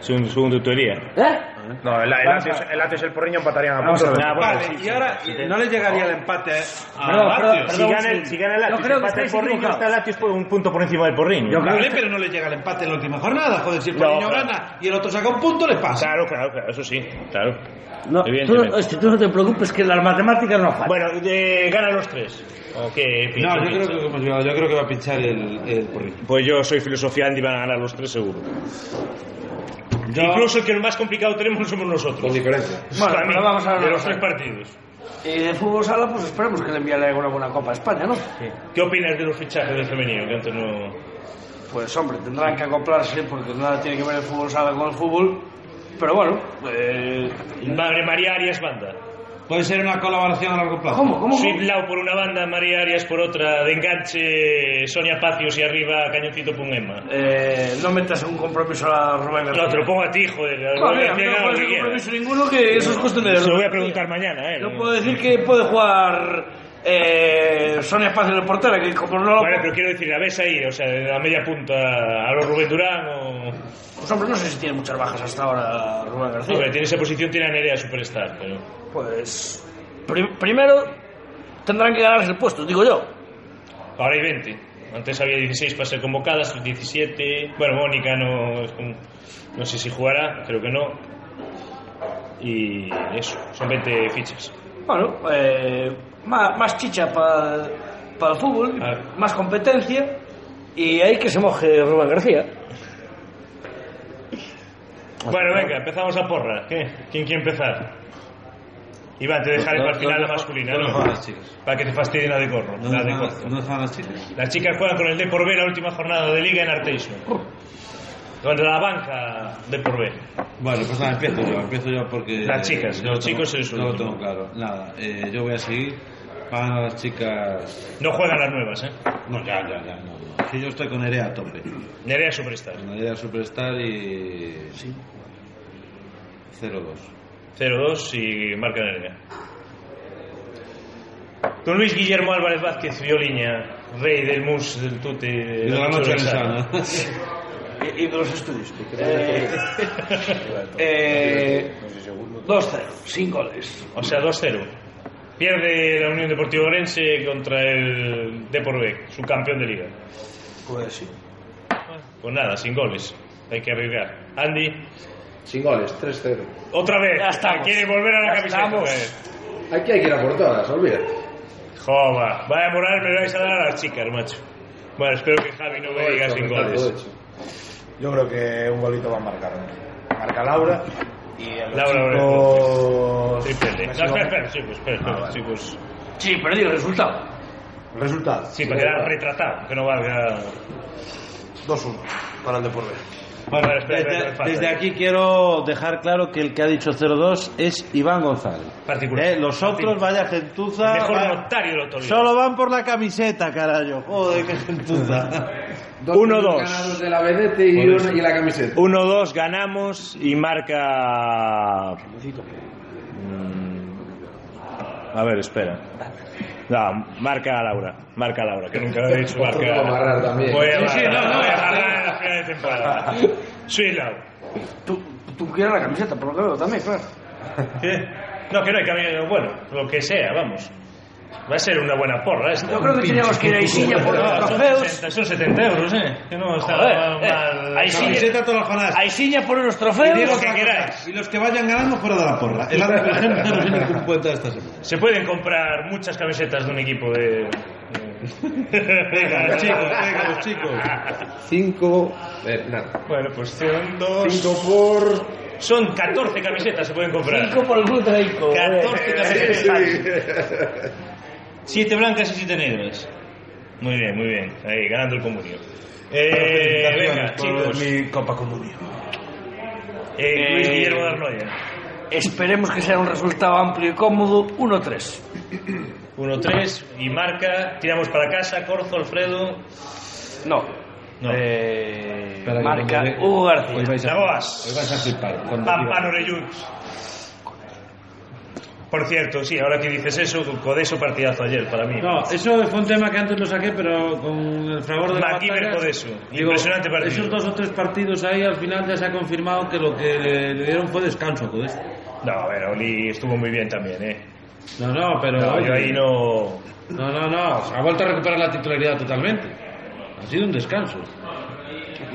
A: Según, según tu teoría.
F: ¿Eh?
H: No, el, el, Ates, el Ates y el Porriño empatarían a puntos.
A: Ah, bueno,
E: Vale,
A: sí,
E: y ahora no le llegaría el empate ¿eh?
A: Ah,
E: a
F: Perdón,
E: Lazio.
F: perdón,
A: Si
F: perdón,
A: gana,
F: sí.
A: el, si gana el
F: Yo
A: Latios,
F: creo que
A: empata el
F: estáis
A: Porriño,
F: equivocados.
A: está el Latios por un punto por encima del Porriño.
E: Vale, pero no le llega el empate en la última jornada. Joder, si el
A: No,
E: Porriño
A: claro.
E: gana y el otro saca un punto, le pasa.
A: Claro, claro, claro, eso sí, claro.
F: No, tú,
A: Evidentemente.
F: no- este, tú no te preocupes que las matemáticas no fallan.
A: Bueno, de, ganan los tres. ¿O qué
E: No,
A: piensas?
E: yo creo, que, como yo, yo creo que va a pinchar el, el Porriño.
A: Pues yo soy filosofía Andy, van a ganar los tres seguro.
E: Yo-
A: Incluso el que el más complicado tenemos somos nosotros.
D: Con diferencia.
F: Bueno,
A: Para mí,
F: pero vamos a ver
A: de
F: una
A: los
F: cosa.
A: tres partidos.
F: Y de fútbol sala, pues esperemos que le envíe alguna buena Copa a España, ¿no?
A: ¿Qué opinas de los fichajes del femenino? Que antes no...
F: Pues hombre, tendrán que acoplarse porque nada tiene que ver el fútbol sala con el fútbol. Pero bueno, eh,
A: Madre María Arias banda.
E: Puede ser una colaboración a largo plazo.
F: ¿cómo? ¿Cómo?
A: Sweet Lau por una banda, María Arias por otra, de enganche Sonia Pacios y arriba Cañoncito Pungema.
F: Eh, no metas un compromiso a Rubén García.
A: No, te lo pongo a ti, joder.
F: No, mira,
A: Rubén,
F: no
A: haga lo
F: puedes
A: que
F: hacer
A: quiera.
F: compromiso ninguno que eso es cuestión de...
A: Se lo voy a preguntar mañana, eh.
F: Yo puedo decir que puede jugar eh, Sonia Paz en el portero, que como no lo...
A: Bueno, pero quiero decir, la ves ahí, o sea, a media punta a los Rubén Durán o...
F: Pues hombre, no sé si tiene muchas bajas hasta ahora Rubén
A: No,
F: García.
A: pero tiene esa posición, tiene a Nerea Superstar, pero...
F: Pues pri- primero tendrán que ganarse el puesto, digo yo.
A: Ahora hay 20. Antes había 16 para ser convocadas, 17. Bueno, Mónica no, es como- no sé si jugará, creo que no. Y eso, son 20 fichas.
F: Bueno, eh, más, más chicha para el fútbol,
A: Ah.
F: más competencia y ahí que se moje Rubén García.
A: Bueno, venga, empezamos a porra. ¿Qué? ¿Quién quiere empezar? Iván, te dejaré
E: No,
A: para el
E: no,
A: final la
E: no,
A: masculina,
E: no,
A: ¿no?
E: no juegan las chicas.
A: Para que te fastidie la de corro.
E: No
A: la
E: dejan
A: de
E: las-
A: corzo.
E: no dejan las chicas.
A: Las chicas juegan con el de por B la última jornada de liga en Arteixo. Contra la banca de por B.
E: Bueno, pues nada, empiezo yo, empiezo yo porque...
A: Las chicas,
E: yo
A: los
E: lo tengo-
A: chicos es
E: Yo lo
A: último.
E: tengo claro. Nada, eh, yo voy a seguir. Van a las chicas...
A: No juegan las nuevas, ¿eh?
E: No, ya, ya, ya, no, no. Sí, yo estoy con Nerea a tope.
A: Nerea Superstar.
E: Con Nerea Superstar y... Sí. 0-2.
A: 0-2 y marca Nerea. Don Luis Guillermo Álvarez Vázquez, Violiña, rey del mus, del tute...
E: Y de la noche en
A: Sala.
E: sana.
F: Y, y de los estudios. Eh, eh, 2-0, sin goles.
A: O sea, 2-0. Pierde la Unión Deportiva Orense contra el Deporbe, su campeón de liga.
F: Pues sí.
A: Pues nada, sin goles. Hay que arriesgar. Andy,
D: Sin goles, 3-0.
A: otra vez.
F: Ya estamos.
A: Quiere volver a la
F: Ya
A: camiseta.
F: estamos.
A: eh.
D: Aquí hay que ir a por todas, olvídate.
A: Jova, vaya moral me vais a dar a las chicas, macho. Bueno, espero que Javi no me diga
D: Todo
A: sin
D: hecho, está todo
A: goles.
D: hecho.
H: Yo creo que un golito va a marcar. ¿no? Marca Laura y el
A: Laura, Laura,
H: chicos...
A: Triplete. No, espera, espera, chicos, pues, espera, espera, chicos.
F: Sí, perdí el resultado.
H: Resultado.
A: Sí, para quedar retratado, que no valga.
H: 2-1 para el Deportivo.
E: Bueno,
A: Vale, espera, espera,
E: desde,
A: espera,
E: desde
A: espera.
E: aquí quiero dejar claro que el que ha dicho 0-2 es Iván González.
A: Particular.
E: Eh, Los otros,
A: Particular.
E: vaya gentuza.
A: Mejor
E: vaya-
A: notario del otro día.
E: Solo van por la camiseta, carajo. Joder, qué gentuza.
D: Dos
G: Uno,
D: minutos
G: dos.
D: ganados de la vedete y, una- y la camiseta.
G: 1-2 ganamos y marca. Mm, A ver, espera. No, marca Laura. Marca Laura, que nunca lo he dicho. Marca.
D: Otro va a amarrar también.
A: Voy a
E: Sí, sí,
A: amarrar,
E: no, no,
A: voy a
E: está
A: amarrar en la final de temporada. Sweetlow.
F: Tú, tú quieres la camiseta, por lo que veo también, claro.
A: ¿Qué? No, que no hay camino. Bueno, lo que sea, vamos. Va a ser una buena porra esta.
F: Yo creo que teníamos que ir a Isilla por los
A: No, son,
F: trofeos.
A: 60, son 70 euros, ¿eh? Que no está mal.
F: eh, ahí sí.
E: Camiseta todas las jornadas.
F: A Isiña por unos
E: Y
F: trofeos.
E: digo
A: que
E: otra cosa,
A: queráis.
E: Y los que vayan ganando fuera de la porra. El árbitro gente no tiene ningún cuenta esta semana.
A: Se pueden comprar muchas camisetas de un equipo de... de-
E: Venga, los chicos, venga, los chicos.
D: 5. Eh, nada.
A: Bueno, pues son dos...
D: 5 por.
A: Son 14 camisetas se pueden comprar.
F: Cinco por el club Eh, de Ico.
A: 14 camisetas. 7 blancas y 7 negras. Muy bien, muy bien. Ahí, ganando el comunio. Eh, venga, chicos.
E: Mi Copa Comunio.
A: Eh, Luis
F: Eh,
A: Guillermo de Arnoya.
F: Esperemos que sea un resultado amplio y cómodo. 1-3.
A: 1-3 y marca. Tiramos para casa. Corzo, Alfredo.
F: No.
A: No.
F: Eh,
E: Espera que
F: marca
E: cuando llegue-
F: Hugo
E: Hoy
F: García.
E: vais a,
A: Lagoas.
E: hoy vais a flipar. Cuando
A: Papá
E: diga-
A: Noreyuts.
G: Por cierto, sí, ahora que dices eso, Codeso partidazo ayer para mí.
H: No, eso fue un tema que antes lo saqué, pero con el favor de la
G: Maquiver
H: batalla,
G: Codeso.
H: digo,
G: Impresionante partido.
H: Esos dos o tres partidos ahí, al final ya se ha confirmado que lo que le, le dieron fue descanso a Codeso.
G: No, a ver, Oli estuvo muy bien también, ¿eh?
H: No, no, pero...
G: No,
H: oye,
G: yo ahí no...
H: No, no, no, ha vuelto a recuperar la titularidad totalmente. Ha sido un descanso.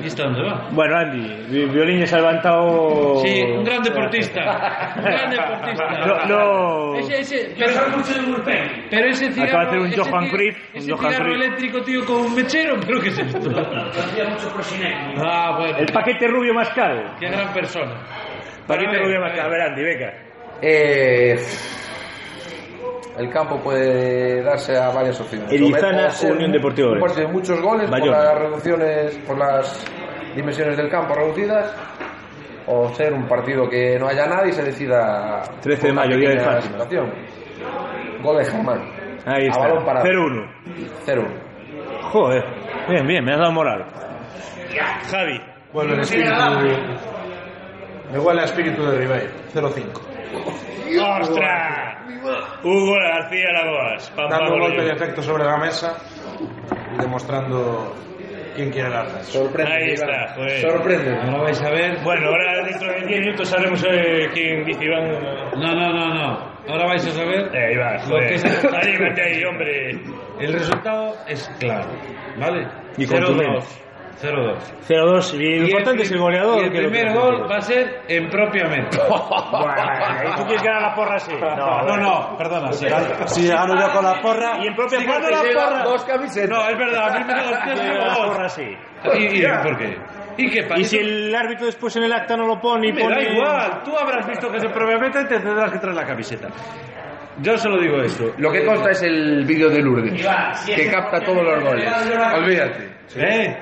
H: ¿Y hasta dónde va?
A: Bueno, Andy, vi- Violín se ha levantado...
H: Sí, un gran deportista. Un gran deportista.
A: Oh, No, no.
H: Ese, ese, pero, pero ese cigarro.
A: Acaba de hacer un
H: ese
A: Johan
H: ci-
A: Cruyff, un
H: Ese
A: Johan
H: cigarro
A: Cruyff.
H: eléctrico, tío, con un mechero. ¿Pero qué es esto? Ah, bueno.
A: El paquete rubio más caro.
H: Qué gran persona.
A: Paquete
H: A ver,
A: rubio
H: a
A: más caro. A ver, Andy, venga.
D: Eh, el campo puede darse a varias opciones.
A: Elizana,
D: O ser
A: Unión Deportiva
D: Un
A: Orense.
D: partido de muchos goles
A: Bayona.
D: por las reducciones, por las dimensiones del campo reducidas, o ser un partido que no haya nadie y se decida.
A: 13 de
D: por una
A: mayo, día de
D: pequeña
A: Fátima.
D: situación. Gol de Germán.
A: Ahí
D: A
A: está,
D: balón parado.
A: 0-1.
D: 0
A: Joder, bien, bien, me has dado moral.
G: Javi,
C: Bueno, el espíritu. Me huele a espíritu de Ribeiro, 0-5.
G: ¡Ostras! Hugo García Lagoas. Pam, pam,
C: Dando un golpe
G: Goyo.
C: de efecto sobre la mesa y demostrando quién quiere el ascenso.
D: Sorprende.
G: Ahí
D: Iván.
G: está, joder.
D: Sorprende.
H: Ahora vais a ver.
G: Bueno, ahora dentro de 10 minutos sabremos eh, quién dice Iván.
H: No, no, no, no. Ahora vais a saber.
G: Eh, Iván,
H: Lo que
G: joder.
H: es-
G: Anímate ahí, hombre.
H: El resultado es claro. ¿Vale?
A: Y contundente.
H: 0-2. 0-2.
A: 0-2. Y lo
H: Y
A: importante
H: el
A: es
H: pri-
A: el goleador.
H: Y el
A: que lo
H: primer
A: que-
H: gol va a ser en propia meta.
A: Bueno, ¿y tú quieres ganar la porra así? No,
E: No, no, perdona, si gano, si gano yo con la porra,
A: Y en propia
E: si
A: puerta
E: gano
A: la
E: yo-
A: porra.
D: Dos camisetas.
H: No, es verdad, a mí me da los
A: Yo
H: tres
A: digo la
H: como
A: porra así.
H: dos. ¿Y, y por qué? ¿Y qué pasa?
A: Y si el árbitro después en el acta no lo pone y
H: Me da
A: pone...
H: igual, tú habrás visto que se propia meta y te tendrás que traer la camiseta. Yo solo digo esto.
D: Lo que consta es el vídeo de Lourdes, que capta todos los goles. Olvídate.
H: ¿Eh?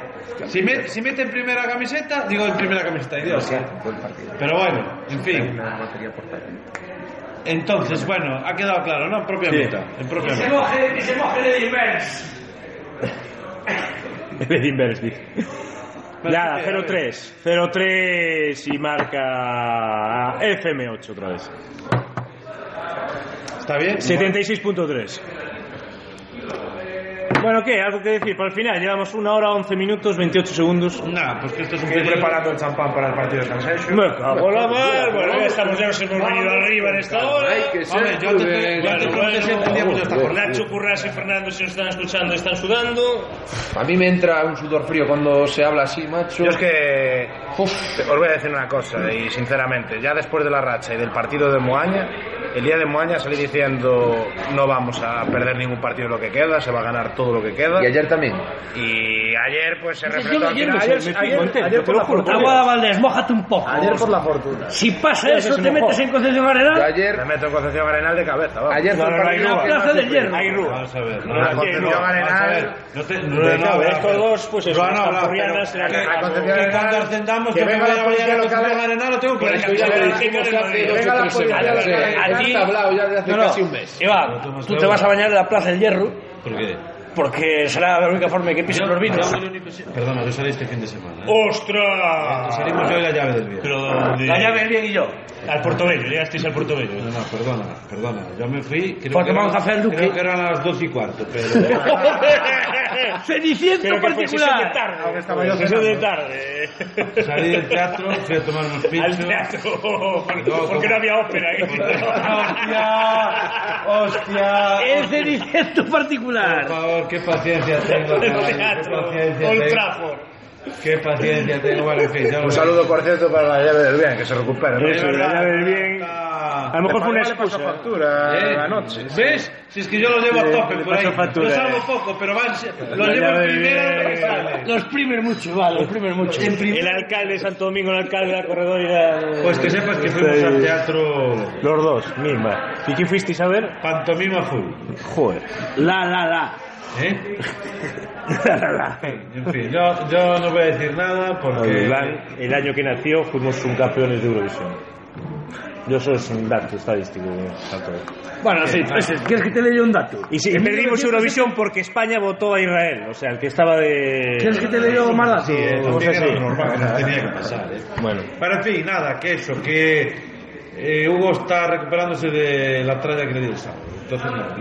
H: Si, me- si mete en primera camiseta, digo en primera camiseta, Dios. Pero bueno, en fin. Entonces, bueno, ha quedado claro, ¿no? En propia meta. En propia meta.
F: moje, que se moje de Divers.
A: El inverso, dice. Nada, 0-3. 0-3 y marca a FM8 otra vez.
H: ¿Está bien?
A: 76.3. Bueno, ¿qué? ¿Algo que decir? Para el final, llevamos una hora, 11 minutos, 28 segundos.
H: Nah, pues que esto es un
C: Estoy
H: peligro.
C: preparando el champán para el partido de Ascenso.
A: Me cago en
G: Hola,
A: la-
G: Mar. Bueno, ya estamos, ya nos hemos venido arriba en esta hora.
D: Hay que
H: Hombre,
D: ser
H: yo te estoy- yo
D: prudente.
H: te pregunté si entendíamos esta jornada.
G: Nacho Curras y Fernando, si nos están escuchando, están sudando.
D: A mí me entra un sudor frío cuando se habla así, macho.
C: Yo es que
D: Uf.
C: os voy a decir una cosa, y sinceramente, ya después de la racha y del partido de Moaña, el día de Moaña salí diciendo no vamos a perder ningún partido de lo que queda, se va a ganar todo lo que queda.
D: Y ayer también.
C: Y ayer pues se reflejó al final.
A: ayer-
C: Ayer,
A: me fui
C: ayer-
A: contento,
C: ayer
A: te
C: por
A: lo
C: la
A: juro,
C: fortuna.
A: Aguada,
F: Valdés, mojate un poco.
C: Ayer por la fortuna.
F: Si pasa
A: eso, te metes en
F: Concepción
D: Yo
F: Arenal.
D: ayer,
C: Me meto en Concepción Arenal de cabeza, vamos.
D: ayer
A: No,
D: fue el
A: no, no hay
D: partido
A: duda.
D: que más
F: Plaza del
D: sufrí.
F: Hierro.
A: Hay rúa.
H: Vamos a ver. No,
C: No, la
H: no,
C: Concepción
H: no, vamos a
C: Arenal.
H: ver. No
C: De
H: te- no,
C: hecho,
H: no, no,
A: Estos
H: no.
A: dos, pues eso,
H: Lo han
A: las
H: hablado,
A: porrianas,
H: pero-
A: las-
H: que-
C: la Concepción
H: que
C: Arenal,
H: cuando ascendamos,
C: que
H: yo me
C: venga
H: voy a
C: la policía
H: bailar a
C: local.
H: Concepción Arenal, lo tengo que
G: Pero es
H: hacer.
G: que ya lo
H: Venga,
G: dijimos hace
D: Dos
C: Venga
D: o
C: la
D: tres
C: policía
D: semanas,
C: local.
D: eh. Ya
F: Aquí-
D: está hablado ya de hace
F: No, no.
D: casi un mes.
F: Eva, tú te vas a bañar en la Plaza del Hierro
H: ¿Por qué?
F: porque será la única forma en que pisen los vinos.
H: Perdona, yo salí este fin de semana.
C: Oh.
H: ¿eh?
G: ¡Ostras!
H: Salimos yo y la llave del bien.
G: Pero ¿dónde?
F: La llave bien y yo.
G: Al Portobello, llegasteis al Portobello.
H: No, no, perdona, perdona. Yo me fui. Creo
F: Porque
H: que
F: vamos
H: eran-
F: a hacer Duque.
H: Creo que eran las 12 y cuarto, pero.
F: Ceniciento
G: Creo que fue sesión de
F: particular.
G: tarde.
C: Aunque estaba yo
G: Sesión de
C: cenando.
G: tarde.
H: Salí del teatro, fui a tomar unos
G: Al
H: pinchos.
G: teatro.
H: No,
G: Porque no había ópera ahí.
H: ¡Hostia! ¡Hostia!
F: El ceniciento
H: Por
F: particular.
H: favor, qué paciencia tengo,
G: El
H: caballo,
G: teatro.
H: qué paciencia
G: Old
H: tengo.
G: Trafford.
H: Qué paciencia tengo, bueno, en fin, ya lo
C: Un saludo, por cierto, para la llave del bien, que se recupera.
A: Eso, la llave del bien. A lo mejor fue una excusa.
C: factura la noche.
H: ¿Ves? Si es que yo lo llevo a tope
A: le
H: por ahí.
A: paso factura,
H: Lo
A: eh.
H: salvo poco, pero van, lo
A: La
H: llevo en
A: llave del
H: primera.
A: bien.
F: Los primer mucho, vale, los primer mucho.
A: El alcalde de Santo Domingo, el alcalde de la corredora.
H: Pues que sepas que fuimos al teatro
A: Los dos, misma. ¿Y qué fuisteis a ver?
H: Pantomima Full.
A: Joder.
F: La, la, la.
H: ¿Eh? En fin, yo, yo no voy a decir nada porque...
A: Iván, el año que nació fuimos subcampeones de Eurovisión. Yo eso es un dato estadístico. eh, tanto.
F: Bueno, sí,
H: pues
F: entonces, ¿quieres que te lea yo un dato?
A: Y sí, y perdimos Eurovisión porque España votó a Israel, o sea, el que estaba de...
F: ¿Quieres que te lea yo más datos?
A: Sí, eh,
H: También
A: cosas
H: era
A: así.
H: lo normal que nos tenía que pasar, ¿eh?
A: Bueno,
H: Pero en fin, nada, que eso, que eh, Hugo está recuperándose de la tralla que le dio el sábado. Entonces, no, no, no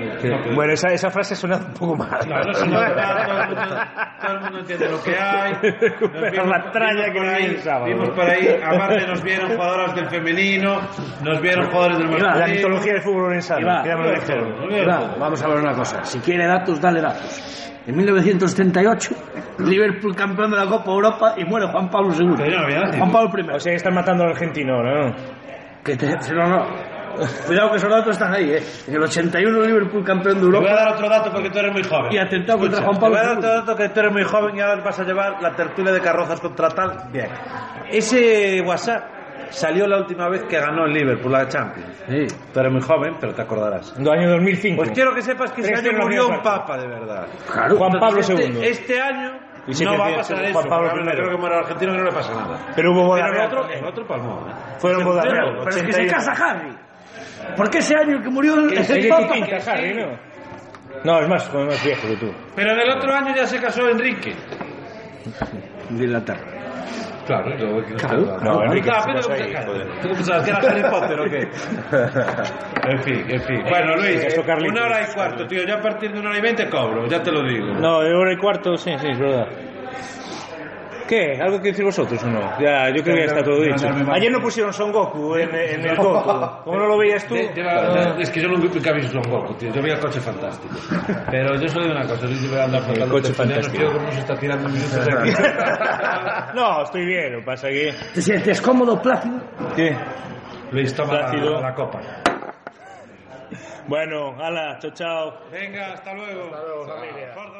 H: puede.
A: Bueno, esa, esa frase suena un poco mal.
H: No, no, sí, no, está- todo, el mundo, todo el mundo entiende lo que hay. Nos
A: Pero la tralla
H: vimos
A: que
H: por
A: le di el
H: ahí,
A: sábado.
H: Vimos por ahí, aparte nos vieron jugadoras del femenino, nos vieron jugadores del masculino.
A: La mitología del fútbol en sala,
F: Iba.
A: quédame lo ligero.
H: Nos vieron
F: Mira,
E: pues.
F: vamos a ver una cosa. Si quiere datos, dale datos. En 1938, Liverpool campeón de la Copa Europa y muere Juan Pablo II.
H: Pero yo no había nacido.
F: Juan Pablo I.
A: O sea, están matando al argentino, ¿no?
F: Que te- si no, no. Cuidado que esos datos están ahí, ¿eh? En el 81, Liverpool campeón de
H: Te voy a
F: Europa
H: dar otro dato porque tú eres muy joven.
F: y atentado contra Juan
H: Te voy a dar
F: Pablo
H: otro
F: II.
H: dato que tú eres muy joven y ahora vas a llevar la tertulia de carrozas contra tal. Bien. Ese WhatsApp salió la última vez que ganó el Liverpool la Champions.
F: Sí.
H: Tú eres muy joven, pero te acordarás.
A: En el año 2005.
H: Pues quiero que sepas que ese
A: Tres
H: año murió un
A: tecnologías al-
H: papa de verdad.
F: Claro.
A: Juan Pablo
H: Entonces,
A: II.
H: Este, este año
A: Y sí
H: no
A: que
H: va a
A: tiene
H: pasar
A: que ser
H: eso.
A: Juan Pablo
H: Probablemente
A: I.
H: Creo que muere argentino que no le pasa nada.
A: Pero hubo boda
H: Pero el
A: real
H: otro,
A: también.
H: el otro palmó. ¿eh?
A: Fueron boda real.
F: Pero es que
A: 81.
F: se casa Harry. Porque ese año que murió el,
A: Que es
F: el
A: de
F: Papa.
A: tu quinta, Harry, ¿no? No, es más, es más viejo que tú.
H: Pero en el otro año ya se casó Enrique.
F: De Inglaterra.
H: Claro, yo este que
F: Claro.
A: No, Enrique,
H: Claro,
A: se
H: pero-
A: casó ahí,
H: claro.
A: joder.
H: ¿Tú pensabas que era Harry Potter o qué? En fin, en fin.
A: se
H: Bueno, Luis,
A: casó Carlitos.
H: una hora y cuarto, tío. Yo a partir de una hora y veinte cobro, ya te lo digo.
A: No, el hora y cuarto, sí, sí, es verdad. ¿Qué? ¿Algo que decir vosotros o no? Ya, yo creo que ya está todo dicho. Ayer no pusieron Son Goku en, en el Goku. ¿Cómo no lo veías tú?
H: De- de- es que Eh, yo nunca he visto un Goku, tío. Yo veía el coche fantástico. Pero yo solo digo una cosa, Luis, yo voy a andar por la
A: coche
H: luz, ya
A: fantástico.
H: No quiero cómo se está tirando minutos de aquí.
A: No, estoy bien, lo que pasa que...
F: ¿Te sientes cómodo, Plácido?
A: ¿Qué?
H: Luis, toma la,
A: Plácido.
H: la copa.
A: Bueno, hala, chao, chao.
H: Venga, hasta luego. Hasta luego, familia.